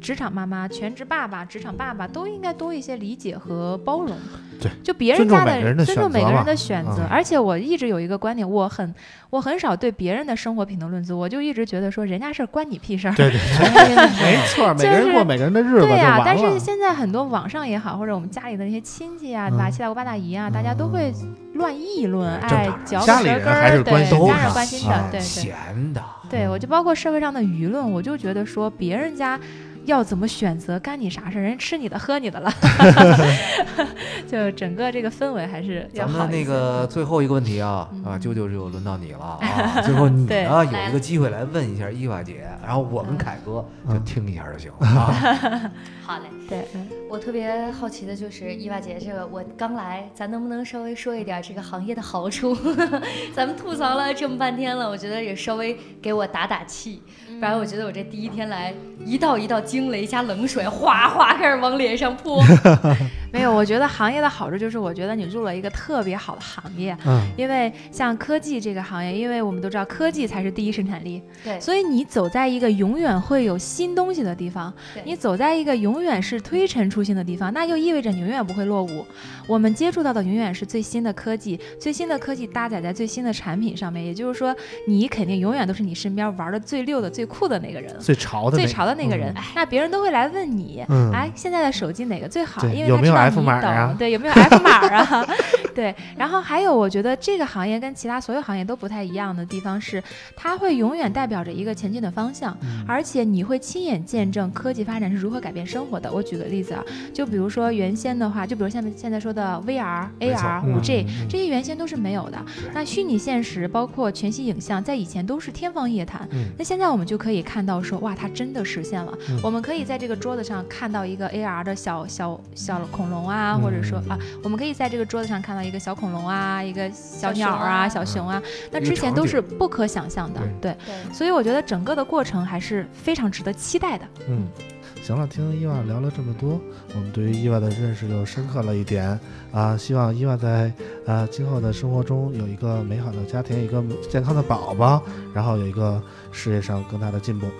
Speaker 4: 职场妈妈、全职爸爸、职场爸爸都应该多一些理解和包容。
Speaker 5: 对，
Speaker 4: 就别人
Speaker 5: 尊重
Speaker 4: 家
Speaker 5: 每个人的
Speaker 4: 尊
Speaker 5: 选
Speaker 4: 重每
Speaker 5: 择
Speaker 4: 个
Speaker 5: 嘛
Speaker 4: 人的选择。
Speaker 5: 嗯
Speaker 4: 而且我一直有一个观点，我很我很少对别人的生活评头论足，我就一直觉得说人家事儿关你屁事儿。
Speaker 1: 对对对，没错，每个人过每个人的日子就
Speaker 4: 对呀、
Speaker 1: 完
Speaker 4: 但是
Speaker 1: 了。
Speaker 4: 现在很多网上也好，或者我们家里的那些亲戚啊，对吧？
Speaker 1: 嗯
Speaker 4: 七大姑八大姨啊，大家都会乱议论，
Speaker 2: 正
Speaker 4: 哎
Speaker 2: 常，
Speaker 4: 嚼个
Speaker 1: 家
Speaker 4: 舌
Speaker 1: 里人
Speaker 4: 根儿
Speaker 1: 还是啊
Speaker 4: 对
Speaker 1: 关心
Speaker 2: 都
Speaker 4: 家人
Speaker 2: 是
Speaker 4: 关心的，对对
Speaker 2: 闲的，
Speaker 4: 对，我就
Speaker 2: 嗯
Speaker 4: 包括社会上的舆论，我就觉得说别人家。要怎么选择干你啥事儿？人家吃你的喝你 的了，就整个这个氛围还是要
Speaker 2: 咱
Speaker 4: 好
Speaker 2: 们
Speaker 4: 一
Speaker 2: 那
Speaker 4: 些。
Speaker 2: 个最后一个问题啊
Speaker 4: 嗯
Speaker 2: 啊，舅舅就轮到你了 啊！最后你
Speaker 4: 对
Speaker 2: 呢有
Speaker 3: 来
Speaker 2: 一个机会来问一下伊娃姐，然后我们
Speaker 4: 嗯
Speaker 2: 凯哥就
Speaker 1: 嗯
Speaker 2: 听一下就行了啊。
Speaker 3: 好嘞。
Speaker 4: 对，嗯
Speaker 3: 我特别好奇的就是伊娃姐，这个我刚来，咱能不能稍微说一点这个行业的好处？ 咱们吐槽了这么半天了，我觉得也稍微给我打打气。
Speaker 4: 嗯
Speaker 3: 不然我觉得我这第一天来，一道一道惊雷加冷水，哗哗开始往脸上泼。
Speaker 4: 没有，我觉得行业的好处就是，我觉得你入了一个特别好的行业，
Speaker 1: 嗯，
Speaker 4: 因为像科技这个行业，因为我们都知道科技才是第一生产力，
Speaker 3: 对，
Speaker 4: 所以你走在一个永远会有新东西的地方
Speaker 3: 对，
Speaker 4: 你走在一个永远是推陈出新的地方，那就意味着你永远不会落伍。我们接触到的永远是最新的科技，最新的科技搭载在最新的产品上面，也就是说，你肯定永远都是你身边玩的最溜的、最酷的那个人，
Speaker 1: 最潮的那嗯
Speaker 4: 最
Speaker 1: 个，
Speaker 4: 潮的那个人，那别人都会来问你。
Speaker 5: 嗯，
Speaker 4: 哎，现在的手机哪个最好？
Speaker 1: 对
Speaker 4: 因为
Speaker 1: 有
Speaker 4: 他
Speaker 1: 没
Speaker 4: 知
Speaker 1: 有 F 码
Speaker 4: 你懂
Speaker 1: 啊
Speaker 4: 对，有没有 F 码啊？ 对，然后还有，我觉得这个行业跟其他所有行业都不太一样的地方是，它会永远代表着一个前进的方向，而且你会亲眼见证科技发展是如何改变生活的。我举个例子啊，就比如说原先的话，就比如现在现在说的 VR、
Speaker 2: 没错
Speaker 4: AR、
Speaker 1: 嗯
Speaker 4: 5 G，、
Speaker 2: 嗯
Speaker 4: 这些原先都是没有的。那虚拟现实包括全息影像，在以前都是天方夜谭。
Speaker 2: 嗯
Speaker 4: 那现在我们就可以看到说，哇，它真的实现了。
Speaker 2: 嗯
Speaker 4: 我们可以在这个桌子上看到一个 AR 的小小小恐龙啊，
Speaker 2: 嗯
Speaker 4: 或者说啊，我们可以在这个桌子上看到一个小恐龙啊，一个
Speaker 3: 小
Speaker 4: 小鸟
Speaker 3: 熊
Speaker 4: 啊，
Speaker 3: 啊
Speaker 4: 小熊啊。那
Speaker 2: 嗯一个
Speaker 4: 之前
Speaker 2: 场
Speaker 4: 都
Speaker 2: 景
Speaker 4: 是不可想象的，对。
Speaker 3: 对。
Speaker 4: 所以我觉得整个的过程还是非常值得期待的。
Speaker 1: 嗯，行了，听伊娃聊了这么多，我们对于伊娃的认识又深刻了一点啊。希望伊娃在啊今后的生活中有一个美好的家庭，一个健康的宝宝，然后有一个事业上更大的进步。
Speaker 4: 嗯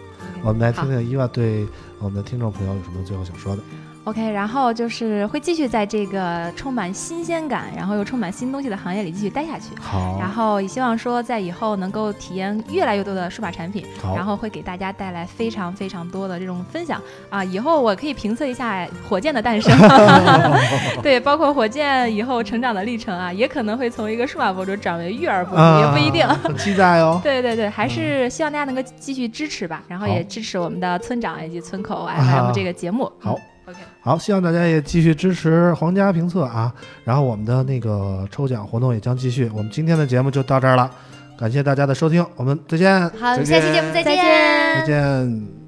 Speaker 1: 我们来听听伊娃对我们的听众朋友有什么最后想说的。
Speaker 4: OK，然后就是会继续在这个充满新鲜感，然后又充满新东西的行业里继续待下去。
Speaker 1: 好
Speaker 4: 然，后也希望说，在以后能够体验越来越多的数码产品，
Speaker 1: 好
Speaker 4: 然后会给大家带来非常非常多的这种分享啊！以后我可以评测一下哎火箭的 诞生， 对，包括火箭以后成长的历程啊，也可能会从一个数码博主转为育儿博主，
Speaker 1: 啊
Speaker 4: 也不一定。
Speaker 1: 很期待哦。
Speaker 4: 对对对，还是希望大家能够继续支持吧，然后也
Speaker 1: 好
Speaker 4: 支持我们的村长以及村口
Speaker 1: 啊
Speaker 4: FM 这个节目。嗯
Speaker 1: 好
Speaker 4: ，OK，
Speaker 1: 好，希望大家也继续支持皇家评测啊。然后我们的那个抽奖活动也将继续。我们今天的节目就到这儿了，感谢大家的收听，我们再见，
Speaker 3: 好，我们
Speaker 2: 再
Speaker 3: 下
Speaker 2: 见
Speaker 3: 期节目再
Speaker 4: 再
Speaker 3: 见。
Speaker 4: 见
Speaker 1: 再见。